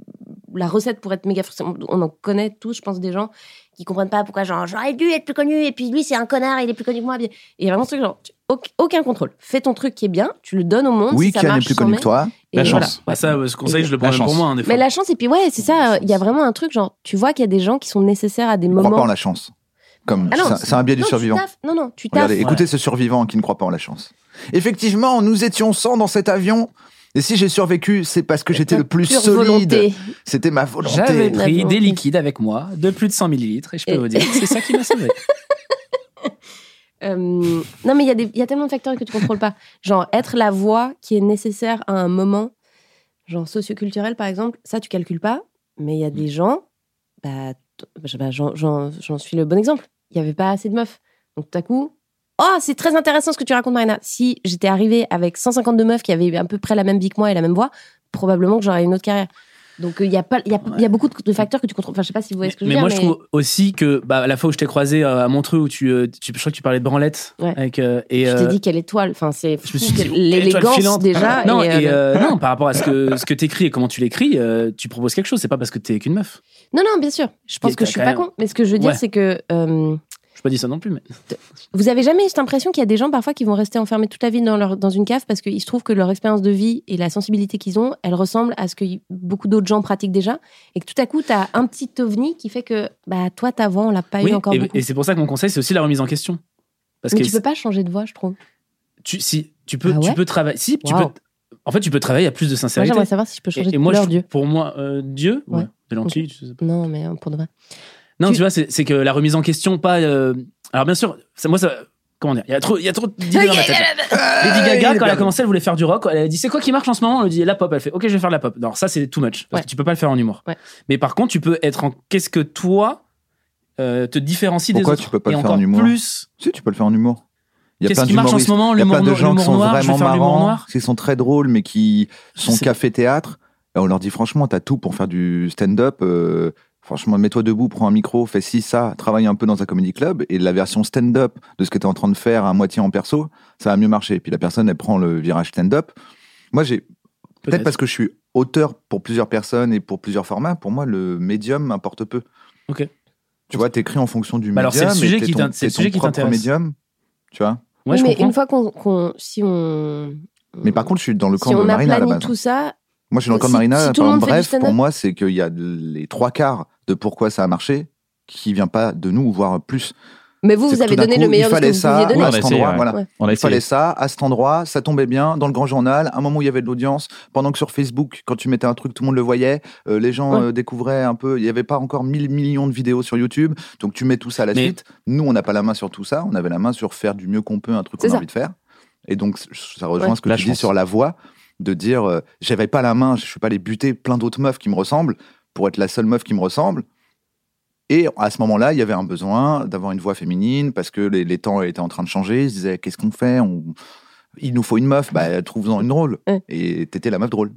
[SPEAKER 6] la recette pour être méga frustré. On- On en connaît tous, je pense, des gens qui comprennent pas pourquoi genre j'aurais dû être plus connu et puis lui c'est un connard, il est plus connu que moi. Et il y a vraiment ce truc genre tu- au- aucun contrôle. Fais ton truc qui est bien, tu le donnes au monde.
[SPEAKER 2] Oui,
[SPEAKER 6] si ça
[SPEAKER 2] Kian
[SPEAKER 6] marche,
[SPEAKER 2] est plus
[SPEAKER 6] s'en
[SPEAKER 2] connu
[SPEAKER 6] met.
[SPEAKER 2] que toi.
[SPEAKER 6] Et
[SPEAKER 1] La
[SPEAKER 6] voilà.
[SPEAKER 1] chance.
[SPEAKER 3] Bah, ça, euh, ce conseil, je le prends
[SPEAKER 1] La
[SPEAKER 3] même pour
[SPEAKER 1] chance.
[SPEAKER 3] moi, hein, des fois.
[SPEAKER 6] Mais la chance, et puis ouais, c'est ça, il y a vraiment un truc, genre, tu vois qu'il y a des gens qui sont nécessaires à des
[SPEAKER 2] Je ne crois pas en
[SPEAKER 6] moments.
[SPEAKER 2] la chance. Comme
[SPEAKER 6] Ah non,
[SPEAKER 2] c'est un- c'est un biais du
[SPEAKER 6] non, tu
[SPEAKER 2] survivant.
[SPEAKER 6] taffes. Non, non, tu taffes.
[SPEAKER 2] Regardez, écoutez ce survivant qui ne croit pas en la chance. Effectivement, nous étions 100 dans cet avion. Et si j'ai survécu, c'est parce que j'étais
[SPEAKER 6] Ta
[SPEAKER 2] le plus
[SPEAKER 6] pure
[SPEAKER 2] solide.
[SPEAKER 6] volonté.
[SPEAKER 2] C'était ma volonté.
[SPEAKER 3] J'avais pris
[SPEAKER 6] D'accord.
[SPEAKER 3] des liquides avec moi de plus de 100 millilitres et je peux
[SPEAKER 6] Et-
[SPEAKER 3] vous dire, c'est ça qui m'a sauvé.
[SPEAKER 6] Euh, non, mais il y, a des- il y a tellement de facteurs que tu contrôles pas. Genre, être la voix qui est nécessaire à un moment, genre socioculturel par exemple, ça tu calcules pas, mais il y a des gens, bah, t- je- bah, j'en- j'en j'en suis le bon exemple. Il y avait pas assez de meufs. Donc tout à coup, oh, c'est très intéressant ce que tu racontes, Marina. Si j'étais arrivée avec 152 meufs qui avaient à peu près la même vie que moi et la même voix, probablement que j'aurais une autre carrière. Donc euh, il y a pas, il y, a- il y a beaucoup de, de facteurs que tu contrôles. Enfin, je sais pas si vous voyez
[SPEAKER 3] mais
[SPEAKER 6] ce que je veux dire.
[SPEAKER 3] moi, je trouve aussi que bah, la fois où je t'ai croisé euh, à Montreux, où tu, euh, tu- je crois que tu parlais de branlette.
[SPEAKER 6] Ouais.
[SPEAKER 3] Avec, euh, et,
[SPEAKER 6] Je
[SPEAKER 3] euh,
[SPEAKER 6] t'ai dit quelle étoile. Enfin, c'est
[SPEAKER 3] je me suis dit, étoile
[SPEAKER 6] fou, l'élégance
[SPEAKER 3] filante.
[SPEAKER 6] déjà.
[SPEAKER 3] Non,
[SPEAKER 6] et,
[SPEAKER 3] et,
[SPEAKER 6] euh,
[SPEAKER 3] euh, non, par rapport à ce que, ce que t'écris et comment tu l'écris, euh, tu proposes quelque chose. C'est pas parce que t'es qu'une meuf.
[SPEAKER 6] Non, non, bien sûr. Je
[SPEAKER 3] Et
[SPEAKER 6] pense que
[SPEAKER 3] t'as
[SPEAKER 6] je suis
[SPEAKER 3] quand
[SPEAKER 6] pas
[SPEAKER 3] même-
[SPEAKER 6] con. Mais ce que je veux dire,
[SPEAKER 3] Ouais.
[SPEAKER 6] c'est que euh,
[SPEAKER 3] Je pas dit ça non plus, mais
[SPEAKER 6] vous avez jamais eu cette impression qu'il y a des gens parfois qui vont rester enfermés toute la vie dans, leur, dans une cave parce qu'il se trouve que leur expérience de vie et la sensibilité qu'ils ont, elle ressemble à ce que y- beaucoup d'autres gens pratiquent déjà. Et que tout à coup, tu as un petit ovni qui fait que, bah, toi, ta voix, on l'a pas
[SPEAKER 3] Oui,
[SPEAKER 6] eu encore
[SPEAKER 3] et,
[SPEAKER 6] beaucoup.
[SPEAKER 3] et c'est pour ça que mon conseil, c'est aussi la remise en question. Parce
[SPEAKER 6] mais
[SPEAKER 3] que
[SPEAKER 6] tu peux pas changer de voix, je trouve.
[SPEAKER 3] tu, si, tu peux,
[SPEAKER 6] Ah ouais
[SPEAKER 3] tu peux travailler. Si, tu
[SPEAKER 6] Waouh.
[SPEAKER 3] peux. En fait, tu peux travailler à plus de
[SPEAKER 6] Moi,
[SPEAKER 3] sincérité.
[SPEAKER 6] j'aimerais savoir si je peux changer
[SPEAKER 3] et, et
[SPEAKER 6] de
[SPEAKER 3] moi,
[SPEAKER 6] couleur,
[SPEAKER 3] je-
[SPEAKER 6] Dieu.
[SPEAKER 3] pour moi, euh, Dieu,
[SPEAKER 6] Ouais.
[SPEAKER 3] ouais, de lentilles, je sais pas.
[SPEAKER 6] Non, mais euh, pour de vrai.
[SPEAKER 3] Non,
[SPEAKER 6] Tu-
[SPEAKER 3] tu, vois, c'est c'est que la remise en question, pas. euh, Alors, bien sûr, ça, moi, ça. Comment dire Il y a trop, il y a trop d'idées dans ma tête. Lady Gaga, quand elle a commencé, elle voulait faire du rock. Elle a dit C'est quoi qui marche en ce moment On lui dit La pop. Elle fait Ok, je vais faire de la pop. Non, ça, c'est too much. Parce
[SPEAKER 6] Ouais.
[SPEAKER 3] que tu peux pas le faire en humour.
[SPEAKER 6] Ouais.
[SPEAKER 3] Mais par contre, tu peux être en. Qu'est-ce que toi euh, te différencie
[SPEAKER 2] Pourquoi
[SPEAKER 3] des autres
[SPEAKER 2] tu peux pas
[SPEAKER 3] Et
[SPEAKER 2] le faire en
[SPEAKER 3] encore
[SPEAKER 2] humour
[SPEAKER 3] plus.
[SPEAKER 2] Si, tu peux le faire en humour. Il y a
[SPEAKER 3] Qu'est-ce
[SPEAKER 2] plein
[SPEAKER 3] qui marche en ce
[SPEAKER 2] d'humoristes.
[SPEAKER 3] moment
[SPEAKER 2] Il y a
[SPEAKER 3] L'humour
[SPEAKER 2] plein de
[SPEAKER 3] no-
[SPEAKER 2] gens qui
[SPEAKER 3] l'humour
[SPEAKER 2] sont
[SPEAKER 3] noir, je vais
[SPEAKER 2] vraiment
[SPEAKER 3] faire de l'humour
[SPEAKER 2] marrants,
[SPEAKER 3] noir.
[SPEAKER 2] qui sont très drôles, mais qui sont
[SPEAKER 3] C'est-
[SPEAKER 2] café-théâtre. Et on leur dit franchement, t'as tout pour faire du stand-up. euh, franchement, mets-toi debout, prends un micro, fais ci, ça, travaille un peu dans un comedy club. Et la version stand-up de ce que t'es en train de faire à moitié en perso, ça va mieux marcher. Puis la personne, elle prend le virage stand-up. Moi, j'ai Peut-être parce que je suis auteur pour plusieurs personnes et pour plusieurs formats. Pour moi, le médium m'importe peu.
[SPEAKER 3] Ok.
[SPEAKER 2] Tu vois, t'écris en fonction du
[SPEAKER 3] Bah alors, c'est le
[SPEAKER 2] médium.
[SPEAKER 3] sujet
[SPEAKER 2] et t'es
[SPEAKER 3] qui
[SPEAKER 2] ton-
[SPEAKER 3] t'in- c'est le
[SPEAKER 2] t'es ton
[SPEAKER 3] sujet qui
[SPEAKER 2] propre
[SPEAKER 3] t'intéresse.
[SPEAKER 2] médium. Tu vois.
[SPEAKER 3] Ouais,
[SPEAKER 6] Oui,
[SPEAKER 3] je
[SPEAKER 6] mais
[SPEAKER 3] comprends.
[SPEAKER 6] une fois qu'on. qu'on- si on.
[SPEAKER 2] Mais
[SPEAKER 3] Euh,
[SPEAKER 2] par contre, je suis dans le camp
[SPEAKER 6] si
[SPEAKER 2] de
[SPEAKER 6] on
[SPEAKER 2] Marina à la
[SPEAKER 6] aplanit
[SPEAKER 2] base. hein.
[SPEAKER 6] tout ça,
[SPEAKER 2] Moi, je suis dans le camp de
[SPEAKER 6] si-
[SPEAKER 2] Marina.
[SPEAKER 6] si tout
[SPEAKER 2] par
[SPEAKER 6] le monde
[SPEAKER 2] exemple,
[SPEAKER 6] fait du
[SPEAKER 2] bref, pour
[SPEAKER 6] stand-up.
[SPEAKER 2] moi, c'est qu'il y a les trois quarts de pourquoi ça a marché qui vient pas de nous, voire plus.
[SPEAKER 6] Mais vous,
[SPEAKER 2] C'est
[SPEAKER 6] vous
[SPEAKER 2] que
[SPEAKER 6] avez
[SPEAKER 2] tout d'un
[SPEAKER 6] donné
[SPEAKER 2] coup,
[SPEAKER 6] le meilleur
[SPEAKER 2] il
[SPEAKER 6] de ce que
[SPEAKER 2] fallait
[SPEAKER 6] vous
[SPEAKER 2] ça,
[SPEAKER 6] pouviez donner.
[SPEAKER 2] à
[SPEAKER 1] On a
[SPEAKER 2] cet
[SPEAKER 1] essayé,
[SPEAKER 2] endroit,
[SPEAKER 1] ouais.
[SPEAKER 2] voilà.
[SPEAKER 6] Ouais.
[SPEAKER 1] On a
[SPEAKER 2] Il fallait
[SPEAKER 1] essayé.
[SPEAKER 2] ça à cet endroit, ça tombait bien dans le grand journal, un moment où il y avait de l'audience, pendant que sur Facebook, quand tu mettais un truc, tout le monde le voyait, euh, les gens
[SPEAKER 6] Ouais.
[SPEAKER 2] euh, découvraient un peu, il n'y avait pas encore 1000 millions de vidéos sur YouTube, donc tu mets tout ça à la
[SPEAKER 3] Mais-
[SPEAKER 2] suite. Nous, on n'a pas la main sur tout ça, on avait la main sur faire du mieux qu'on peut un truc qu'on
[SPEAKER 6] C'est
[SPEAKER 2] a
[SPEAKER 6] ça.
[SPEAKER 2] envie de faire. Et donc, c- ça rejoint
[SPEAKER 6] Ouais.
[SPEAKER 2] ce que
[SPEAKER 1] La
[SPEAKER 2] tu dis
[SPEAKER 1] chance.
[SPEAKER 2] sur la voix, de dire, euh, j'avais pas la main, je suis pas allé buter plein d'autres meufs qui me ressemblent pour être la seule meuf qui me ressemble. Et à ce moment-là, il y avait un besoin d'avoir une voix féminine parce que les, les temps étaient en train de changer. Ils se disaient qu'est-ce qu'on fait On- Il nous faut une meuf, bah, trouve-en une drôle.
[SPEAKER 6] Ouais.
[SPEAKER 2] Et t'étais la meuf drôle.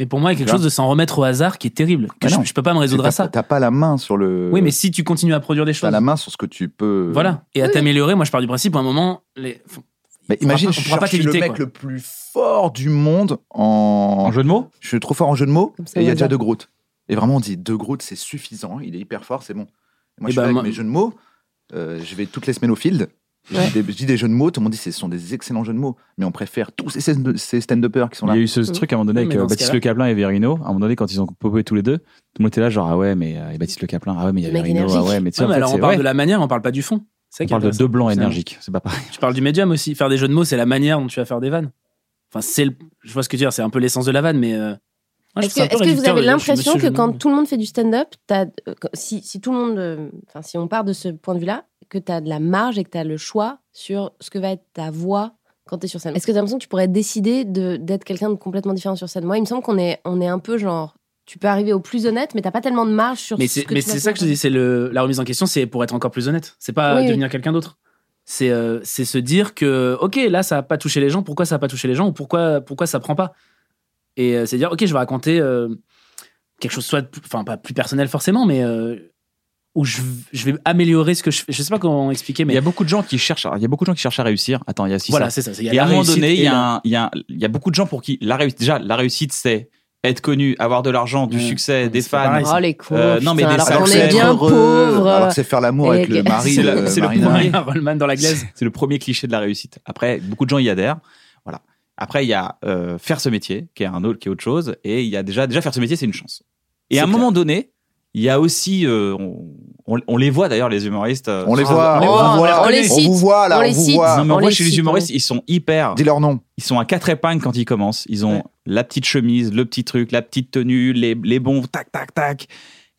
[SPEAKER 3] Mais pour moi, il y a quelque
[SPEAKER 2] Tu vois
[SPEAKER 3] chose de s'en remettre au hasard qui est terrible. Que
[SPEAKER 2] Mais
[SPEAKER 3] je,
[SPEAKER 2] non.
[SPEAKER 3] je peux pas me résoudre
[SPEAKER 2] T'as-
[SPEAKER 3] à ça.
[SPEAKER 2] T'as pas la main sur le.
[SPEAKER 3] Oui, mais si tu continues à produire des
[SPEAKER 2] t'as
[SPEAKER 3] choses,
[SPEAKER 2] la main sur ce que tu peux.
[SPEAKER 3] voilà, et à
[SPEAKER 6] Euh, Oui.
[SPEAKER 3] t'améliorer, moi je pars du principe, à un moment, les...
[SPEAKER 2] Mais
[SPEAKER 3] On pourra
[SPEAKER 2] imagine,
[SPEAKER 3] pas-
[SPEAKER 2] je
[SPEAKER 3] on pourra pas
[SPEAKER 2] cherche- je suis le
[SPEAKER 3] t'éviter,
[SPEAKER 2] mec
[SPEAKER 3] quoi.
[SPEAKER 2] le plus fort du monde en...
[SPEAKER 1] En jeu de mots
[SPEAKER 2] Je suis trop fort en jeu de mots,
[SPEAKER 6] Comme ça,
[SPEAKER 2] et il y
[SPEAKER 6] au
[SPEAKER 2] a déjà De
[SPEAKER 6] hasard.
[SPEAKER 2] Groot. Et vraiment, on dit De Groot, c'est suffisant, il est hyper fort, c'est bon. Et moi,
[SPEAKER 3] Eh
[SPEAKER 2] je suis
[SPEAKER 3] ben,
[SPEAKER 2] là avec
[SPEAKER 3] moi-
[SPEAKER 2] mes jeux de mots, euh, je vais toutes les semaines au field, je
[SPEAKER 6] Ouais.
[SPEAKER 2] dis des- je dis des jeux de mots, tout le monde dit ce sont des excellents jeux de mots, mais on préfère tous ces- ces stand-uppers qui sont
[SPEAKER 1] Il
[SPEAKER 2] là.
[SPEAKER 1] y a eu ce truc à un moment donné
[SPEAKER 3] Oui,
[SPEAKER 1] avec
[SPEAKER 3] mais dans
[SPEAKER 1] euh,
[SPEAKER 3] ce
[SPEAKER 1] Baptiste
[SPEAKER 3] cas-là-
[SPEAKER 1] Le Caplin et Verino. À un moment donné, quand ils ont popé tous les deux, tout le monde était là, genre, ah ouais, mais euh, et Baptiste Le Caplin, ah ouais, mais il y a
[SPEAKER 6] Le mec
[SPEAKER 1] Verino, ah
[SPEAKER 6] énergique.
[SPEAKER 1] ouais, mais tu sais,
[SPEAKER 3] Ouais,
[SPEAKER 1] en
[SPEAKER 3] mais
[SPEAKER 1] fait,
[SPEAKER 3] alors on
[SPEAKER 1] c'est-
[SPEAKER 3] parle
[SPEAKER 1] ouais,
[SPEAKER 3] de la manière, on parle pas du fond. C'est ça
[SPEAKER 1] on
[SPEAKER 3] qui est
[SPEAKER 1] parle de
[SPEAKER 3] intéressant,
[SPEAKER 1] deux blancs
[SPEAKER 3] finalement.
[SPEAKER 1] énergiques, c'est pas pareil.
[SPEAKER 3] Tu parles du médium aussi. Faire des jeux de mots, c'est la manière dont tu vas faire des vannes. Enfin, c'est le- je vois ce que tu veux dire, c'est un peu l'essence de la vanne, mais. euh, moi, je trouve ça un peu
[SPEAKER 6] Est-ce que, est-ce que vous
[SPEAKER 3] réducteur
[SPEAKER 6] avez
[SPEAKER 3] de dire, je suis
[SPEAKER 6] l'impression que
[SPEAKER 3] monsieur jeu de
[SPEAKER 6] quand
[SPEAKER 3] mots.
[SPEAKER 6] tout le monde fait du stand-up, t'as- euh, quand- si, si tout le monde, euh, enfin si on part de ce point de vue-là, que tu as de la marge et que tu as le choix sur ce que va être ta voix quand tu es sur scène Est-ce que tu as l'impression que tu pourrais décider de- d'être quelqu'un de complètement différent sur scène Moi, il me semble qu'on est, on est un peu genre, tu peux arriver au plus honnête, mais t'as pas tellement de marge sur
[SPEAKER 3] Mais
[SPEAKER 6] ce
[SPEAKER 3] c'est
[SPEAKER 6] que
[SPEAKER 3] mais
[SPEAKER 6] tu vas
[SPEAKER 3] c'est ça que je dis, c'est le la remise en question, c'est pour être encore plus honnête. C'est pas
[SPEAKER 6] Oui, oui.
[SPEAKER 3] devenir quelqu'un d'autre. C'est euh, c'est se dire que ok là ça a pas touché les gens, pourquoi ça a pas touché les gens ou pourquoi pourquoi ça prend pas. Et euh, c'est dire ok je vais raconter euh, quelque chose soit de plus- enfin pas plus personnel forcément, mais euh, où je, je vais améliorer ce que je fais. Je sais pas comment expliquer,
[SPEAKER 1] Il y
[SPEAKER 3] mais
[SPEAKER 1] a beaucoup de gens qui cherchent, à- il y a beaucoup de gens qui cherchent à réussir. Attends, il y a six
[SPEAKER 3] voilà c'est ça. c'est- il y a
[SPEAKER 1] Et
[SPEAKER 3] la
[SPEAKER 1] à un moment
[SPEAKER 3] réussite
[SPEAKER 1] donné, il y,
[SPEAKER 3] et
[SPEAKER 1] a
[SPEAKER 3] la-
[SPEAKER 1] un- il y a un- il y a beaucoup de gens pour qui la réussite, déjà, la réussite, c'est être connu, avoir de l'argent, du
[SPEAKER 3] Mm. Ouais.
[SPEAKER 1] succès, des
[SPEAKER 3] C'est pas
[SPEAKER 1] fans.
[SPEAKER 3] pareil.
[SPEAKER 6] Oh les cons,
[SPEAKER 1] Euh, non, mais
[SPEAKER 6] putain,
[SPEAKER 1] des
[SPEAKER 6] alors
[SPEAKER 1] salles
[SPEAKER 6] qu'on
[SPEAKER 2] Alors que
[SPEAKER 1] de
[SPEAKER 6] est
[SPEAKER 2] c'est
[SPEAKER 6] bien
[SPEAKER 2] être heureux, alors
[SPEAKER 6] pauvre.
[SPEAKER 2] que c'est faire l'amour avec
[SPEAKER 6] et-
[SPEAKER 2] le mari
[SPEAKER 1] C'est
[SPEAKER 2] de
[SPEAKER 1] le- c'est le
[SPEAKER 2] Marina.
[SPEAKER 1] premier.
[SPEAKER 3] Marina Rollman dans la glace.
[SPEAKER 1] C'est le premier cliché de la réussite. Après, beaucoup de gens y adhèrent. Voilà. Après, il y a euh, faire ce métier, qui est un autre, qui est autre chose. Et il y a déjà, déjà faire ce métier, c'est une chance. Et
[SPEAKER 3] C'est
[SPEAKER 1] à un
[SPEAKER 3] clair.
[SPEAKER 1] moment donné, il y a aussi, euh, on, on- on les voit d'ailleurs, les humoristes. euh,
[SPEAKER 2] On les
[SPEAKER 1] sur-
[SPEAKER 2] voit,
[SPEAKER 6] Ah, on les
[SPEAKER 2] on,
[SPEAKER 6] voit,
[SPEAKER 2] vous voit,
[SPEAKER 6] on les
[SPEAKER 2] on
[SPEAKER 6] cite,
[SPEAKER 2] vous voit, là,
[SPEAKER 6] on
[SPEAKER 2] on,
[SPEAKER 6] les
[SPEAKER 2] vous
[SPEAKER 6] cite.
[SPEAKER 1] Non,
[SPEAKER 2] voit.
[SPEAKER 1] mais Hein on
[SPEAKER 6] On
[SPEAKER 1] voit
[SPEAKER 6] les
[SPEAKER 1] chez les
[SPEAKER 6] cite,
[SPEAKER 1] humoristes, ils sont hyper.
[SPEAKER 2] Dis leur nom.
[SPEAKER 1] Ils sont à quatre épingles quand ils commencent. Ils ont
[SPEAKER 3] Ouais.
[SPEAKER 1] la petite chemise, le petit truc, la petite tenue, les, les bons, tac, tac, tac.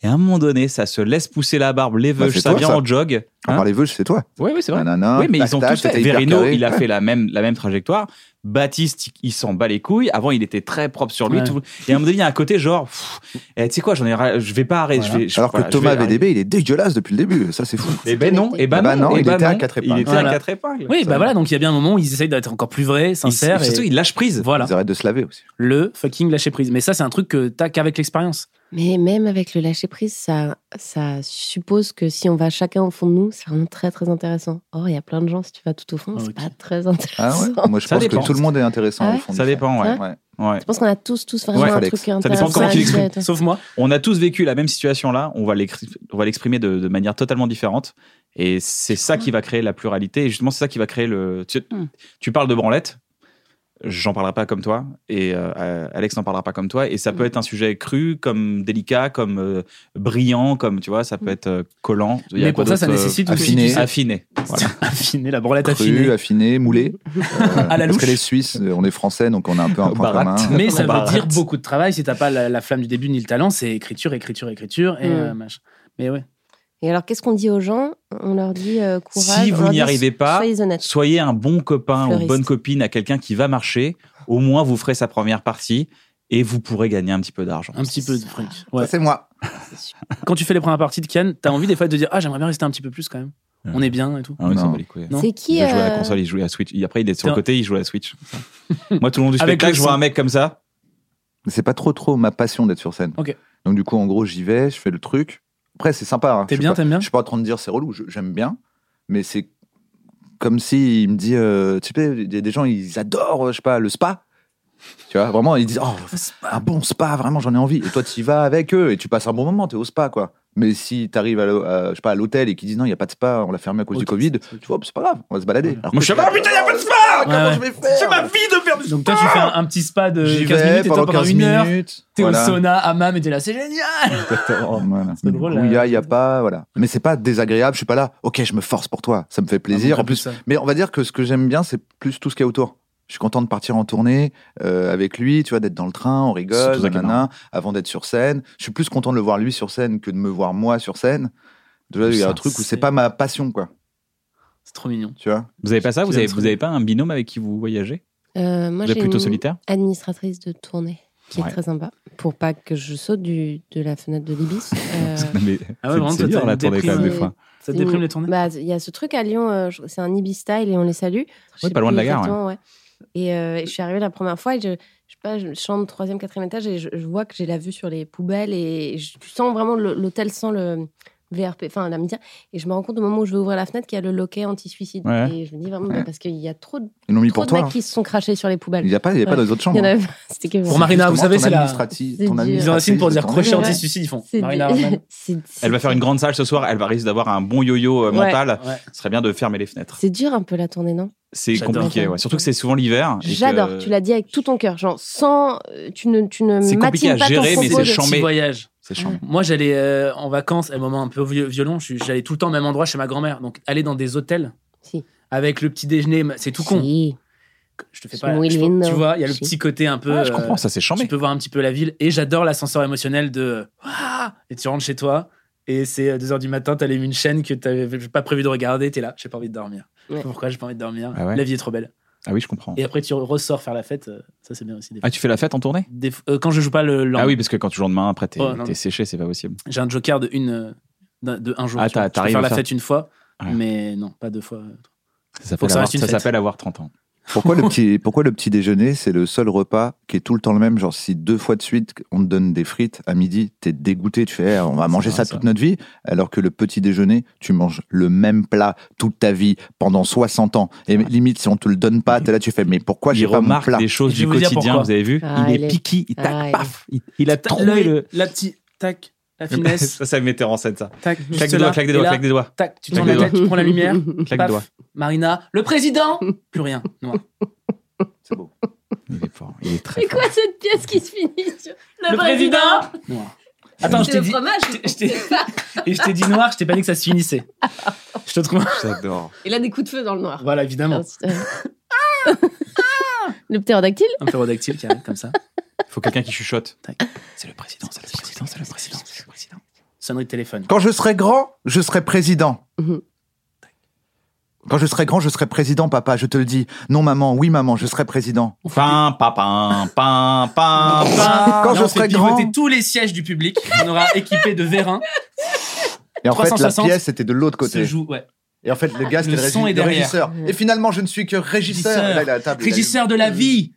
[SPEAKER 1] Et à un moment donné, ça se laisse pousser la barbe, les
[SPEAKER 2] Bah,
[SPEAKER 1] veuches,
[SPEAKER 2] c'est
[SPEAKER 1] ça
[SPEAKER 2] toi,
[SPEAKER 1] vient
[SPEAKER 2] ça.
[SPEAKER 1] en jog.
[SPEAKER 2] À part les vœux, c'est toi.
[SPEAKER 1] Oui, oui, c'est vrai.
[SPEAKER 2] Nanana,
[SPEAKER 1] oui, mais
[SPEAKER 2] tac,
[SPEAKER 1] ils ont
[SPEAKER 2] tac,
[SPEAKER 1] tous fait.
[SPEAKER 2] t'étais Hein, hyper
[SPEAKER 1] Verino,
[SPEAKER 2] carré.
[SPEAKER 1] il a fait la même, la même trajectoire. Baptiste, il- il s'en bat les couilles. Avant, il était très propre sur lui.
[SPEAKER 3] Ouais.
[SPEAKER 1] tout- Et à un moment donné, il y a un côté genre, pff, eh, tu sais quoi, j'en ai, ras- je vais pas arrêter.
[SPEAKER 3] Voilà.
[SPEAKER 1] je vais- je-
[SPEAKER 2] Alors que
[SPEAKER 1] voilà, je vais
[SPEAKER 2] Thomas
[SPEAKER 1] arrêter.
[SPEAKER 2] VDB, il est dégueulasse depuis le début. Ça, c'est fou.
[SPEAKER 1] Eh ben non, eh ben
[SPEAKER 2] Ah bah
[SPEAKER 1] non,
[SPEAKER 2] non,
[SPEAKER 1] eh
[SPEAKER 2] il
[SPEAKER 1] ben
[SPEAKER 2] était à
[SPEAKER 1] non.
[SPEAKER 2] quatre
[SPEAKER 1] Il
[SPEAKER 2] épingles.
[SPEAKER 1] était à
[SPEAKER 3] Voilà.
[SPEAKER 1] quatre épingles.
[SPEAKER 3] Oui, bah
[SPEAKER 2] Ça-
[SPEAKER 3] voilà, donc il y a bien un moment où ils essayent d'être encore plus vrais,
[SPEAKER 1] Il-
[SPEAKER 3] sincères.
[SPEAKER 1] Surtout,
[SPEAKER 3] et-
[SPEAKER 1] il lâche prise.
[SPEAKER 3] Voilà,
[SPEAKER 2] Ils arrêtent de se laver aussi.
[SPEAKER 3] le fucking lâcher prise. Mais ça, c'est un truc que t'as qu'avec l'expérience.
[SPEAKER 6] Mais même avec le lâcher prise, ça, ça suppose que si on va chacun au fond de nous, c'est vraiment très très intéressant. Or, il y a plein de gens, si tu vas tout au fond,
[SPEAKER 3] Ah,
[SPEAKER 6] c'est
[SPEAKER 3] ok.
[SPEAKER 6] pas très
[SPEAKER 2] Ah
[SPEAKER 6] intéressant.
[SPEAKER 2] ouais. Moi, je
[SPEAKER 1] Ça
[SPEAKER 2] pense
[SPEAKER 1] dépend.
[SPEAKER 2] que tout le monde est intéressant
[SPEAKER 6] Ah
[SPEAKER 2] au
[SPEAKER 6] ouais
[SPEAKER 2] fond.
[SPEAKER 1] Ça
[SPEAKER 2] du fond.
[SPEAKER 1] dépend, ouais.
[SPEAKER 2] Ouais.
[SPEAKER 1] Ouais.
[SPEAKER 6] Je pense qu'on a tous, tous vraiment
[SPEAKER 2] Ouais,
[SPEAKER 6] un
[SPEAKER 2] Alex.
[SPEAKER 6] truc
[SPEAKER 2] Ça
[SPEAKER 6] intéressant.
[SPEAKER 1] dépend comment
[SPEAKER 6] à
[SPEAKER 1] tu
[SPEAKER 6] dire et tout.
[SPEAKER 3] Sauf moi.
[SPEAKER 1] On a tous vécu la même situation là, on va l'expr- on va l'exprimer de, de manière totalement différente. Et c'est ça qui va créer la pluralité. Et justement, c'est ça qui va créer le. Tu,
[SPEAKER 3] Hmm.
[SPEAKER 1] tu parles de branlette, j'en parlerai pas comme toi, et euh, euh, Alex n'en parlera pas comme toi. Et ça peut
[SPEAKER 3] Hmm.
[SPEAKER 6] Mm.
[SPEAKER 1] être un sujet cru, comme délicat, comme euh, brillant, comme tu vois, ça peut être euh, collant. Il y a
[SPEAKER 3] Hmm. Mais pour
[SPEAKER 1] quoi
[SPEAKER 3] ça, ça
[SPEAKER 1] d'autre, euh,
[SPEAKER 3] nécessite aussi
[SPEAKER 2] affiné.
[SPEAKER 3] tu sais,
[SPEAKER 1] affiné. Voilà.
[SPEAKER 3] affiner la branlette
[SPEAKER 2] Cru,
[SPEAKER 3] affinée.
[SPEAKER 2] affiné, moulé. Euh,
[SPEAKER 3] la
[SPEAKER 2] parce
[SPEAKER 3] louche.
[SPEAKER 2] qu'elle est suisse, euh, on est français, donc on a un peu un point
[SPEAKER 1] Baratte.
[SPEAKER 2] commun.
[SPEAKER 3] Mais ça
[SPEAKER 1] Barate.
[SPEAKER 3] veut dire beaucoup de travail si t'as pas la, la flamme du début ni le talent. C'est écriture, écriture, écriture et
[SPEAKER 6] Mm.
[SPEAKER 3] euh, machin. Mais ouais.
[SPEAKER 6] Et alors, qu'est-ce qu'on dit aux gens On leur dit euh, courage.
[SPEAKER 1] Si
[SPEAKER 6] on
[SPEAKER 1] vous
[SPEAKER 6] leur
[SPEAKER 1] n'y
[SPEAKER 6] dit,
[SPEAKER 1] arrivez pas,
[SPEAKER 6] soyez honnêtes.
[SPEAKER 1] Soyez un bon copain ou
[SPEAKER 6] Fleuriste.
[SPEAKER 1] une bonne copine à quelqu'un qui va marcher. Au moins, vous ferez sa première partie et vous pourrez gagner un petit peu d'argent.
[SPEAKER 3] Un petit peu de truc.
[SPEAKER 2] Ça,
[SPEAKER 3] Ouais.
[SPEAKER 2] C'est moi.
[SPEAKER 3] Quand tu fais les premières parties de Kian, t'as envie des fois de dire Ah, j'aimerais bien rester un petit peu plus quand même.
[SPEAKER 1] Ouais.
[SPEAKER 3] On est bien et tout.
[SPEAKER 1] Ah oui, ça
[SPEAKER 2] Non.
[SPEAKER 1] va les couilles.
[SPEAKER 3] Non.
[SPEAKER 6] C'est qui
[SPEAKER 1] il a joué à la
[SPEAKER 6] euh,
[SPEAKER 1] console, il jouait à Switch. Et après, il est sur
[SPEAKER 3] T'es
[SPEAKER 1] le
[SPEAKER 3] un-
[SPEAKER 1] côté, il joue à la Switch. Moi, tout le long du
[SPEAKER 3] Avec
[SPEAKER 1] spectacle,
[SPEAKER 3] le
[SPEAKER 1] je vois
[SPEAKER 3] son.
[SPEAKER 1] un mec comme ça.
[SPEAKER 2] Mais C'est pas trop trop ma passion d'être sur scène.
[SPEAKER 3] Ok.
[SPEAKER 2] Donc du coup, en gros, j'y vais, je fais le truc. Après, c'est sympa. hein.
[SPEAKER 3] T'es
[SPEAKER 2] Je suis
[SPEAKER 3] bien,
[SPEAKER 2] pas-
[SPEAKER 3] t'aimes bien
[SPEAKER 2] Je suis pas en train de dire c'est relou. je- J'aime bien, mais c'est comme si il me dit, euh, tu sais, il y a des gens ils adorent, euh, je sais pas, le spa. Tu vois, vraiment, ils disent, oh, un bon spa, vraiment, j'en ai envie. Et toi, tu y vas avec eux et tu passes un bon moment, t'es au spa, quoi. Mais si t'arrives à, l'hô- à, je sais pas, à l'hôtel et qu'ils disent non, il n'y a pas de spa, on l'a fermé à cause du
[SPEAKER 3] Ok,
[SPEAKER 2] Covid,
[SPEAKER 3] Oh, c'est-
[SPEAKER 2] tu vois, c'est pas grave, on va se balader. Alors
[SPEAKER 1] Moi, je
[SPEAKER 2] que
[SPEAKER 1] suis
[SPEAKER 2] t'es
[SPEAKER 1] là,
[SPEAKER 2] là,
[SPEAKER 1] Ah, putain, il a pas de spa
[SPEAKER 2] Comment
[SPEAKER 3] Ouais,
[SPEAKER 2] je
[SPEAKER 3] ouais.
[SPEAKER 2] vais faire
[SPEAKER 1] C'est ma vie de faire du
[SPEAKER 3] Donc toi, tu fais un, un petit spa de 15
[SPEAKER 2] J'y vais
[SPEAKER 3] minutes et toi
[SPEAKER 2] pendant
[SPEAKER 3] pendant
[SPEAKER 2] 15
[SPEAKER 3] une heure.
[SPEAKER 2] minutes.
[SPEAKER 3] T'es
[SPEAKER 2] voilà.
[SPEAKER 3] au sauna, hammam et t'es là, c'est génial!
[SPEAKER 2] Exactement, voilà.
[SPEAKER 3] C'est drôle,
[SPEAKER 2] Où il y
[SPEAKER 3] euh,
[SPEAKER 2] a, il y a pas, voilà. Mais c'est pas désagréable, je suis pas là. Ok, je me force pour toi, ça me fait plaisir.
[SPEAKER 3] Ah,
[SPEAKER 2] en plus, mais on va dire que ce que j'aime bien, c'est plus tout ce qu'il y a autour. Je suis content de partir en tournée euh, avec lui, tu vois, d'être dans le train, on
[SPEAKER 1] C'est
[SPEAKER 2] rigole,
[SPEAKER 1] tout ça qui est
[SPEAKER 2] nanana, avant d'être sur scène. Je suis plus content de le voir lui sur scène que de me voir moi sur scène. Tu vois, Il y a
[SPEAKER 3] Ça,
[SPEAKER 2] un truc où c'est
[SPEAKER 3] c'est-
[SPEAKER 2] pas ma passion, quoi.
[SPEAKER 3] C'est trop mignon.
[SPEAKER 2] Tu vois
[SPEAKER 1] Vous avez pas ça vous avez,
[SPEAKER 3] Tiens,
[SPEAKER 1] vous avez pas un binôme avec qui vous voyagez
[SPEAKER 6] euh, Moi,
[SPEAKER 1] Vous
[SPEAKER 6] j'ai
[SPEAKER 1] êtes plutôt
[SPEAKER 6] une
[SPEAKER 1] solitaire
[SPEAKER 6] administratrice de tournée qui est
[SPEAKER 1] Ouais.
[SPEAKER 6] très sympa pour pas que je saute du, de la fenêtre de l'Ibis. Euh,
[SPEAKER 1] Non, mais
[SPEAKER 3] Ah ouais,
[SPEAKER 1] c'est-
[SPEAKER 3] vraiment,
[SPEAKER 1] C'est
[SPEAKER 3] toi,
[SPEAKER 1] dur
[SPEAKER 3] t'as
[SPEAKER 1] la
[SPEAKER 3] une
[SPEAKER 1] tournée quand même des
[SPEAKER 6] déprise,
[SPEAKER 1] fois.
[SPEAKER 3] Ça te déprime les tournées?
[SPEAKER 6] Bah, il y a ce truc à Lyon, euh, je- c'est un Ibis style et on les salue. Je sais
[SPEAKER 1] pas loin de
[SPEAKER 6] plus
[SPEAKER 1] la gare,
[SPEAKER 6] exactement, ouais. Et, euh, et je suis arrivée la première fois et je, je sais pas, je chambre troisième, quatrième étage et je, je vois que j'ai la vue sur les poubelles et je sens vraiment le- l'hôtel sent le VRP, enfin la média, et je me rends compte au moment où je vais ouvrir la fenêtre qu'il y a le loquet anti-suicide.
[SPEAKER 2] Ouais.
[SPEAKER 6] Et je me dis vraiment,
[SPEAKER 2] Ouais.
[SPEAKER 6] parce qu'il y a trop de,
[SPEAKER 2] Ils l'ont mis
[SPEAKER 6] trop
[SPEAKER 2] pour
[SPEAKER 6] de
[SPEAKER 2] toi,
[SPEAKER 6] mecs
[SPEAKER 2] hein.
[SPEAKER 6] qui se sont crachés sur les poubelles.
[SPEAKER 2] Il n'y a pas, il y a pas
[SPEAKER 6] Ouais.
[SPEAKER 2] dans les autres chambres.
[SPEAKER 6] Il y en a-
[SPEAKER 2] hein.
[SPEAKER 6] c'était que-
[SPEAKER 3] Pour Marina, vous
[SPEAKER 2] Justement,
[SPEAKER 3] savez,
[SPEAKER 2] ton
[SPEAKER 3] c'est la.
[SPEAKER 2] administrati-
[SPEAKER 6] C'est
[SPEAKER 2] ton
[SPEAKER 6] dur.
[SPEAKER 3] Ils ont un signe pour dire
[SPEAKER 2] ton
[SPEAKER 3] crochet
[SPEAKER 6] Ouais.
[SPEAKER 3] anti-suicide, ils font.
[SPEAKER 6] C'est
[SPEAKER 3] Marina
[SPEAKER 6] du-
[SPEAKER 3] Arman.
[SPEAKER 6] c'est- c'est-
[SPEAKER 1] Elle va faire une grande salle ce soir, elle va risque d'avoir un bon yo-yo euh,
[SPEAKER 6] Ouais.
[SPEAKER 1] mental.
[SPEAKER 3] Ouais.
[SPEAKER 1] Ce serait bien de fermer les fenêtres.
[SPEAKER 6] C'est dur un peu la tournée, non
[SPEAKER 1] C'est
[SPEAKER 3] J'adore.
[SPEAKER 1] compliqué, ouais. surtout que c'est souvent l'hiver. et que-
[SPEAKER 6] J'adore, tu l'as dit avec tout ton cœur, genre sans, euh, tu ne, tu ne
[SPEAKER 1] C'est compliqué
[SPEAKER 6] matines
[SPEAKER 1] à
[SPEAKER 6] pas ton
[SPEAKER 1] gérer, mais c'est
[SPEAKER 6] propos de-
[SPEAKER 1] chiant. chambé.
[SPEAKER 3] Petit voyage.
[SPEAKER 1] C'est chiant.
[SPEAKER 3] Moi, j'allais euh, en vacances, à un moment un peu viol- violent, je suis- j'allais tout le temps au même endroit chez ma grand-mère. Donc, aller dans des hôtels
[SPEAKER 6] Si.
[SPEAKER 3] avec le petit déjeuner, c'est tout con.
[SPEAKER 6] Si.
[SPEAKER 3] Je te fais pas.
[SPEAKER 6] Oui,
[SPEAKER 3] je-
[SPEAKER 6] Lynn,
[SPEAKER 3] tu vois, il y a le
[SPEAKER 6] si.
[SPEAKER 3] petit côté un peu.
[SPEAKER 1] Ouais, Ah, je
[SPEAKER 3] euh,
[SPEAKER 1] comprends, ça c'est
[SPEAKER 3] Tu
[SPEAKER 1] chambé.
[SPEAKER 3] peux voir un petit peu la ville. Et j'adore l'ascenseur émotionnel de. euh, Ah et tu rentres chez toi. Et c'est 2h du matin, t'allumes une chaîne que t'avais pas prévu de regarder, t'es là, j'ai pas envie de dormir. Je sais
[SPEAKER 6] Ouais.
[SPEAKER 3] pas Pourquoi j'ai pas envie de dormir
[SPEAKER 1] Ah ouais.
[SPEAKER 3] La vie est trop belle.
[SPEAKER 1] Ah oui, je comprends.
[SPEAKER 3] Et après, tu ressors faire la fête, euh, ça c'est bien aussi. des fois.
[SPEAKER 1] Ah, tu fais la fête en tournée
[SPEAKER 3] Des f- euh, quand je joue pas le
[SPEAKER 1] Ah
[SPEAKER 3] lendemain,
[SPEAKER 1] oui, parce que quand tu joues le lendemain, après t'es
[SPEAKER 3] Oh, non.
[SPEAKER 1] t'es séché, c'est pas possible.
[SPEAKER 3] j'ai un joker de une euh, d'un- de un jour.
[SPEAKER 1] Ah,
[SPEAKER 3] tu
[SPEAKER 1] t'as-
[SPEAKER 3] vois. Je peux
[SPEAKER 1] t'arrives
[SPEAKER 3] faire
[SPEAKER 1] à
[SPEAKER 3] la
[SPEAKER 1] faire-
[SPEAKER 3] fête une fois,
[SPEAKER 1] Ouais.
[SPEAKER 3] mais non, pas deux fois.
[SPEAKER 1] Ça
[SPEAKER 3] Faut
[SPEAKER 1] s'appelle
[SPEAKER 3] que ça
[SPEAKER 1] avoir,
[SPEAKER 3] reste une
[SPEAKER 1] ça
[SPEAKER 3] fête.
[SPEAKER 1] s'appelle avoir 30 ans.
[SPEAKER 2] Pourquoi le petit, pourquoi le petit déjeuner, c'est le seul repas qui est tout le temps le même Genre, si deux fois de suite, on te donne des frites à midi, t'es dégoûté, tu fais, Eh, on va
[SPEAKER 1] C'est
[SPEAKER 2] manger
[SPEAKER 1] vrai,
[SPEAKER 2] ça
[SPEAKER 1] ça.
[SPEAKER 2] toute notre vie. Alors que le petit déjeuner, tu manges le même plat toute ta vie pendant 60 ans. Et limite, si on te le donne pas, t'es là, tu fais, mais pourquoi
[SPEAKER 1] Mhm. Il
[SPEAKER 2] j'ai pas mon
[SPEAKER 1] remarque
[SPEAKER 2] plat
[SPEAKER 1] des choses
[SPEAKER 3] Et je vais
[SPEAKER 1] du
[SPEAKER 3] vous dire
[SPEAKER 1] quotidien,
[SPEAKER 3] pourquoi.
[SPEAKER 1] vous avez vu.
[SPEAKER 6] Ah,
[SPEAKER 1] il
[SPEAKER 6] il
[SPEAKER 1] est
[SPEAKER 6] est-
[SPEAKER 1] piqué, il tac,
[SPEAKER 6] ah, il-
[SPEAKER 1] paf. Il, il a trouvé
[SPEAKER 3] L'œil,
[SPEAKER 1] le.
[SPEAKER 3] la petite tac, la finesse,
[SPEAKER 1] ça, ça mettait en scène ça.
[SPEAKER 3] tac,
[SPEAKER 1] Claque
[SPEAKER 3] juste
[SPEAKER 1] des doigts,
[SPEAKER 3] là,
[SPEAKER 1] claque des
[SPEAKER 3] et
[SPEAKER 1] doigts,
[SPEAKER 3] là,
[SPEAKER 1] claque des doigts.
[SPEAKER 3] tac, tu
[SPEAKER 1] Claque
[SPEAKER 3] tournes la
[SPEAKER 1] des
[SPEAKER 3] tête, tu prends la lumière,
[SPEAKER 1] Claque des
[SPEAKER 3] paf,
[SPEAKER 1] doigts.
[SPEAKER 3] Marina, le président, plus rien, noir.
[SPEAKER 2] C'est beau.
[SPEAKER 1] Il est fort, il est très
[SPEAKER 6] C'est
[SPEAKER 1] fort.
[SPEAKER 6] quoi cette pièce qui se finit sur
[SPEAKER 3] Le président noir. Attends, je
[SPEAKER 6] C'est
[SPEAKER 3] t'ai
[SPEAKER 6] le
[SPEAKER 3] dit,
[SPEAKER 6] fromage
[SPEAKER 3] je t'ai- je t'ai- et je t'ai dit noir, je t'ai pas dit que ça se finissait. Je te trouve.
[SPEAKER 1] J'adore.
[SPEAKER 6] Et là, des coups de feu dans le noir.
[SPEAKER 3] Voilà, évidemment,
[SPEAKER 6] Ensuite, euh, le ptérodactyle
[SPEAKER 3] un ptérodactyle qui arrive comme ça.
[SPEAKER 1] Il faut quelqu'un qui chuchote. C'est le président, c'est le président, c'est le président, c'est le président.
[SPEAKER 3] Sonnerie de téléphone.
[SPEAKER 2] Quand je serai grand, je serai président.
[SPEAKER 6] Mhm.
[SPEAKER 2] Quand je serai grand, je serai président, papa, je te le dis. Non, maman, oui, maman, je serai président.
[SPEAKER 1] Pam, pam, pam, pam, pam, pam.
[SPEAKER 2] Quand
[SPEAKER 3] Là,
[SPEAKER 2] je
[SPEAKER 3] on fait
[SPEAKER 2] serai
[SPEAKER 3] pivoter
[SPEAKER 2] grand.
[SPEAKER 3] tous les sièges du public. On aura équipé de vérins.
[SPEAKER 2] Et en fait,
[SPEAKER 3] 360,
[SPEAKER 2] la pièce était de l'autre
[SPEAKER 3] Se
[SPEAKER 2] côté.
[SPEAKER 3] joue, ouais.
[SPEAKER 2] Et en fait, le gars, c'était
[SPEAKER 3] Le
[SPEAKER 2] le,
[SPEAKER 3] son
[SPEAKER 2] régi-
[SPEAKER 3] est
[SPEAKER 2] le
[SPEAKER 3] derrière.
[SPEAKER 2] régisseur. Et finalement, je ne suis que régisseur.
[SPEAKER 3] Régisseur.
[SPEAKER 2] Là, il a la table, il a-
[SPEAKER 3] Régisseur de la vie.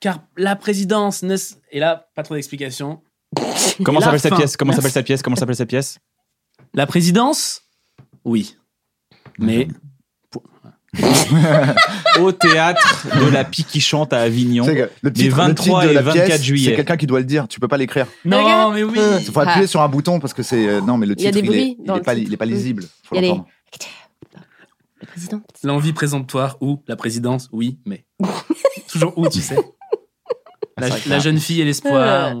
[SPEAKER 3] Car la présidence ne. s- Et là, pas trop d'explications.
[SPEAKER 1] Comment
[SPEAKER 3] La
[SPEAKER 1] s'appelle cette
[SPEAKER 3] fin.
[SPEAKER 1] pièce Comment
[SPEAKER 3] Merci.
[SPEAKER 1] s'appelle cette pièce Comment s'appelle cette pièce
[SPEAKER 3] La présidence Oui. Mais.
[SPEAKER 1] Au théâtre de la Pie qui chante à Avignon.
[SPEAKER 2] C'est que le
[SPEAKER 1] Les
[SPEAKER 2] titre, le
[SPEAKER 1] 23
[SPEAKER 2] titre de
[SPEAKER 1] et
[SPEAKER 2] la
[SPEAKER 1] 24
[SPEAKER 2] pièce,
[SPEAKER 1] juillet.
[SPEAKER 2] C'est quelqu'un qui doit le dire. Tu peux pas l'écrire.
[SPEAKER 3] Non, mais oui.
[SPEAKER 6] Euh,
[SPEAKER 2] Il faut appuyer sur un bouton parce que c'est. euh, non, mais le
[SPEAKER 6] Il y a
[SPEAKER 2] titre,
[SPEAKER 6] des
[SPEAKER 2] il,
[SPEAKER 6] bruits
[SPEAKER 2] est, il
[SPEAKER 6] dans
[SPEAKER 2] est
[SPEAKER 6] le
[SPEAKER 2] pas,
[SPEAKER 6] titre.
[SPEAKER 2] il est pas lisible. Faut
[SPEAKER 6] Il y a des-
[SPEAKER 2] l'entendre.
[SPEAKER 6] Le président
[SPEAKER 3] L'envie présomptoire ou la présidence, oui, mais. Toujours ou, tu sais.
[SPEAKER 2] Ah,
[SPEAKER 3] La, la jeune fille et l'espoir.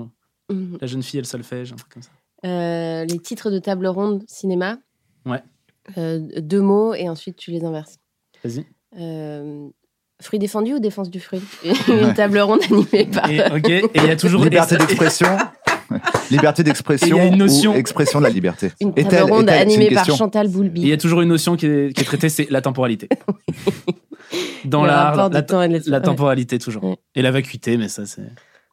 [SPEAKER 2] Euh.
[SPEAKER 6] Mhm.
[SPEAKER 3] La jeune fille et le solfège, un truc comme ça.
[SPEAKER 6] Euh, Les titres de table ronde cinéma.
[SPEAKER 3] Ouais.
[SPEAKER 6] Euh, deux mots et ensuite tu les inverses.
[SPEAKER 3] Vas-y.
[SPEAKER 6] Euh, fruit défendu ou défense du fruit Une table ronde animée par.
[SPEAKER 3] Et, ok, et il y a toujours.
[SPEAKER 2] Liberté
[SPEAKER 3] et ça-
[SPEAKER 2] d'expression. liberté d'expression.
[SPEAKER 3] Et il y a une
[SPEAKER 2] ou
[SPEAKER 3] notion.
[SPEAKER 2] expression de la liberté.
[SPEAKER 6] Une
[SPEAKER 2] Et
[SPEAKER 6] table ronde
[SPEAKER 2] c'est une
[SPEAKER 6] animée par
[SPEAKER 2] question.
[SPEAKER 6] Chantal
[SPEAKER 3] Et Il y
[SPEAKER 6] Boulby.
[SPEAKER 3] a toujours une notion qui est, qui est traitée, c'est la temporalité. Dans
[SPEAKER 6] Le
[SPEAKER 3] l'art,
[SPEAKER 6] rapport
[SPEAKER 3] la,
[SPEAKER 6] du temps et de l'espace.
[SPEAKER 3] la temporalité toujours.
[SPEAKER 6] Ouais.
[SPEAKER 3] Et la vacuité, mais ça c'est.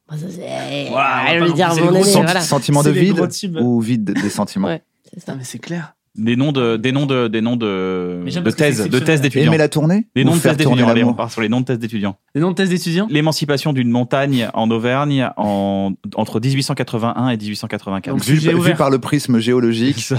[SPEAKER 6] Bon, ça, c'est-
[SPEAKER 3] Wow, on va
[SPEAKER 6] je
[SPEAKER 3] pas
[SPEAKER 6] veux dire,
[SPEAKER 3] repousser
[SPEAKER 6] mon
[SPEAKER 3] les
[SPEAKER 6] année,
[SPEAKER 3] gros
[SPEAKER 2] Sent-
[SPEAKER 6] voilà.
[SPEAKER 2] Sentiment
[SPEAKER 3] C'est
[SPEAKER 2] de
[SPEAKER 3] les
[SPEAKER 2] vide
[SPEAKER 3] gros tubes.
[SPEAKER 2] ou vide des sentiments.
[SPEAKER 6] Ouais. C'est ça.
[SPEAKER 3] mais c'est clair.
[SPEAKER 1] Des noms de, des noms de, des noms de,
[SPEAKER 3] Mais j'aime
[SPEAKER 1] de
[SPEAKER 3] parce que c'est
[SPEAKER 1] thèses, de
[SPEAKER 3] exceptionnel.
[SPEAKER 1] thèses d'étudiants.
[SPEAKER 2] Aimer la tournée.
[SPEAKER 1] Les
[SPEAKER 2] ou
[SPEAKER 1] noms de
[SPEAKER 2] faire
[SPEAKER 1] thèses
[SPEAKER 2] tourner
[SPEAKER 1] d'étudiants. Allez, on
[SPEAKER 2] l'amour.
[SPEAKER 1] part sur les noms de thèses d'étudiants.
[SPEAKER 3] Les noms de thèse d'étudiants
[SPEAKER 1] L'émancipation d'une montagne en Auvergne en, entre 1881 et 1884.
[SPEAKER 3] Donc,
[SPEAKER 2] Vu,
[SPEAKER 3] Sujet
[SPEAKER 2] vu
[SPEAKER 3] ouvert.
[SPEAKER 2] par le prisme géologique,
[SPEAKER 1] Ça,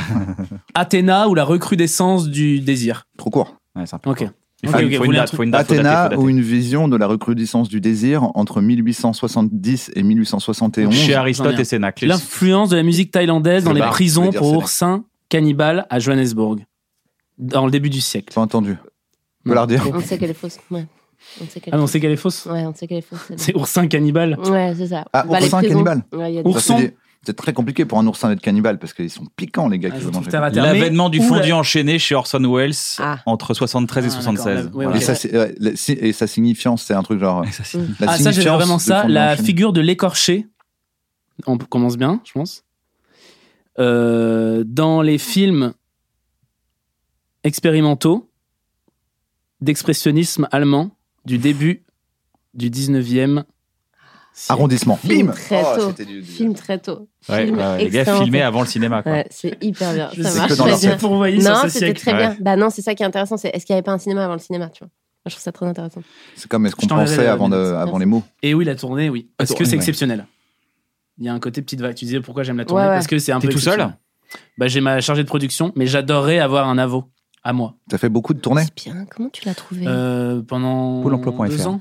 [SPEAKER 3] Athéna ou la recrudescence du désir.
[SPEAKER 2] trop court.
[SPEAKER 1] ouais, c'est un peu
[SPEAKER 3] Ok.
[SPEAKER 1] court. Il
[SPEAKER 3] Ok,
[SPEAKER 1] faut,
[SPEAKER 3] ok,
[SPEAKER 1] il faut
[SPEAKER 3] vous
[SPEAKER 1] une
[SPEAKER 3] voulez un
[SPEAKER 1] date,
[SPEAKER 3] truc-
[SPEAKER 1] faut une date, faut dater,
[SPEAKER 2] Athéna
[SPEAKER 1] faut dater.
[SPEAKER 2] ou une vision de la recrudescence du désir entre 1870 et 1871.
[SPEAKER 1] Chez
[SPEAKER 3] J'en ai
[SPEAKER 1] Aristote
[SPEAKER 3] un.
[SPEAKER 1] et Sénac. les-
[SPEAKER 3] L'influence de la musique thaïlandaise dans
[SPEAKER 2] Le
[SPEAKER 3] les
[SPEAKER 2] bar, je
[SPEAKER 3] prisons
[SPEAKER 2] veux dire,
[SPEAKER 3] pour
[SPEAKER 2] c'est
[SPEAKER 3] oursins cannibales à Johannesburg. Dans le début du siècle.
[SPEAKER 2] Pas entendu. Je
[SPEAKER 3] Non.
[SPEAKER 2] peux la redire.
[SPEAKER 6] On sait qu'elle est fausse. Ouais. On sait qu'elle
[SPEAKER 3] Ah
[SPEAKER 6] est
[SPEAKER 3] non,
[SPEAKER 6] fausse.
[SPEAKER 3] c'est qu'elle est fausse
[SPEAKER 6] Ouais, on sait qu'elle est fausse. celle-là.
[SPEAKER 3] C'est oursins cannibales.
[SPEAKER 6] Ouais, c'est ça.
[SPEAKER 2] Ah,
[SPEAKER 6] les
[SPEAKER 2] oursin
[SPEAKER 6] prisons.
[SPEAKER 2] cannibale.
[SPEAKER 6] Ouais, il y a des-
[SPEAKER 2] Parce que
[SPEAKER 3] Ourson.
[SPEAKER 2] des- C'est très compliqué pour un oursin d'être cannibale parce qu'ils sont piquants, les gars,
[SPEAKER 3] Ah,
[SPEAKER 2] qui
[SPEAKER 3] je
[SPEAKER 2] veulent
[SPEAKER 3] trouve
[SPEAKER 2] manger.
[SPEAKER 3] terre à terre.
[SPEAKER 1] L'avènement du
[SPEAKER 3] Ou la-
[SPEAKER 1] fondu enchaîné chez Orson Welles
[SPEAKER 6] Ah.
[SPEAKER 1] entre 73 et
[SPEAKER 3] Ah,
[SPEAKER 1] 76.
[SPEAKER 3] d'accord, la- ouais,
[SPEAKER 2] Et,
[SPEAKER 3] ok.
[SPEAKER 2] ça, c'est- euh, la- si- et sa signifiance, c'est un truc genre.
[SPEAKER 1] Et ça, c'est-
[SPEAKER 2] La
[SPEAKER 3] ah, ça, j'aime
[SPEAKER 2] signifiance
[SPEAKER 3] vraiment
[SPEAKER 2] de
[SPEAKER 3] ça.
[SPEAKER 2] son
[SPEAKER 3] La
[SPEAKER 2] enchaîné.
[SPEAKER 3] figure de l'écorché. On p- commence bien, je pense. Euh, dans les films expérimentaux d'expressionnisme allemand du début du 19e siècle.
[SPEAKER 2] Arrondissement.
[SPEAKER 6] Film
[SPEAKER 2] Bim
[SPEAKER 6] très
[SPEAKER 2] Oh,
[SPEAKER 6] tôt.
[SPEAKER 2] c'était du- du-
[SPEAKER 6] Film très tôt.
[SPEAKER 1] Ouais,
[SPEAKER 6] Film
[SPEAKER 1] ouais, ouais, les gars
[SPEAKER 6] extrêmement
[SPEAKER 1] filmaient
[SPEAKER 6] tôt.
[SPEAKER 1] avant le cinéma. quoi.
[SPEAKER 6] Ouais, c'est hyper bien.
[SPEAKER 3] Je
[SPEAKER 6] Ah, ça
[SPEAKER 3] sais
[SPEAKER 6] marche
[SPEAKER 2] que dans
[SPEAKER 6] très
[SPEAKER 2] leur
[SPEAKER 6] bien.
[SPEAKER 3] c'est pourvoyé sur
[SPEAKER 6] Non,
[SPEAKER 3] ce
[SPEAKER 6] c'était
[SPEAKER 3] siècle.
[SPEAKER 6] très
[SPEAKER 1] Ouais.
[SPEAKER 6] bien. Bah non, c'est ça qui est intéressant. C'est est-ce qu'il n'y avait pas un cinéma avant le cinéma, tu vois Moi, je trouve ça très intéressant.
[SPEAKER 2] C'est comme est-ce qu'on
[SPEAKER 3] Je t'enverrai
[SPEAKER 2] pensait
[SPEAKER 3] la
[SPEAKER 2] avant, de-
[SPEAKER 3] minute.
[SPEAKER 2] avant les mots.
[SPEAKER 3] Et oui, la tournée, oui. Parce
[SPEAKER 1] La
[SPEAKER 3] que
[SPEAKER 1] tournée,
[SPEAKER 3] c'est
[SPEAKER 1] ouais.
[SPEAKER 3] exceptionnel. Il y a un côté petite vague. Tu disais pourquoi j'aime la tournée
[SPEAKER 6] Ouais, ouais.
[SPEAKER 3] Parce que c'est un
[SPEAKER 1] T'es
[SPEAKER 3] peu.
[SPEAKER 1] tout seul
[SPEAKER 3] exceptionnel. Bah, j'ai ma chargée de production, mais j'adorerais avoir un avo à moi.
[SPEAKER 2] T'as fait beaucoup de tournées
[SPEAKER 6] Bien, comment tu l'as trouvé
[SPEAKER 3] Euh, pendant
[SPEAKER 1] Pôle emploi.fr.
[SPEAKER 3] deux ans.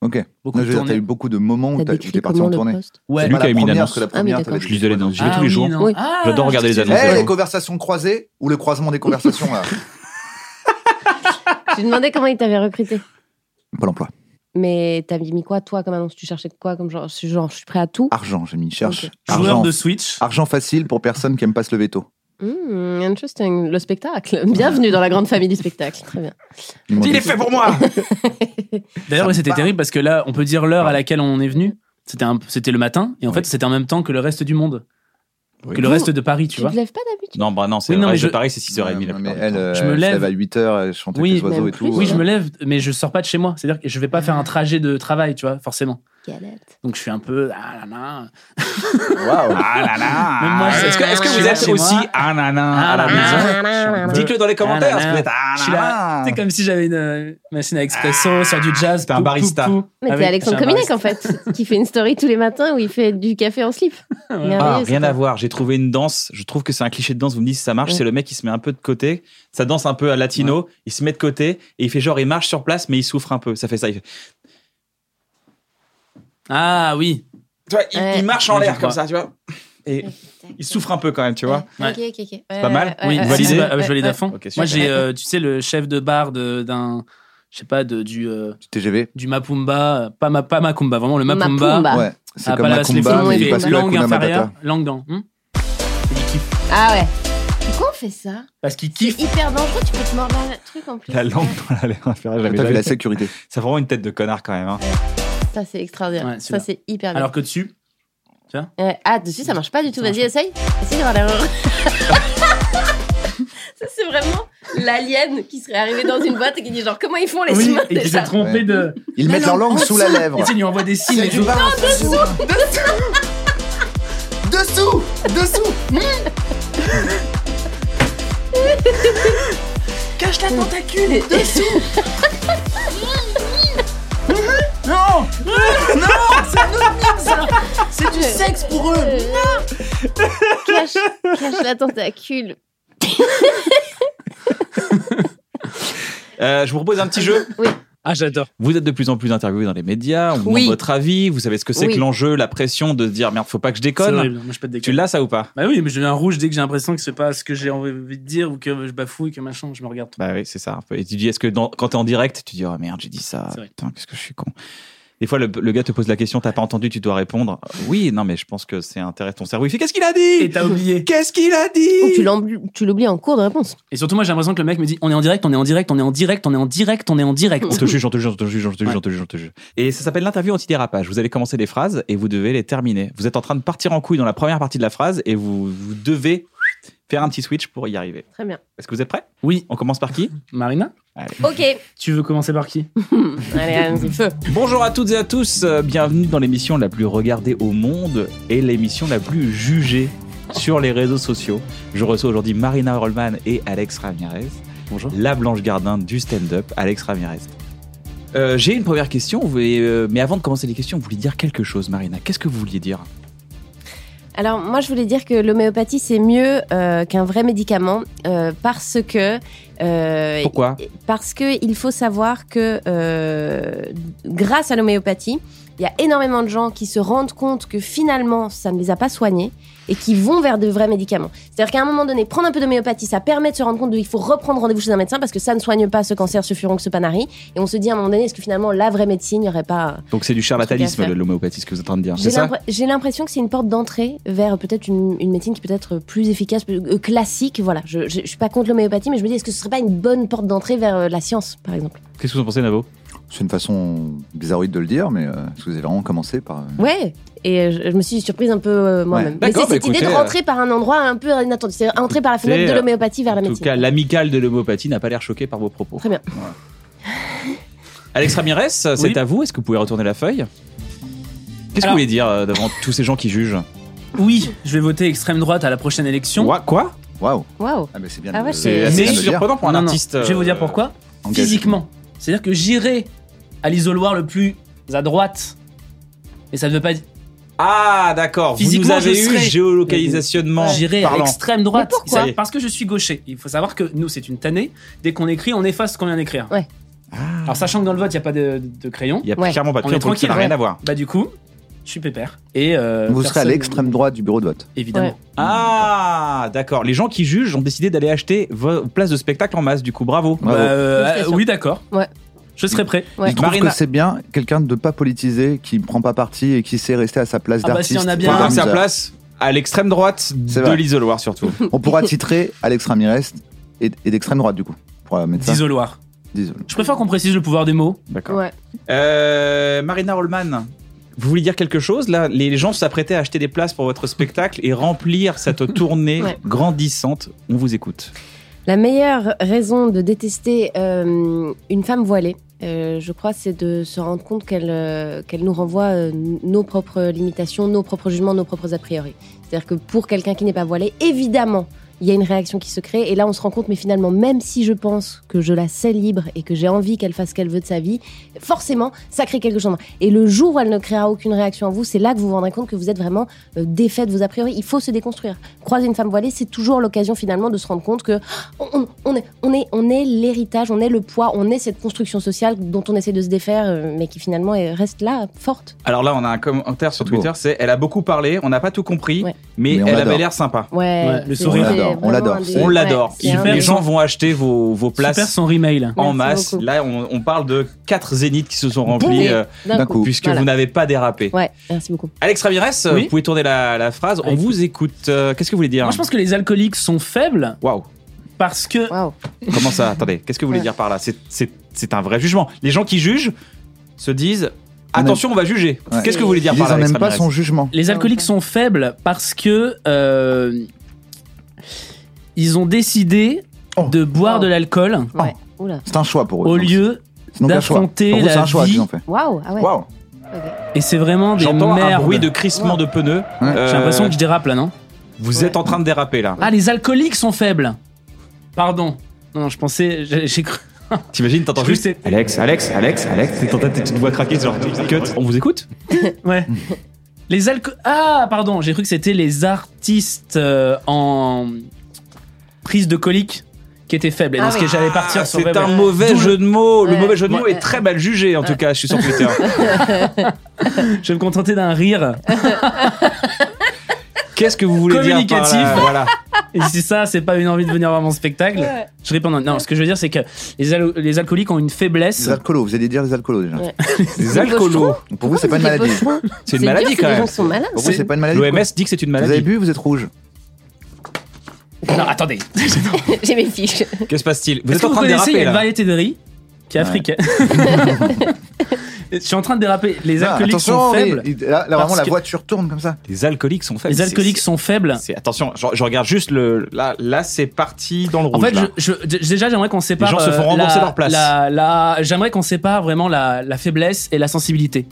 [SPEAKER 2] Ok. Non,
[SPEAKER 3] Beaucoup
[SPEAKER 2] je veux
[SPEAKER 3] de
[SPEAKER 2] dire,
[SPEAKER 3] tournées.
[SPEAKER 2] t'as eu beaucoup de moments où
[SPEAKER 6] T'as
[SPEAKER 2] t'as- où
[SPEAKER 6] décrit
[SPEAKER 2] t'es parti
[SPEAKER 6] comment
[SPEAKER 2] en
[SPEAKER 6] le
[SPEAKER 2] tournée.
[SPEAKER 6] poste
[SPEAKER 3] Ouais.
[SPEAKER 2] C'est
[SPEAKER 1] lui
[SPEAKER 2] pas
[SPEAKER 1] qui a
[SPEAKER 2] la
[SPEAKER 1] mis une
[SPEAKER 2] première,
[SPEAKER 1] annonce.
[SPEAKER 2] parce que la
[SPEAKER 6] Ah oui,
[SPEAKER 2] première,
[SPEAKER 6] d'accord.
[SPEAKER 2] t'avais-
[SPEAKER 1] Je lisais les annonces. Je
[SPEAKER 3] Ah
[SPEAKER 1] lis tous les
[SPEAKER 3] oui,
[SPEAKER 1] jours.
[SPEAKER 3] non.
[SPEAKER 6] Oui.
[SPEAKER 3] Ah,
[SPEAKER 1] J'adore regarder les
[SPEAKER 3] je-
[SPEAKER 2] Eh,
[SPEAKER 1] annonces.
[SPEAKER 2] les conversations croisées ou les croisements des conversations là
[SPEAKER 6] Je lui demandais comment il t'avait recruté.
[SPEAKER 2] Pôle emploi.
[SPEAKER 6] Mais t'avais mis quoi, toi, comme annonce Tu cherchais quoi comme genre Je suis, genre, je suis prêt à tout.
[SPEAKER 2] Argent, j'ai mis cherche.
[SPEAKER 6] Ok.
[SPEAKER 3] Joueur
[SPEAKER 2] Argent.
[SPEAKER 3] de
[SPEAKER 1] Ah,
[SPEAKER 3] Switch.
[SPEAKER 2] Argent facile pour personne qui aime pas se lever tôt.
[SPEAKER 6] Hmm, interesting. Le spectacle. Bienvenue dans la grande famille du spectacle. Très bien.
[SPEAKER 2] Ils m'ont
[SPEAKER 4] Il
[SPEAKER 2] dit-
[SPEAKER 4] est fait pour moi
[SPEAKER 3] D'ailleurs,
[SPEAKER 2] Ça
[SPEAKER 3] ouais,
[SPEAKER 2] me
[SPEAKER 3] c'était
[SPEAKER 2] parle.
[SPEAKER 3] terrible parce que là, on peut dire l'heure à laquelle on est venu. C'était un- c'était le matin et en fait, c'était en même temps que le reste du monde,
[SPEAKER 1] Oui.
[SPEAKER 3] que le reste de Paris, tu
[SPEAKER 6] Tu
[SPEAKER 3] vois.
[SPEAKER 6] te lèves pas d'habitude
[SPEAKER 1] Non, bah non, c'est
[SPEAKER 3] Oui, non,
[SPEAKER 1] vrai,
[SPEAKER 3] mais
[SPEAKER 1] je...
[SPEAKER 3] je-
[SPEAKER 1] Paris, c'est 6h30 la
[SPEAKER 2] Non, mais
[SPEAKER 1] plupart du
[SPEAKER 2] elle,
[SPEAKER 1] temps.
[SPEAKER 2] euh,
[SPEAKER 3] Je me
[SPEAKER 2] se
[SPEAKER 3] lève.
[SPEAKER 2] lève à 8h, elle chante
[SPEAKER 3] Oui,
[SPEAKER 2] avec les oiseaux
[SPEAKER 6] même
[SPEAKER 2] et tout.
[SPEAKER 6] plus.
[SPEAKER 3] Oui,
[SPEAKER 2] euh,
[SPEAKER 3] je me lève, mais je sors pas de chez moi. C'est-à-dire que je vais pas faire un trajet de travail, tu vois, forcément.
[SPEAKER 6] Galette.
[SPEAKER 3] Donc je suis un peu. Ah là là.
[SPEAKER 2] Waouh.
[SPEAKER 1] Ah là là
[SPEAKER 3] Même moi, je-
[SPEAKER 1] Est-ce que, est-ce que
[SPEAKER 3] je suis
[SPEAKER 1] vous
[SPEAKER 3] là
[SPEAKER 1] êtes
[SPEAKER 3] chez
[SPEAKER 1] aussi
[SPEAKER 3] moi.
[SPEAKER 1] ah là là à la
[SPEAKER 3] Ah là
[SPEAKER 1] maison
[SPEAKER 3] là. Je suis un peu-
[SPEAKER 1] Dites-le dans les commentaires.
[SPEAKER 3] Ah là
[SPEAKER 1] est-ce que vous êtes ah
[SPEAKER 3] Je suis
[SPEAKER 1] là
[SPEAKER 3] là. C'est comme si j'avais une euh, machine à expresso sur du jazz.
[SPEAKER 1] T'es un
[SPEAKER 3] pou, pou,
[SPEAKER 1] barista.
[SPEAKER 3] pou,
[SPEAKER 6] Mais
[SPEAKER 3] avec-
[SPEAKER 6] t'es Alexandre
[SPEAKER 3] j'ai un
[SPEAKER 6] Cominac, en fait, qui fait une story tous les matins où il fait du café en slip.
[SPEAKER 1] Ah,
[SPEAKER 6] Merveilleux,
[SPEAKER 1] rien
[SPEAKER 6] ça.
[SPEAKER 1] à voir. J'ai trouvé une danse. Je trouve que c'est un cliché de danse. Vous me dites si ça marche.
[SPEAKER 6] Ouais.
[SPEAKER 1] C'est le mec qui se met un peu de côté. Ça danse un peu à latino. Il se met de côté et il fait genre il marche sur place, mais il souffre un peu. Ça fait ça. Il, fait-
[SPEAKER 3] Ah oui.
[SPEAKER 1] Tu vois, il-
[SPEAKER 6] Ouais.
[SPEAKER 1] il marche en
[SPEAKER 3] Ouais, je
[SPEAKER 1] l'air comme
[SPEAKER 3] crois.
[SPEAKER 1] ça, tu vois. Et il souffre un peu quand même, tu vois.
[SPEAKER 6] Ouais. Ok, ok, ok.
[SPEAKER 1] pas mal
[SPEAKER 3] Oui,
[SPEAKER 6] euh,
[SPEAKER 1] ouais,
[SPEAKER 3] validé.
[SPEAKER 1] ouais,
[SPEAKER 3] Ah, je valide à fond.
[SPEAKER 1] Ok, super.
[SPEAKER 3] Moi, j'ai, euh, tu sais, le chef de bar de- d'un, je sais pas, de, du, euh,
[SPEAKER 2] Du TGV.
[SPEAKER 3] du Mapumba, euh, pas, ma, pas Macumba, vraiment le Mapumba.
[SPEAKER 6] Mapumba. Ah.
[SPEAKER 2] Ouais. C'est
[SPEAKER 3] à
[SPEAKER 2] comme
[SPEAKER 3] Palavas, les
[SPEAKER 2] Macumba,
[SPEAKER 3] Filles,
[SPEAKER 2] mais
[SPEAKER 3] il
[SPEAKER 2] il
[SPEAKER 3] fait
[SPEAKER 2] passe le
[SPEAKER 3] langue
[SPEAKER 2] Hakuna
[SPEAKER 3] inférieure,
[SPEAKER 2] Matata.
[SPEAKER 3] langue dans. hmm Il kiffe.
[SPEAKER 6] Ah ouais. Pourquoi on fait ça
[SPEAKER 3] Parce qu'il
[SPEAKER 6] C'est
[SPEAKER 3] kiffe.
[SPEAKER 6] hyper dangereux, tu peux te mordre un truc en plus.
[SPEAKER 1] La langue dans la lèvre inférieure. j'avais
[SPEAKER 2] T'as fait
[SPEAKER 1] jamais
[SPEAKER 2] la
[SPEAKER 1] fait.
[SPEAKER 2] sécurité.
[SPEAKER 1] Ça fait vraiment une tête de connard quand même. hein.
[SPEAKER 6] Ça, c'est extraordinaire.
[SPEAKER 3] Ouais,
[SPEAKER 6] ça,
[SPEAKER 3] celui-là.
[SPEAKER 6] c'est hyper bien.
[SPEAKER 3] Alors que dessus,
[SPEAKER 6] Euh, ah, dessus, ça marche pas du tout.
[SPEAKER 3] Ça
[SPEAKER 6] Vas-y, essaye. Essaye d'avoir l'erreur. ça, c'est vraiment l'alien qui serait arrivé dans une boîte et qui dit genre, comment ils font les
[SPEAKER 3] oui,
[SPEAKER 6] humains
[SPEAKER 3] et qu'il
[SPEAKER 6] déjà
[SPEAKER 3] s'est trompé
[SPEAKER 2] Ouais.
[SPEAKER 3] de.
[SPEAKER 2] Ils mettent leur langue sous la lèvre.
[SPEAKER 3] Et tu lui envoie des signes. et tout.
[SPEAKER 2] Dessous Dessous
[SPEAKER 3] Non, non, c'est un autre mix, ça. C'est du sexe pour eux.
[SPEAKER 6] Cache, cache la tentacule.
[SPEAKER 1] Euh, je vous propose un petit jeu.
[SPEAKER 3] Ah, j'adore.
[SPEAKER 1] Vous êtes de plus en plus interviewé dans les médias. On vous
[SPEAKER 6] Oui.
[SPEAKER 1] demande votre avis. Vous savez ce que c'est
[SPEAKER 6] Oui.
[SPEAKER 1] que l'enjeu, la pression de se dire merde, faut pas que je
[SPEAKER 3] C'est
[SPEAKER 1] déconne.
[SPEAKER 3] horrible. Moi, je pète des
[SPEAKER 1] Tu
[SPEAKER 3] câbles.
[SPEAKER 1] l'as ça ou pas
[SPEAKER 3] Bah oui, mais je deviens rouge dès que j'ai l'impression que c'est pas ce que j'ai envie de dire ou que je bafouille, que machin, je me regarde trop.
[SPEAKER 1] Bah oui, c'est ça. un peu. Et tu dis, est-ce que dans- quand t'es en direct, tu dis, oh merde, j'ai dit ça.
[SPEAKER 3] C'est vrai.
[SPEAKER 1] Putain, qu'est-ce que je suis con. Des fois, le, le gars te pose la question, t'as pas entendu, tu dois répondre. Oui, non, mais je pense que c'est intéressant. Ton cerveau, il fait, qu'est-ce qu'il a
[SPEAKER 3] Et
[SPEAKER 1] dit
[SPEAKER 3] t'as oublié.
[SPEAKER 1] Qu'est-ce qu'il a
[SPEAKER 6] Ou Oh, tu
[SPEAKER 1] dit
[SPEAKER 6] l'embl- tu l'oublies en cours de réponse.
[SPEAKER 3] Et surtout, moi, j'ai l'impression que le mec me dit on est en direct, on est en direct, on est en direct, on est en direct, on est en direct.
[SPEAKER 1] On te juge, on te juge, on te juge, on te juge,
[SPEAKER 3] Ouais.
[SPEAKER 1] on te juge, on te juge. Et ça s'appelle l'interview anti-dérapage. Vous allez commencer des phrases et vous devez les terminer. Vous êtes en train de partir en couille dans la première partie de la phrase et vous, vous devez faire un petit switch pour y arriver.
[SPEAKER 6] Très bien.
[SPEAKER 1] Est-ce que vous êtes prêts
[SPEAKER 3] Oui,
[SPEAKER 1] On commence par qui
[SPEAKER 3] Marina,
[SPEAKER 6] Ok.
[SPEAKER 3] tu veux commencer par qui
[SPEAKER 6] Allez, allez, feu.
[SPEAKER 1] Bonjour à toutes et à tous, euh, bienvenue dans l'émission la plus regardée au monde et l'émission la plus jugée sur les réseaux sociaux. Je reçois aujourd'hui Marina Rollman et Alex Ramirez,
[SPEAKER 3] Bonjour.
[SPEAKER 1] la Blanche Gardin du stand-up, Alex Ramirez. Euh, J'ai une première question, vous voulez- euh, mais avant de commencer les questions, vous voulez dire quelque chose, Marina. Qu'est-ce que vous vouliez dire
[SPEAKER 6] Alors moi je voulais dire que l'homéopathie c'est mieux euh, qu'un vrai médicament euh, parce que euh,
[SPEAKER 1] Pourquoi
[SPEAKER 6] parce que il faut savoir que euh, grâce à l'homéopathie il y a énormément de gens qui se rendent compte que finalement ça ne les a pas soignés et qui vont vers de vrais médicaments. C'est-à-dire qu'à un moment donné, prendre un peu d'homéopathie, ça permet de se rendre compte qu'il faut reprendre rendez-vous chez un médecin parce que ça ne soigne pas ce cancer, ce furon, ce panari. Et on se dit à un moment donné, est-ce que finalement la vraie médecine, il n'y aurait pas
[SPEAKER 1] Donc c'est du
[SPEAKER 6] Truc à
[SPEAKER 1] charlatanisme,
[SPEAKER 6] faire.
[SPEAKER 1] le- l'homéopathie, ce que vous êtes en train de dire,
[SPEAKER 6] j'ai
[SPEAKER 1] c'est ça
[SPEAKER 6] l'impre- j'ai l'impression que c'est une porte d'entrée vers peut-être une, une médecine qui peut être plus efficace, plus euh, classique. Voilà, je, je, je suis pas contre l'homéopathie, mais je me dis est-ce que ce serait pas une bonne porte d'entrée vers euh, la science, par exemple
[SPEAKER 1] Qu'est-ce que vous en pensez, Navo
[SPEAKER 2] C'est une façon bizarroïde de le dire, mais euh, est-ce que vous avez vraiment commencé par. euh,
[SPEAKER 6] Ouais. Et euh, je, je me suis surprise un peu euh, moi-même. mais
[SPEAKER 1] D'accord, bah
[SPEAKER 6] c'est cette idée de
[SPEAKER 1] écoutez,
[SPEAKER 6] rentrer par un endroit un peu inattendu, c'est entrer par la
[SPEAKER 1] écoutez,
[SPEAKER 6] fenêtre de
[SPEAKER 1] euh,
[SPEAKER 6] l'homéopathie vers la
[SPEAKER 1] En tout
[SPEAKER 6] médecine.
[SPEAKER 1] cas, l'amicale de l'homéopathie n'a pas l'air choquée par vos propos.
[SPEAKER 6] Très bien.
[SPEAKER 1] Voilà. Alex Ramirez, c'est
[SPEAKER 3] Oui.
[SPEAKER 1] à vous. Est-ce que vous pouvez retourner la feuille Qu'est-ce que vous
[SPEAKER 3] Alors-
[SPEAKER 1] voulez dire euh, devant tous ces gens qui jugent
[SPEAKER 3] Oui, je vais voter extrême droite à la prochaine élection.
[SPEAKER 1] Quoi, quoi
[SPEAKER 2] Waouh
[SPEAKER 6] Waouh.
[SPEAKER 2] Ah, mais c'est bien.
[SPEAKER 6] Ah
[SPEAKER 2] de-
[SPEAKER 6] ouais,
[SPEAKER 1] C'est
[SPEAKER 6] Euh,
[SPEAKER 1] assez
[SPEAKER 3] mais-
[SPEAKER 1] surprenant pour un
[SPEAKER 3] Non, non,
[SPEAKER 1] artiste.
[SPEAKER 3] Je vais vous dire
[SPEAKER 1] euh,
[SPEAKER 3] pourquoi.
[SPEAKER 2] engagé.
[SPEAKER 3] Physiquement. C'est-à-dire que j'irai à l'isoloir le plus à droite. Et ça ne veut pas di-
[SPEAKER 1] Ah, d'accord. Vous nous
[SPEAKER 3] Physiquement,
[SPEAKER 1] avez
[SPEAKER 3] je
[SPEAKER 1] eu
[SPEAKER 3] serais-
[SPEAKER 1] géolocalisationnement.
[SPEAKER 3] J'irai à
[SPEAKER 1] parlant.
[SPEAKER 3] l'extrême droite.
[SPEAKER 6] Mais pourquoi
[SPEAKER 3] Ça y est. Parce que je suis gaucher. Il faut savoir que nous, c'est une tannée. Dès qu'on écrit, on efface ce qu'on vient d'écrire.
[SPEAKER 6] Ouais.
[SPEAKER 2] Ah.
[SPEAKER 3] Alors, sachant que dans le vote, il n'y a pas de, de crayon,
[SPEAKER 1] Il n'y a
[SPEAKER 6] Ouais.
[SPEAKER 1] clairement pas de
[SPEAKER 3] On est
[SPEAKER 1] crayon, donc ça n'a
[SPEAKER 3] tranquille,
[SPEAKER 1] rien à voir.
[SPEAKER 3] bah du coup, je suis pépère. Et, euh,
[SPEAKER 2] Vous serez à
[SPEAKER 3] personne-
[SPEAKER 2] l'extrême droite du bureau de vote.
[SPEAKER 3] Évidemment.
[SPEAKER 6] Ouais.
[SPEAKER 1] Ah, d'accord. Les gens qui jugent ont décidé d'aller acheter vos places de spectacle en masse. Du coup, bravo.
[SPEAKER 3] Bah,
[SPEAKER 2] Bravo.
[SPEAKER 3] euh,
[SPEAKER 6] Félicitations.
[SPEAKER 3] oui, d'accord.
[SPEAKER 6] Ouais.
[SPEAKER 3] Je serai prêt.
[SPEAKER 6] Ouais.
[SPEAKER 2] Je trouve
[SPEAKER 1] Marina-
[SPEAKER 2] que c'est bien quelqu'un de pas politisé, qui ne prend pas parti et qui sait rester à sa place
[SPEAKER 3] Ah bah,
[SPEAKER 2] d'artiste.
[SPEAKER 3] s'il y en a bien
[SPEAKER 1] Pour
[SPEAKER 3] un.
[SPEAKER 1] avoir
[SPEAKER 2] d'organisateur.
[SPEAKER 1] sa place à l'extrême droite
[SPEAKER 2] C'est
[SPEAKER 1] de
[SPEAKER 2] vrai.
[SPEAKER 1] l'isoloir, surtout.
[SPEAKER 2] On pourra titrer Alex Ramirez et, et d'extrême droite du coup. On pourra mettre ça.
[SPEAKER 3] D'isoloir.
[SPEAKER 2] D'isolo.
[SPEAKER 3] Je préfère qu'on précise le pouvoir des mots.
[SPEAKER 1] D'accord.
[SPEAKER 6] Ouais.
[SPEAKER 1] Euh, Marina Rollman, vous voulez dire quelque chose Là, les gens s'apprêtaient à acheter des places pour votre spectacle et remplir cette tournée
[SPEAKER 6] Ouais.
[SPEAKER 1] grandissante. On vous écoute.
[SPEAKER 6] La meilleure raison de détester euh, une femme voilée, euh, je crois, c'est de se rendre compte qu'elle euh, qu'elle nous renvoie euh, nos propres limitations, nos propres jugements, nos propres a priori. C'est-à-dire que pour quelqu'un qui n'est pas voilé, évidemment, il y a une réaction qui se crée. Et là, on se rend compte, mais finalement, même si je pense que je la sais libre et que j'ai envie qu'elle fasse ce qu'elle veut de sa vie, forcément, ça crée quelque chose. en moi. Et le jour où elle ne créera aucune réaction en vous, c'est là que vous vous rendrez compte que vous êtes vraiment euh, défait de vos a priori. Il faut se déconstruire. Croiser une femme voilée, c'est toujours l'occasion finalement de se rendre compte que on, on est, on est, on est l'héritage, on est le poids, on est cette construction sociale dont on essaie de se défaire, euh, mais qui finalement est- reste là, forte.
[SPEAKER 1] Alors là, on a un commentaire sur
[SPEAKER 2] Beau.
[SPEAKER 1] Twitter c'est elle a beaucoup parlé, on n'a pas tout compris,
[SPEAKER 6] Ouais.
[SPEAKER 1] mais,
[SPEAKER 2] Mais on
[SPEAKER 1] elle
[SPEAKER 2] l'adore.
[SPEAKER 1] avait l'air sympa.
[SPEAKER 6] Ouais,
[SPEAKER 3] Ouais, le
[SPEAKER 6] c'est-
[SPEAKER 3] sourire.
[SPEAKER 2] On l'adore, on
[SPEAKER 6] c'est vraiment
[SPEAKER 2] l'adore.
[SPEAKER 6] un des-
[SPEAKER 1] On
[SPEAKER 6] ouais,
[SPEAKER 1] l'adore.
[SPEAKER 6] c'est
[SPEAKER 3] Il
[SPEAKER 6] un
[SPEAKER 3] fait
[SPEAKER 1] les
[SPEAKER 6] des-
[SPEAKER 3] Merci.
[SPEAKER 1] gens vont acheter vos, vos
[SPEAKER 3] Super
[SPEAKER 1] places
[SPEAKER 3] son remail.
[SPEAKER 1] en
[SPEAKER 6] Merci
[SPEAKER 1] masse.
[SPEAKER 6] beaucoup.
[SPEAKER 1] Là, on, on parle de quatre zéniths qui se sont remplis
[SPEAKER 6] Boum.
[SPEAKER 1] euh,
[SPEAKER 2] D'un coup.
[SPEAKER 1] puisque
[SPEAKER 6] Voilà.
[SPEAKER 1] vous n'avez pas dérapé.
[SPEAKER 6] Ouais, merci beaucoup.
[SPEAKER 1] Alex Ramirez, euh,
[SPEAKER 3] Oui.
[SPEAKER 1] vous pouvez tourner la, la phrase. On
[SPEAKER 3] Ah,
[SPEAKER 1] vous écoute. Euh, Qu'est-ce que vous voulez dire
[SPEAKER 3] Moi, je pense que les alcooliques sont faibles
[SPEAKER 1] Waouh.
[SPEAKER 3] parce que.
[SPEAKER 6] Waouh.
[SPEAKER 1] Comment ça Attendez, qu'est-ce que vous voulez
[SPEAKER 6] Ouais.
[SPEAKER 1] dire par là C'est- C'est c'est un vrai jugement. Les gens qui jugent se disent
[SPEAKER 2] On aime-
[SPEAKER 1] attention, on va juger.
[SPEAKER 2] Ouais.
[SPEAKER 1] Qu'est-ce que vous voulez dire
[SPEAKER 2] Ils
[SPEAKER 1] par là
[SPEAKER 2] en
[SPEAKER 1] Alex
[SPEAKER 2] aiment pas
[SPEAKER 1] Ramirez
[SPEAKER 2] son jugement.
[SPEAKER 3] Les alcooliques sont faibles parce que. euh, ils ont décidé
[SPEAKER 2] Oh.
[SPEAKER 3] de boire
[SPEAKER 6] Oh.
[SPEAKER 3] de l'alcool
[SPEAKER 6] Ouais. Oula.
[SPEAKER 2] C'est un choix pour eux.
[SPEAKER 3] au
[SPEAKER 2] donc.
[SPEAKER 3] lieu.
[SPEAKER 2] C'est donc un choix.
[SPEAKER 3] d'affronter
[SPEAKER 2] Pour eux, c'est
[SPEAKER 3] la
[SPEAKER 2] un choix
[SPEAKER 3] vie.
[SPEAKER 2] qu'ils ont fait.
[SPEAKER 6] Waouh. Ah ouais.
[SPEAKER 2] Waouh.
[SPEAKER 3] Et c'est vraiment des
[SPEAKER 1] J'entends un
[SPEAKER 3] merdes.
[SPEAKER 1] bruit de crissement de pneus.
[SPEAKER 2] Ouais.
[SPEAKER 1] Euh,
[SPEAKER 3] J'ai l'impression que je dérape là, non
[SPEAKER 1] vous êtes en train de déraper là.
[SPEAKER 3] Ah, les alcooliques sont faibles. Pardon. Non, non, je pensais. J'ai j'ai cru.
[SPEAKER 1] T'imagines, t'entends
[SPEAKER 3] Oui,
[SPEAKER 1] juste
[SPEAKER 3] c'est-
[SPEAKER 1] Alex, Alex, Alex, Alex. C'est en tête, tu te vois craquer genre cut. On vous écoute
[SPEAKER 3] Ouais. les alco. Ah, pardon, j'ai cru que c'était les artistes euh, en prise de colique qui étaient faibles. Et
[SPEAKER 6] Ah
[SPEAKER 3] dans ce
[SPEAKER 6] oui.
[SPEAKER 3] que j'allais partir
[SPEAKER 1] Ah,
[SPEAKER 3] sur.
[SPEAKER 1] C'est
[SPEAKER 3] ouais,
[SPEAKER 1] un
[SPEAKER 3] ouais.
[SPEAKER 1] mauvais
[SPEAKER 3] D'où
[SPEAKER 1] jeu de mots. Le
[SPEAKER 6] Ouais.
[SPEAKER 1] mauvais jeu de
[SPEAKER 6] Ouais.
[SPEAKER 1] mots est très mal jugé en tout cas. Je suis sur Twitter.
[SPEAKER 3] Je vais me contenter d'un rire.
[SPEAKER 1] Qu'est-ce que vous voulez dire par là
[SPEAKER 3] Communicatif.
[SPEAKER 1] Voilà.
[SPEAKER 3] Et si ça, c'est pas une envie de venir voir mon spectacle, je réponds non. Non, ce que je veux dire, c'est que les, al- les alcooliques ont une faiblesse.
[SPEAKER 2] Les alcoolos, vous allez dire les alcoolos déjà.
[SPEAKER 6] Ouais.
[SPEAKER 1] Les
[SPEAKER 6] C'est
[SPEAKER 1] alcoolos.
[SPEAKER 2] Pour vous, c'est pas une maladie.
[SPEAKER 1] C'est une maladie quand
[SPEAKER 6] Les
[SPEAKER 1] même.
[SPEAKER 6] gens sont malins.
[SPEAKER 2] Pour vous, c'est pas une maladie.
[SPEAKER 1] L'OMS dit que c'est une
[SPEAKER 2] Vous avez
[SPEAKER 1] maladie.
[SPEAKER 2] bu, vous êtes rouge.
[SPEAKER 3] Non, attendez.
[SPEAKER 6] J'ai mes fiches.
[SPEAKER 1] Que se passe-t-il Vous
[SPEAKER 3] Est-ce
[SPEAKER 1] êtes
[SPEAKER 3] que
[SPEAKER 1] en
[SPEAKER 3] vous
[SPEAKER 1] train de
[SPEAKER 3] connaissez
[SPEAKER 1] déraper
[SPEAKER 3] une
[SPEAKER 1] là.
[SPEAKER 3] variété de riz qui est
[SPEAKER 2] Ouais.
[SPEAKER 3] africaine Je suis en train de déraper. Les
[SPEAKER 2] Ah,
[SPEAKER 3] alcooliques
[SPEAKER 2] attention,
[SPEAKER 3] sont
[SPEAKER 2] mais
[SPEAKER 3] faibles.
[SPEAKER 2] il- Là, là,
[SPEAKER 3] Parce
[SPEAKER 2] vraiment, la
[SPEAKER 3] que-
[SPEAKER 2] voiture tourne comme ça.
[SPEAKER 1] Les alcooliques sont faibles.
[SPEAKER 3] Les alcooliques sont faibles.
[SPEAKER 1] C'est attention, je, je regarde juste le là là c'est parti dans le
[SPEAKER 3] En
[SPEAKER 1] rouge.
[SPEAKER 3] fait,
[SPEAKER 1] là.
[SPEAKER 3] je, je- d- déjà, j'aimerais qu'on sépare.
[SPEAKER 1] gens se font
[SPEAKER 3] euh,
[SPEAKER 1] rembourser
[SPEAKER 3] la-
[SPEAKER 1] leur place.
[SPEAKER 3] la- la- j'aimerais qu'on sépare vraiment la, la faiblesse et la sensibilité.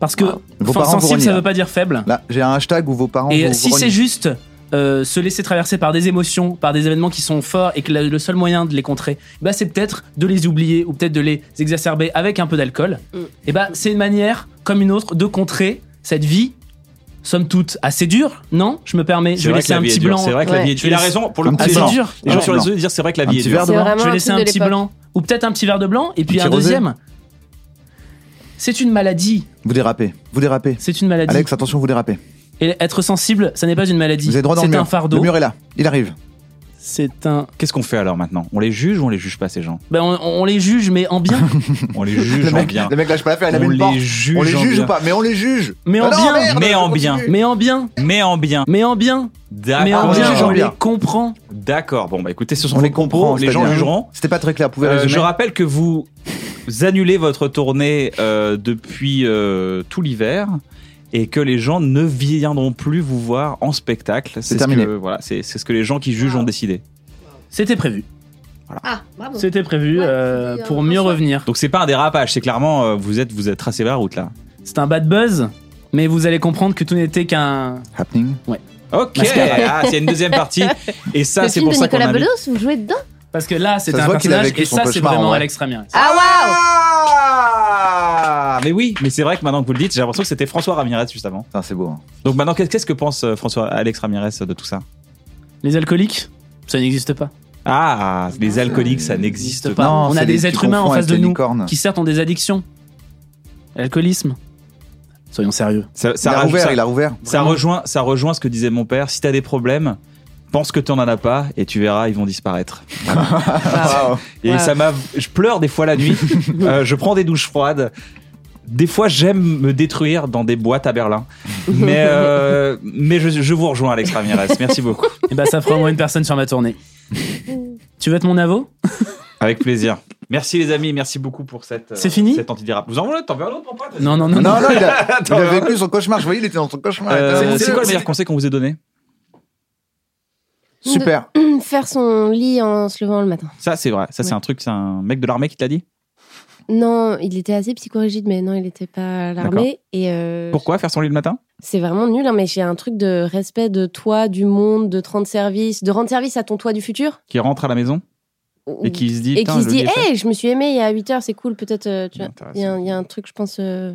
[SPEAKER 3] Parce que
[SPEAKER 2] Vos
[SPEAKER 3] enfin,
[SPEAKER 2] parents vous
[SPEAKER 3] sensible,
[SPEAKER 2] renient,
[SPEAKER 3] ça
[SPEAKER 2] là.
[SPEAKER 3] veut pas dire faible.
[SPEAKER 2] Là, j'ai un hashtag où vos parents
[SPEAKER 3] et
[SPEAKER 2] vous
[SPEAKER 3] si
[SPEAKER 2] vous
[SPEAKER 3] c'est
[SPEAKER 2] renient.
[SPEAKER 3] juste euh, se laisser traverser par des émotions, par des événements qui sont forts et que la- le seul moyen de les contrer, bah, c'est peut-être de les oublier ou peut-être de les exacerber avec un peu d'alcool.
[SPEAKER 6] Mm.
[SPEAKER 3] Et bah, c'est une manière, comme une autre, de contrer cette vie, somme toute, assez dure, non Je me permets,
[SPEAKER 1] C'est
[SPEAKER 3] je vais
[SPEAKER 1] vrai que
[SPEAKER 3] laisser
[SPEAKER 1] la
[SPEAKER 3] un
[SPEAKER 1] vie est
[SPEAKER 3] petit
[SPEAKER 1] dure,
[SPEAKER 3] blanc.
[SPEAKER 1] C'est vrai que la
[SPEAKER 6] Ouais.
[SPEAKER 1] vie est dure. Il a raison pour le
[SPEAKER 2] Un
[SPEAKER 1] coup.
[SPEAKER 2] petit
[SPEAKER 1] Les
[SPEAKER 3] assez
[SPEAKER 2] blanc.
[SPEAKER 1] gens,
[SPEAKER 3] dure.
[SPEAKER 1] les gens
[SPEAKER 2] Ouais.
[SPEAKER 1] sur les réseaux disent c'est vrai que la
[SPEAKER 2] Un
[SPEAKER 1] vie est
[SPEAKER 2] petit
[SPEAKER 1] dure.
[SPEAKER 2] verre
[SPEAKER 6] C'est
[SPEAKER 2] de blanc.
[SPEAKER 6] vraiment
[SPEAKER 3] Je vais
[SPEAKER 6] un
[SPEAKER 3] laisser un
[SPEAKER 6] truc de
[SPEAKER 3] petit
[SPEAKER 6] l'époque.
[SPEAKER 3] blanc. Ou peut-être un petit verre de blanc, et puis
[SPEAKER 2] Un
[SPEAKER 3] un
[SPEAKER 2] petit rosé.
[SPEAKER 3] deuxième. C'est une maladie.
[SPEAKER 2] Vous dérapez, vous dérapez.
[SPEAKER 3] C'est une maladie.
[SPEAKER 2] Alex, attention, vous dérapez.
[SPEAKER 3] Et être sensible, ça n'est pas une maladie.
[SPEAKER 2] Vous êtes droit dans le
[SPEAKER 3] C'est
[SPEAKER 2] mur.
[SPEAKER 3] un fardeau.
[SPEAKER 2] Le mur est là, il arrive.
[SPEAKER 3] C'est un.
[SPEAKER 1] Qu'est-ce qu'on fait alors maintenant On les juge ou on les juge pas ces gens
[SPEAKER 3] Ben, on, on les juge, mais en bien.
[SPEAKER 1] On les juge
[SPEAKER 2] Le
[SPEAKER 1] en
[SPEAKER 2] mec,
[SPEAKER 1] bien.
[SPEAKER 2] le mec lâche pas l'affaire, il a
[SPEAKER 1] On
[SPEAKER 2] mis une
[SPEAKER 1] les
[SPEAKER 2] porte.
[SPEAKER 1] juge
[SPEAKER 2] On les
[SPEAKER 1] en
[SPEAKER 2] juge
[SPEAKER 1] bien.
[SPEAKER 2] ou pas Mais on les juge
[SPEAKER 3] Mais en
[SPEAKER 2] Ah non,
[SPEAKER 3] bien.
[SPEAKER 2] merde,
[SPEAKER 1] Mais
[SPEAKER 2] je
[SPEAKER 1] en
[SPEAKER 2] continue.
[SPEAKER 1] bien.
[SPEAKER 3] mais en bien.
[SPEAKER 1] Mais en bien.
[SPEAKER 3] Mais en bien. Mais en
[SPEAKER 1] D'accord.
[SPEAKER 2] Ah, on les
[SPEAKER 3] bien.
[SPEAKER 2] juge en
[SPEAKER 3] On les
[SPEAKER 2] bien.
[SPEAKER 3] comprend.
[SPEAKER 1] D'accord. Bon bah écoutez, ce sont
[SPEAKER 2] On
[SPEAKER 1] vos
[SPEAKER 2] les
[SPEAKER 1] propos,
[SPEAKER 2] comprend,
[SPEAKER 1] Les gens
[SPEAKER 2] c'est-à-dire-
[SPEAKER 1] jugeront.
[SPEAKER 2] C'était pas très clair, vous pouvez
[SPEAKER 1] Euh,
[SPEAKER 2] résumer
[SPEAKER 1] je rappelle que vous annulez votre tournée euh, depuis euh, tout l'hiver et que les gens ne viendront plus vous voir en spectacle.
[SPEAKER 2] C'est
[SPEAKER 1] ce
[SPEAKER 2] terminé.
[SPEAKER 1] que- voilà, c'est c'est ce que les gens qui jugent ont décidé.
[SPEAKER 3] C'était prévu.
[SPEAKER 6] Ah, bravo.
[SPEAKER 3] C'était prévu
[SPEAKER 6] Ouais,
[SPEAKER 3] euh,
[SPEAKER 6] c'était, euh,
[SPEAKER 3] pour mieux
[SPEAKER 6] un choix.
[SPEAKER 3] revenir.
[SPEAKER 1] Donc c'est pas un dérapage, c'est clairement euh, vous êtes vous êtes tracé vers la route là.
[SPEAKER 3] C'est un bad buzz, mais vous allez comprendre que tout n'était qu'un.
[SPEAKER 2] Happening.
[SPEAKER 1] Ok,
[SPEAKER 3] Parce que-
[SPEAKER 1] ah, c'est une deuxième partie et ça
[SPEAKER 6] Le
[SPEAKER 1] c'est
[SPEAKER 6] film
[SPEAKER 1] pour
[SPEAKER 6] de
[SPEAKER 1] ça qu'on
[SPEAKER 6] Nicolas
[SPEAKER 1] invite.
[SPEAKER 6] Bedos, vous jouez dedans
[SPEAKER 3] Parce que là, c'était
[SPEAKER 2] se
[SPEAKER 3] un
[SPEAKER 2] voit qu'il a
[SPEAKER 3] personnage,
[SPEAKER 2] vécu
[SPEAKER 3] et
[SPEAKER 2] son
[SPEAKER 3] ça, c'est
[SPEAKER 2] cauchemar, en
[SPEAKER 3] vraiment
[SPEAKER 2] vrai.
[SPEAKER 3] Alex Ramirez.
[SPEAKER 6] Ah waouh
[SPEAKER 1] Ah, mais oui, mais c'est vrai que maintenant que vous le dites, j'ai l'impression que c'était François Ramirez juste avant.
[SPEAKER 2] Putain, c'est beau. hein.
[SPEAKER 1] Donc maintenant, qu'est- qu'est-ce que pense euh, François Alex Ramirez de tout ça
[SPEAKER 3] Les alcooliques, ça n'existe pas.
[SPEAKER 1] Ah, les alcooliques, ça n'existe pas.
[SPEAKER 3] pas.
[SPEAKER 2] Non,
[SPEAKER 3] On a
[SPEAKER 2] c'est
[SPEAKER 3] des
[SPEAKER 2] tu
[SPEAKER 3] êtres humains en
[SPEAKER 2] confonds
[SPEAKER 3] face
[SPEAKER 2] avec
[SPEAKER 3] de
[SPEAKER 2] les
[SPEAKER 3] nous.
[SPEAKER 2] licornes.
[SPEAKER 3] Qui certes ont des addictions. L'alcoolisme. Soyons sérieux.
[SPEAKER 1] Ça,
[SPEAKER 2] il
[SPEAKER 1] ça
[SPEAKER 2] a
[SPEAKER 1] rajoute-
[SPEAKER 2] ouvert,
[SPEAKER 1] ça-
[SPEAKER 2] il a rouvert.
[SPEAKER 1] ça
[SPEAKER 3] Vraiment.
[SPEAKER 1] rejoint, ça rejoint ce que disait mon père. Si t'as des problèmes, pense que t'en en as pas et tu verras, ils vont disparaître.
[SPEAKER 2] Waouh.
[SPEAKER 1] Et
[SPEAKER 6] Ouais.
[SPEAKER 1] ça m'a, je pleure des fois la nuit. Euh, je prends des douches froides. Des fois, j'aime me détruire dans des boîtes à Berlin. Mais, euh, mais je, je vous rejoins, Alex Ramirez. Merci beaucoup.
[SPEAKER 3] Et bah ça fera au moins une personne sur ma tournée. tu veux être mon avo
[SPEAKER 1] Avec plaisir. Merci les amis, merci beaucoup pour cette. euh,
[SPEAKER 3] C'est fini
[SPEAKER 1] Cette antidirap. Vous en voulez T'en veux un autre pour toi
[SPEAKER 3] Non, non, non, non.
[SPEAKER 2] Non, non, il a, il
[SPEAKER 1] Attends,
[SPEAKER 2] a vécu son cauchemar. Je voyais, il était dans son cauchemar.
[SPEAKER 1] Euh,
[SPEAKER 2] Il était dans
[SPEAKER 1] c'est
[SPEAKER 2] son
[SPEAKER 1] quoi le
[SPEAKER 2] cauchemar.
[SPEAKER 1] meilleur conseil qu'on vous ait donné
[SPEAKER 2] Super.
[SPEAKER 6] Faire son lit en se levant le matin.
[SPEAKER 1] Ça, c'est vrai. Ça, c'est
[SPEAKER 6] Ouais.
[SPEAKER 1] un truc, c'est un mec de l'armée qui te l'a dit.
[SPEAKER 6] Non, il était assez psychorigide, mais non, il n'était pas à l'armée. Et euh,
[SPEAKER 1] Pourquoi faire son lit le matin
[SPEAKER 6] c'est vraiment nul, hein, mais j'ai un truc de respect de toi, du monde, de te rendre service, de rendre service à ton toi du futur.
[SPEAKER 1] Qui rentre à la maison et qui se dit.
[SPEAKER 6] Et
[SPEAKER 1] Putain,
[SPEAKER 6] qui se
[SPEAKER 1] je
[SPEAKER 6] dit,
[SPEAKER 1] l'ai fait.
[SPEAKER 6] hey, je me suis aimé il y a 8 heures, c'est cool, peut-être. euh, tu vois.
[SPEAKER 2] bah,
[SPEAKER 1] Intéressant.
[SPEAKER 6] Il y, a un- il y a un truc, je pense. euh,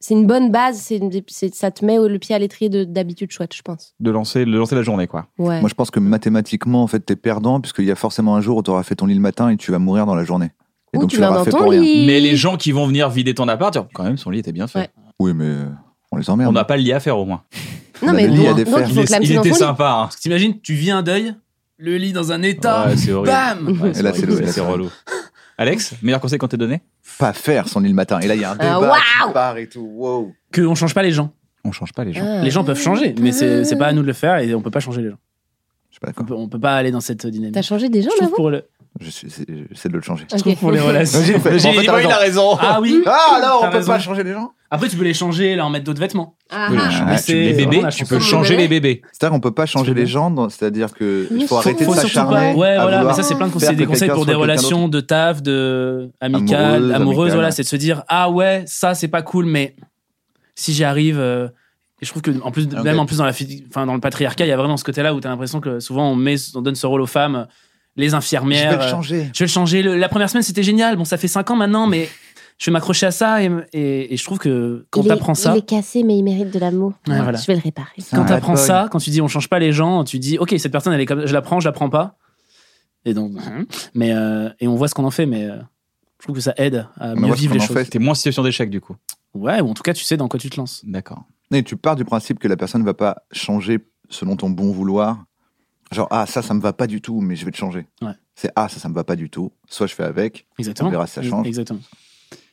[SPEAKER 6] c'est une bonne base, c'est une- c'est- ça te met au- le pied à l'étrier de- d'habitude chouette, je pense.
[SPEAKER 1] de lancer, de lancer la journée, quoi.
[SPEAKER 6] Ouais.
[SPEAKER 2] Moi, je pense que mathématiquement, en fait, t'es perdant, puisqu'il y a forcément un jour où t'auras fait ton lit le matin et tu vas mourir dans la journée. Et
[SPEAKER 6] Ou
[SPEAKER 2] donc,
[SPEAKER 6] tu
[SPEAKER 2] tu
[SPEAKER 6] meurs
[SPEAKER 2] l'auras
[SPEAKER 6] dans
[SPEAKER 2] fait
[SPEAKER 6] ton
[SPEAKER 2] pour rien.
[SPEAKER 6] lit.
[SPEAKER 1] Mais les gens qui vont venir vider ton appart, dire, quand même, son lit était bien fait.
[SPEAKER 6] Ouais.
[SPEAKER 2] Oui, mais euh, on les
[SPEAKER 1] On
[SPEAKER 2] emmerde.
[SPEAKER 1] n'a pas le lit à faire au moins.
[SPEAKER 2] on
[SPEAKER 6] Non,
[SPEAKER 2] a
[SPEAKER 6] mais
[SPEAKER 2] le lit à
[SPEAKER 6] donc, donc
[SPEAKER 2] défaire.
[SPEAKER 6] il
[SPEAKER 1] Il,
[SPEAKER 6] faut
[SPEAKER 1] est-
[SPEAKER 6] que la
[SPEAKER 1] il
[SPEAKER 6] dans
[SPEAKER 1] était
[SPEAKER 6] ton lit.
[SPEAKER 1] sympa. hein.
[SPEAKER 3] Parce que t'imagines, tu vis un deuil, le lit dans un état.
[SPEAKER 1] Ouais, c'est horrible.
[SPEAKER 3] Bam
[SPEAKER 1] Ouais,
[SPEAKER 2] Et là, c'est
[SPEAKER 1] horrible,
[SPEAKER 2] le-
[SPEAKER 1] c'est relou. Alex, meilleur conseil qu'on t'ait donné
[SPEAKER 2] Pas faire son lit le matin. Et là, il y a un
[SPEAKER 6] Ah
[SPEAKER 2] débat qui part et tout. Wow.
[SPEAKER 3] Qu'on change pas les gens.
[SPEAKER 1] On change pas les gens.
[SPEAKER 6] Ah.
[SPEAKER 3] Les gens peuvent changer, mais c'est c'est pas à nous de le faire et on peut pas changer les gens.
[SPEAKER 2] Je suis pas
[SPEAKER 3] On
[SPEAKER 2] d'accord.
[SPEAKER 3] peut, on peut pas aller dans cette dynamique.
[SPEAKER 6] T'as changé des gens,
[SPEAKER 3] Je trouve
[SPEAKER 6] là
[SPEAKER 3] pour, le,
[SPEAKER 2] Je suis- c'est- J'essaie de le changer.
[SPEAKER 3] je trouve pour les relations.
[SPEAKER 2] J'ai fait- en fait, t'as raison.
[SPEAKER 1] raison.
[SPEAKER 3] Ah oui
[SPEAKER 2] Ah non,
[SPEAKER 3] T'as
[SPEAKER 2] on peut
[SPEAKER 3] raison.
[SPEAKER 2] pas changer les gens.
[SPEAKER 3] Après, tu peux les changer, leur mettre d'autres vêtements.
[SPEAKER 2] Ah,
[SPEAKER 3] Mais c'est
[SPEAKER 1] les bébés,
[SPEAKER 3] vraiment la
[SPEAKER 1] tu
[SPEAKER 3] chance.
[SPEAKER 1] peux changer les bébés.
[SPEAKER 2] C'est-à-dire qu'on peut pas changer les gens, dans- c'est-à-dire que il faut
[SPEAKER 6] Faut-
[SPEAKER 2] arrêter de
[SPEAKER 3] Faut
[SPEAKER 6] Ça
[SPEAKER 3] surtout
[SPEAKER 2] s'acharner.
[SPEAKER 3] pas- Ouais,
[SPEAKER 2] à
[SPEAKER 3] voilà, mais
[SPEAKER 2] vouloir
[SPEAKER 3] ça, c'est plein
[SPEAKER 2] faire
[SPEAKER 3] de conseils.
[SPEAKER 2] que
[SPEAKER 3] Des conseils
[SPEAKER 2] quelqu'un
[SPEAKER 3] pour
[SPEAKER 2] soit
[SPEAKER 3] des
[SPEAKER 2] quelqu'un
[SPEAKER 3] relations de taf, de amicales,
[SPEAKER 2] Amoureuse,
[SPEAKER 3] amoureuses.
[SPEAKER 2] amicale.
[SPEAKER 3] Voilà, c'est de se dire Ah ouais, ça, c'est pas cool, mais si j'y arrive. euh, et je trouve que en plus,
[SPEAKER 2] Ah, ok.
[SPEAKER 3] même en plus dans, la, fi- enfin, dans le patriarcat, il y a vraiment ce côté-là où t'as l'impression que souvent on, met, on donne ce rôle aux femmes, euh, les infirmières.
[SPEAKER 2] Je vais
[SPEAKER 3] euh,
[SPEAKER 2] le changer.
[SPEAKER 3] je vais le changer. Le- la première semaine, c'était génial. Bon, ça fait 5 ans maintenant, mais je vais m'accrocher à ça. Et, et- et je trouve que quand
[SPEAKER 6] Il est-
[SPEAKER 3] t'apprends ça.
[SPEAKER 6] Il est cassé, mais il mérite de l'amour.
[SPEAKER 3] Ouais, voilà.
[SPEAKER 6] Je vais le réparer.
[SPEAKER 2] C'est un
[SPEAKER 3] Quand
[SPEAKER 2] bad
[SPEAKER 3] t'apprends
[SPEAKER 2] boy.
[SPEAKER 3] ça, quand tu dis on change pas les gens, tu dis ok cette personne elle est comme je la prends, je la prends pas. Et donc mais euh, et on voit ce qu'on en fait, mais euh, je trouve que ça aide à
[SPEAKER 2] Mais
[SPEAKER 3] mieux
[SPEAKER 2] moi, ce
[SPEAKER 3] vivre
[SPEAKER 2] qu'on
[SPEAKER 3] les
[SPEAKER 2] en
[SPEAKER 3] choses.
[SPEAKER 2] fait-
[SPEAKER 1] T'es moins en situation d'échec du coup.
[SPEAKER 3] Ouais ou en tout cas tu sais dans quoi tu te lances.
[SPEAKER 1] D'accord.
[SPEAKER 2] Et tu pars du principe que la personne ne va pas changer selon ton bon vouloir. Genre, ah, ça, ça me va pas du tout, mais je vais te changer.
[SPEAKER 3] Ouais.
[SPEAKER 2] C'est, ah, ça, ça me va pas du tout. Soit je fais avec.
[SPEAKER 3] Exactement.
[SPEAKER 2] On verra si ça change.
[SPEAKER 3] Exactement.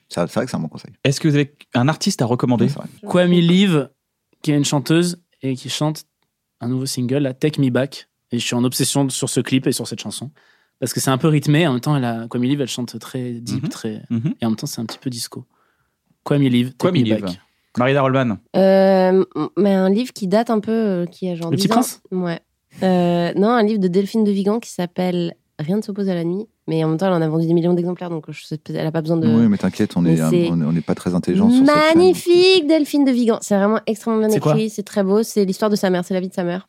[SPEAKER 2] Ça, C'est vrai que c'est un bon conseil.
[SPEAKER 1] Est-ce que vous avez un artiste à recommander
[SPEAKER 2] C'est vrai.
[SPEAKER 3] Mmh.
[SPEAKER 6] Mmh.
[SPEAKER 3] Kwame Live qui est une chanteuse et qui chante un nouveau single la Take Me Back et je suis en obsession sur ce clip et sur cette chanson parce que c'est un peu rythmé en même temps elle a Kwame Live elle chante très deep
[SPEAKER 1] Mhm.
[SPEAKER 3] très
[SPEAKER 1] Mhm.
[SPEAKER 3] et en même temps c'est un petit peu disco. Mmh. Kwame Live Take
[SPEAKER 1] Kwame
[SPEAKER 3] Me
[SPEAKER 1] Live.
[SPEAKER 3] Back.
[SPEAKER 1] Marina Rollman.
[SPEAKER 6] Euh, mais un livre qui date un peu, euh, qui a genre.
[SPEAKER 3] Le
[SPEAKER 6] 10
[SPEAKER 3] Petit
[SPEAKER 6] ans.
[SPEAKER 3] Prince
[SPEAKER 6] Ouais. Euh, non, un livre de Delphine de Vigan qui s'appelle Rien ne s'oppose à la nuit, mais en même temps, elle en a vendu des millions d'exemplaires, donc euh, je sais- elle a pas besoin de.
[SPEAKER 2] Oui, mais t'inquiète, on
[SPEAKER 6] Mais
[SPEAKER 2] n'est on
[SPEAKER 6] c'est-
[SPEAKER 2] est- on est pas très intelligent sur cette chaîne.
[SPEAKER 6] Magnifique, Delphine de Vigan. C'est vraiment extrêmement bien
[SPEAKER 3] C'est quoi
[SPEAKER 6] écrit, c'est très beau. C'est l'histoire de sa mère, c'est la vie de sa mère.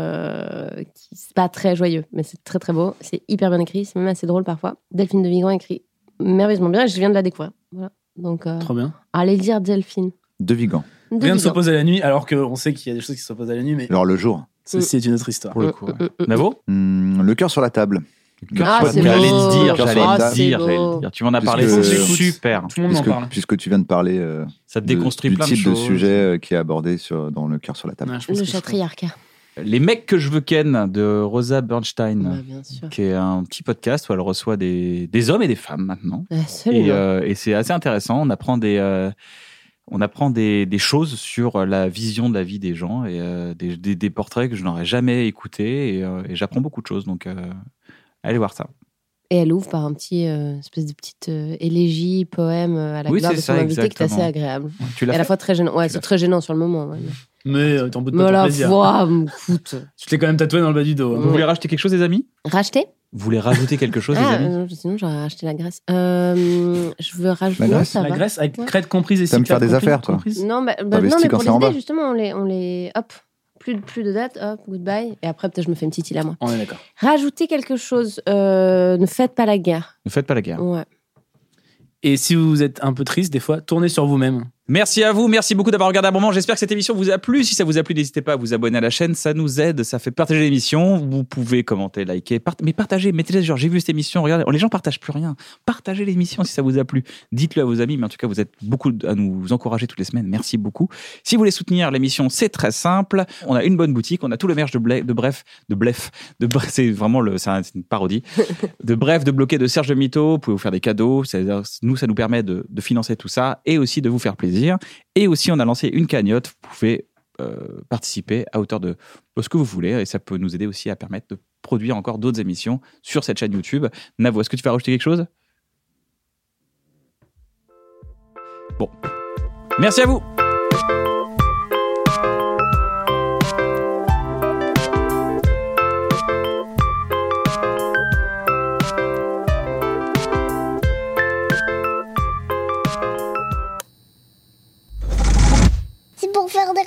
[SPEAKER 6] Euh, qui- c'est pas très joyeux, mais c'est très très beau. C'est hyper bien écrit, c'est même assez drôle parfois. Delphine de Vigan écrit merveilleusement bien et je viens de la découvrir. Voilà. Donc, euh,
[SPEAKER 3] Trop bien.
[SPEAKER 6] allez lire Delphine.
[SPEAKER 2] De Vigan.
[SPEAKER 6] de
[SPEAKER 3] Rien ne
[SPEAKER 6] Vigan.
[SPEAKER 3] s'oppose à la nuit, alors qu'on sait qu'il y a des choses qui s'opposent à la nuit, mais
[SPEAKER 2] Alors, le jour.
[SPEAKER 3] ceci est une autre histoire.
[SPEAKER 1] Pour le coup. ouais.
[SPEAKER 6] Mm, mm, mm.
[SPEAKER 1] Navo
[SPEAKER 2] Hum, le cœur sur la table.
[SPEAKER 6] Ah, c'est
[SPEAKER 1] J'allais
[SPEAKER 6] beau.
[SPEAKER 1] le dire,
[SPEAKER 2] Cœur sur
[SPEAKER 1] j'allais
[SPEAKER 2] la
[SPEAKER 1] le
[SPEAKER 2] table.
[SPEAKER 1] dire,
[SPEAKER 6] Ah, c'est
[SPEAKER 1] j'allais le
[SPEAKER 6] beau.
[SPEAKER 1] dire. Tu m'en as
[SPEAKER 2] Puisque-
[SPEAKER 1] parlé, c'est
[SPEAKER 2] J'écoute.
[SPEAKER 1] super.
[SPEAKER 3] Tout le monde en
[SPEAKER 2] puisque,
[SPEAKER 3] parle.
[SPEAKER 2] puisque tu viens de parler euh,
[SPEAKER 1] Ça te
[SPEAKER 2] de-
[SPEAKER 1] déconstruit
[SPEAKER 2] du
[SPEAKER 1] plein de
[SPEAKER 2] type
[SPEAKER 1] choses.
[SPEAKER 2] sujet euh, qui est abordé sur, dans le cœur sur la table.
[SPEAKER 3] Ouais, je pense
[SPEAKER 6] Le
[SPEAKER 3] que je-
[SPEAKER 6] chatriarcat.
[SPEAKER 1] Les mecs que je veux ken de Rosa Bernstein,
[SPEAKER 6] Bah, bien sûr.
[SPEAKER 1] qui est un petit podcast où elle reçoit des, des hommes et des femmes maintenant.
[SPEAKER 6] Absolument.
[SPEAKER 1] Et, euh, et c'est assez intéressant. On apprend des euh, on apprend des, des choses sur la vision de la vie des gens et euh, des, des- des portraits que je n'aurais jamais écoutés et, euh, et j'apprends beaucoup de choses. Donc euh, allez voir ça.
[SPEAKER 6] Et elle ouvre par un petit euh, espèce de petite euh, élégie, poème euh, à la
[SPEAKER 1] Oui,
[SPEAKER 6] gloire
[SPEAKER 1] c'est
[SPEAKER 6] de son
[SPEAKER 1] ça,
[SPEAKER 6] invité qui est assez
[SPEAKER 1] exactement.
[SPEAKER 6] agréable.
[SPEAKER 1] Tu
[SPEAKER 6] Et à
[SPEAKER 1] l'as
[SPEAKER 6] la
[SPEAKER 1] fait
[SPEAKER 6] fois très gênant. Ouais,
[SPEAKER 1] Tu l'as
[SPEAKER 6] c'est très gênant sur le moment. ouais.
[SPEAKER 3] Mais euh, t'en boutes pas
[SPEAKER 6] Mais
[SPEAKER 3] ton
[SPEAKER 6] la
[SPEAKER 3] plaisir.
[SPEAKER 6] voix, m'écoute.
[SPEAKER 3] Tu t'es quand même tatoué dans le bas du dos. hein.
[SPEAKER 1] Vous voulez rajouter quelque chose, les amis
[SPEAKER 6] Racheter
[SPEAKER 1] Vous voulez rajouter quelque chose, les
[SPEAKER 6] Ah,
[SPEAKER 1] amis
[SPEAKER 6] euh, sinon j'aurais acheté la graisse. Euh, je veux rajouter.
[SPEAKER 2] La
[SPEAKER 6] non,
[SPEAKER 2] graisse
[SPEAKER 6] ça
[SPEAKER 3] La
[SPEAKER 6] va.
[SPEAKER 3] Grèce avec
[SPEAKER 6] Ouais.
[SPEAKER 3] crête comprise et
[SPEAKER 2] T'aimes
[SPEAKER 3] cyclade
[SPEAKER 2] faire des
[SPEAKER 3] comprise,
[SPEAKER 2] affaires, toi.
[SPEAKER 3] comprise.
[SPEAKER 6] Non, bah, bah, non,
[SPEAKER 2] vestie
[SPEAKER 6] mais
[SPEAKER 2] quand
[SPEAKER 6] pour
[SPEAKER 2] c'est
[SPEAKER 6] les
[SPEAKER 2] en
[SPEAKER 6] idées,
[SPEAKER 2] bas.
[SPEAKER 6] justement, on les, on les. Hop, plus, de- plus de date, hop, goodbye. Et après, peut-être, je me fais une petite île à moi.
[SPEAKER 3] On est d'accord.
[SPEAKER 6] Rajouter quelque chose. euh, ne faites pas la guerre.
[SPEAKER 1] Ah. Ne faites pas la guerre.
[SPEAKER 6] Ouais.
[SPEAKER 3] Et si vous êtes un peu triste, des fois, tournez sur vous-même.
[SPEAKER 1] Merci à vous, merci beaucoup d'avoir regardé un moment. J'espère que cette émission vous a plu. Si ça vous a plu, n'hésitez pas à vous abonner à la chaîne, ça nous aide, ça fait partager l'émission. Vous pouvez commenter, liker, part- mais partagez, mettez-les genre j'ai vu cette émission, regardez, oh, les gens partagent plus rien. Partagez l'émission si ça vous a plu. Dites-le à vos amis, mais en tout cas, vous êtes beaucoup à nous encourager toutes les semaines. Merci beaucoup. Si vous voulez soutenir l'émission, c'est très simple. On a une bonne boutique, on a tout le merch de, Blef, de bref, de blef, de bref, c'est vraiment le, c'est un- c'est une parodie. De bref, de bloquer de Serge de Mito, vous pouvez vous faire des cadeaux. C'est-à-dire, Nous, ça nous permet de, de financer tout ça et aussi de vous faire plaisir. Et aussi, on a lancé une cagnotte. Vous pouvez euh, participer à hauteur de de ce que vous voulez et ça peut nous aider aussi à permettre de produire encore d'autres émissions sur cette chaîne YouTube. Navo, est-ce que tu vas rajouter quelque chose Bon. Merci à vous
[SPEAKER 6] C'est pour faire de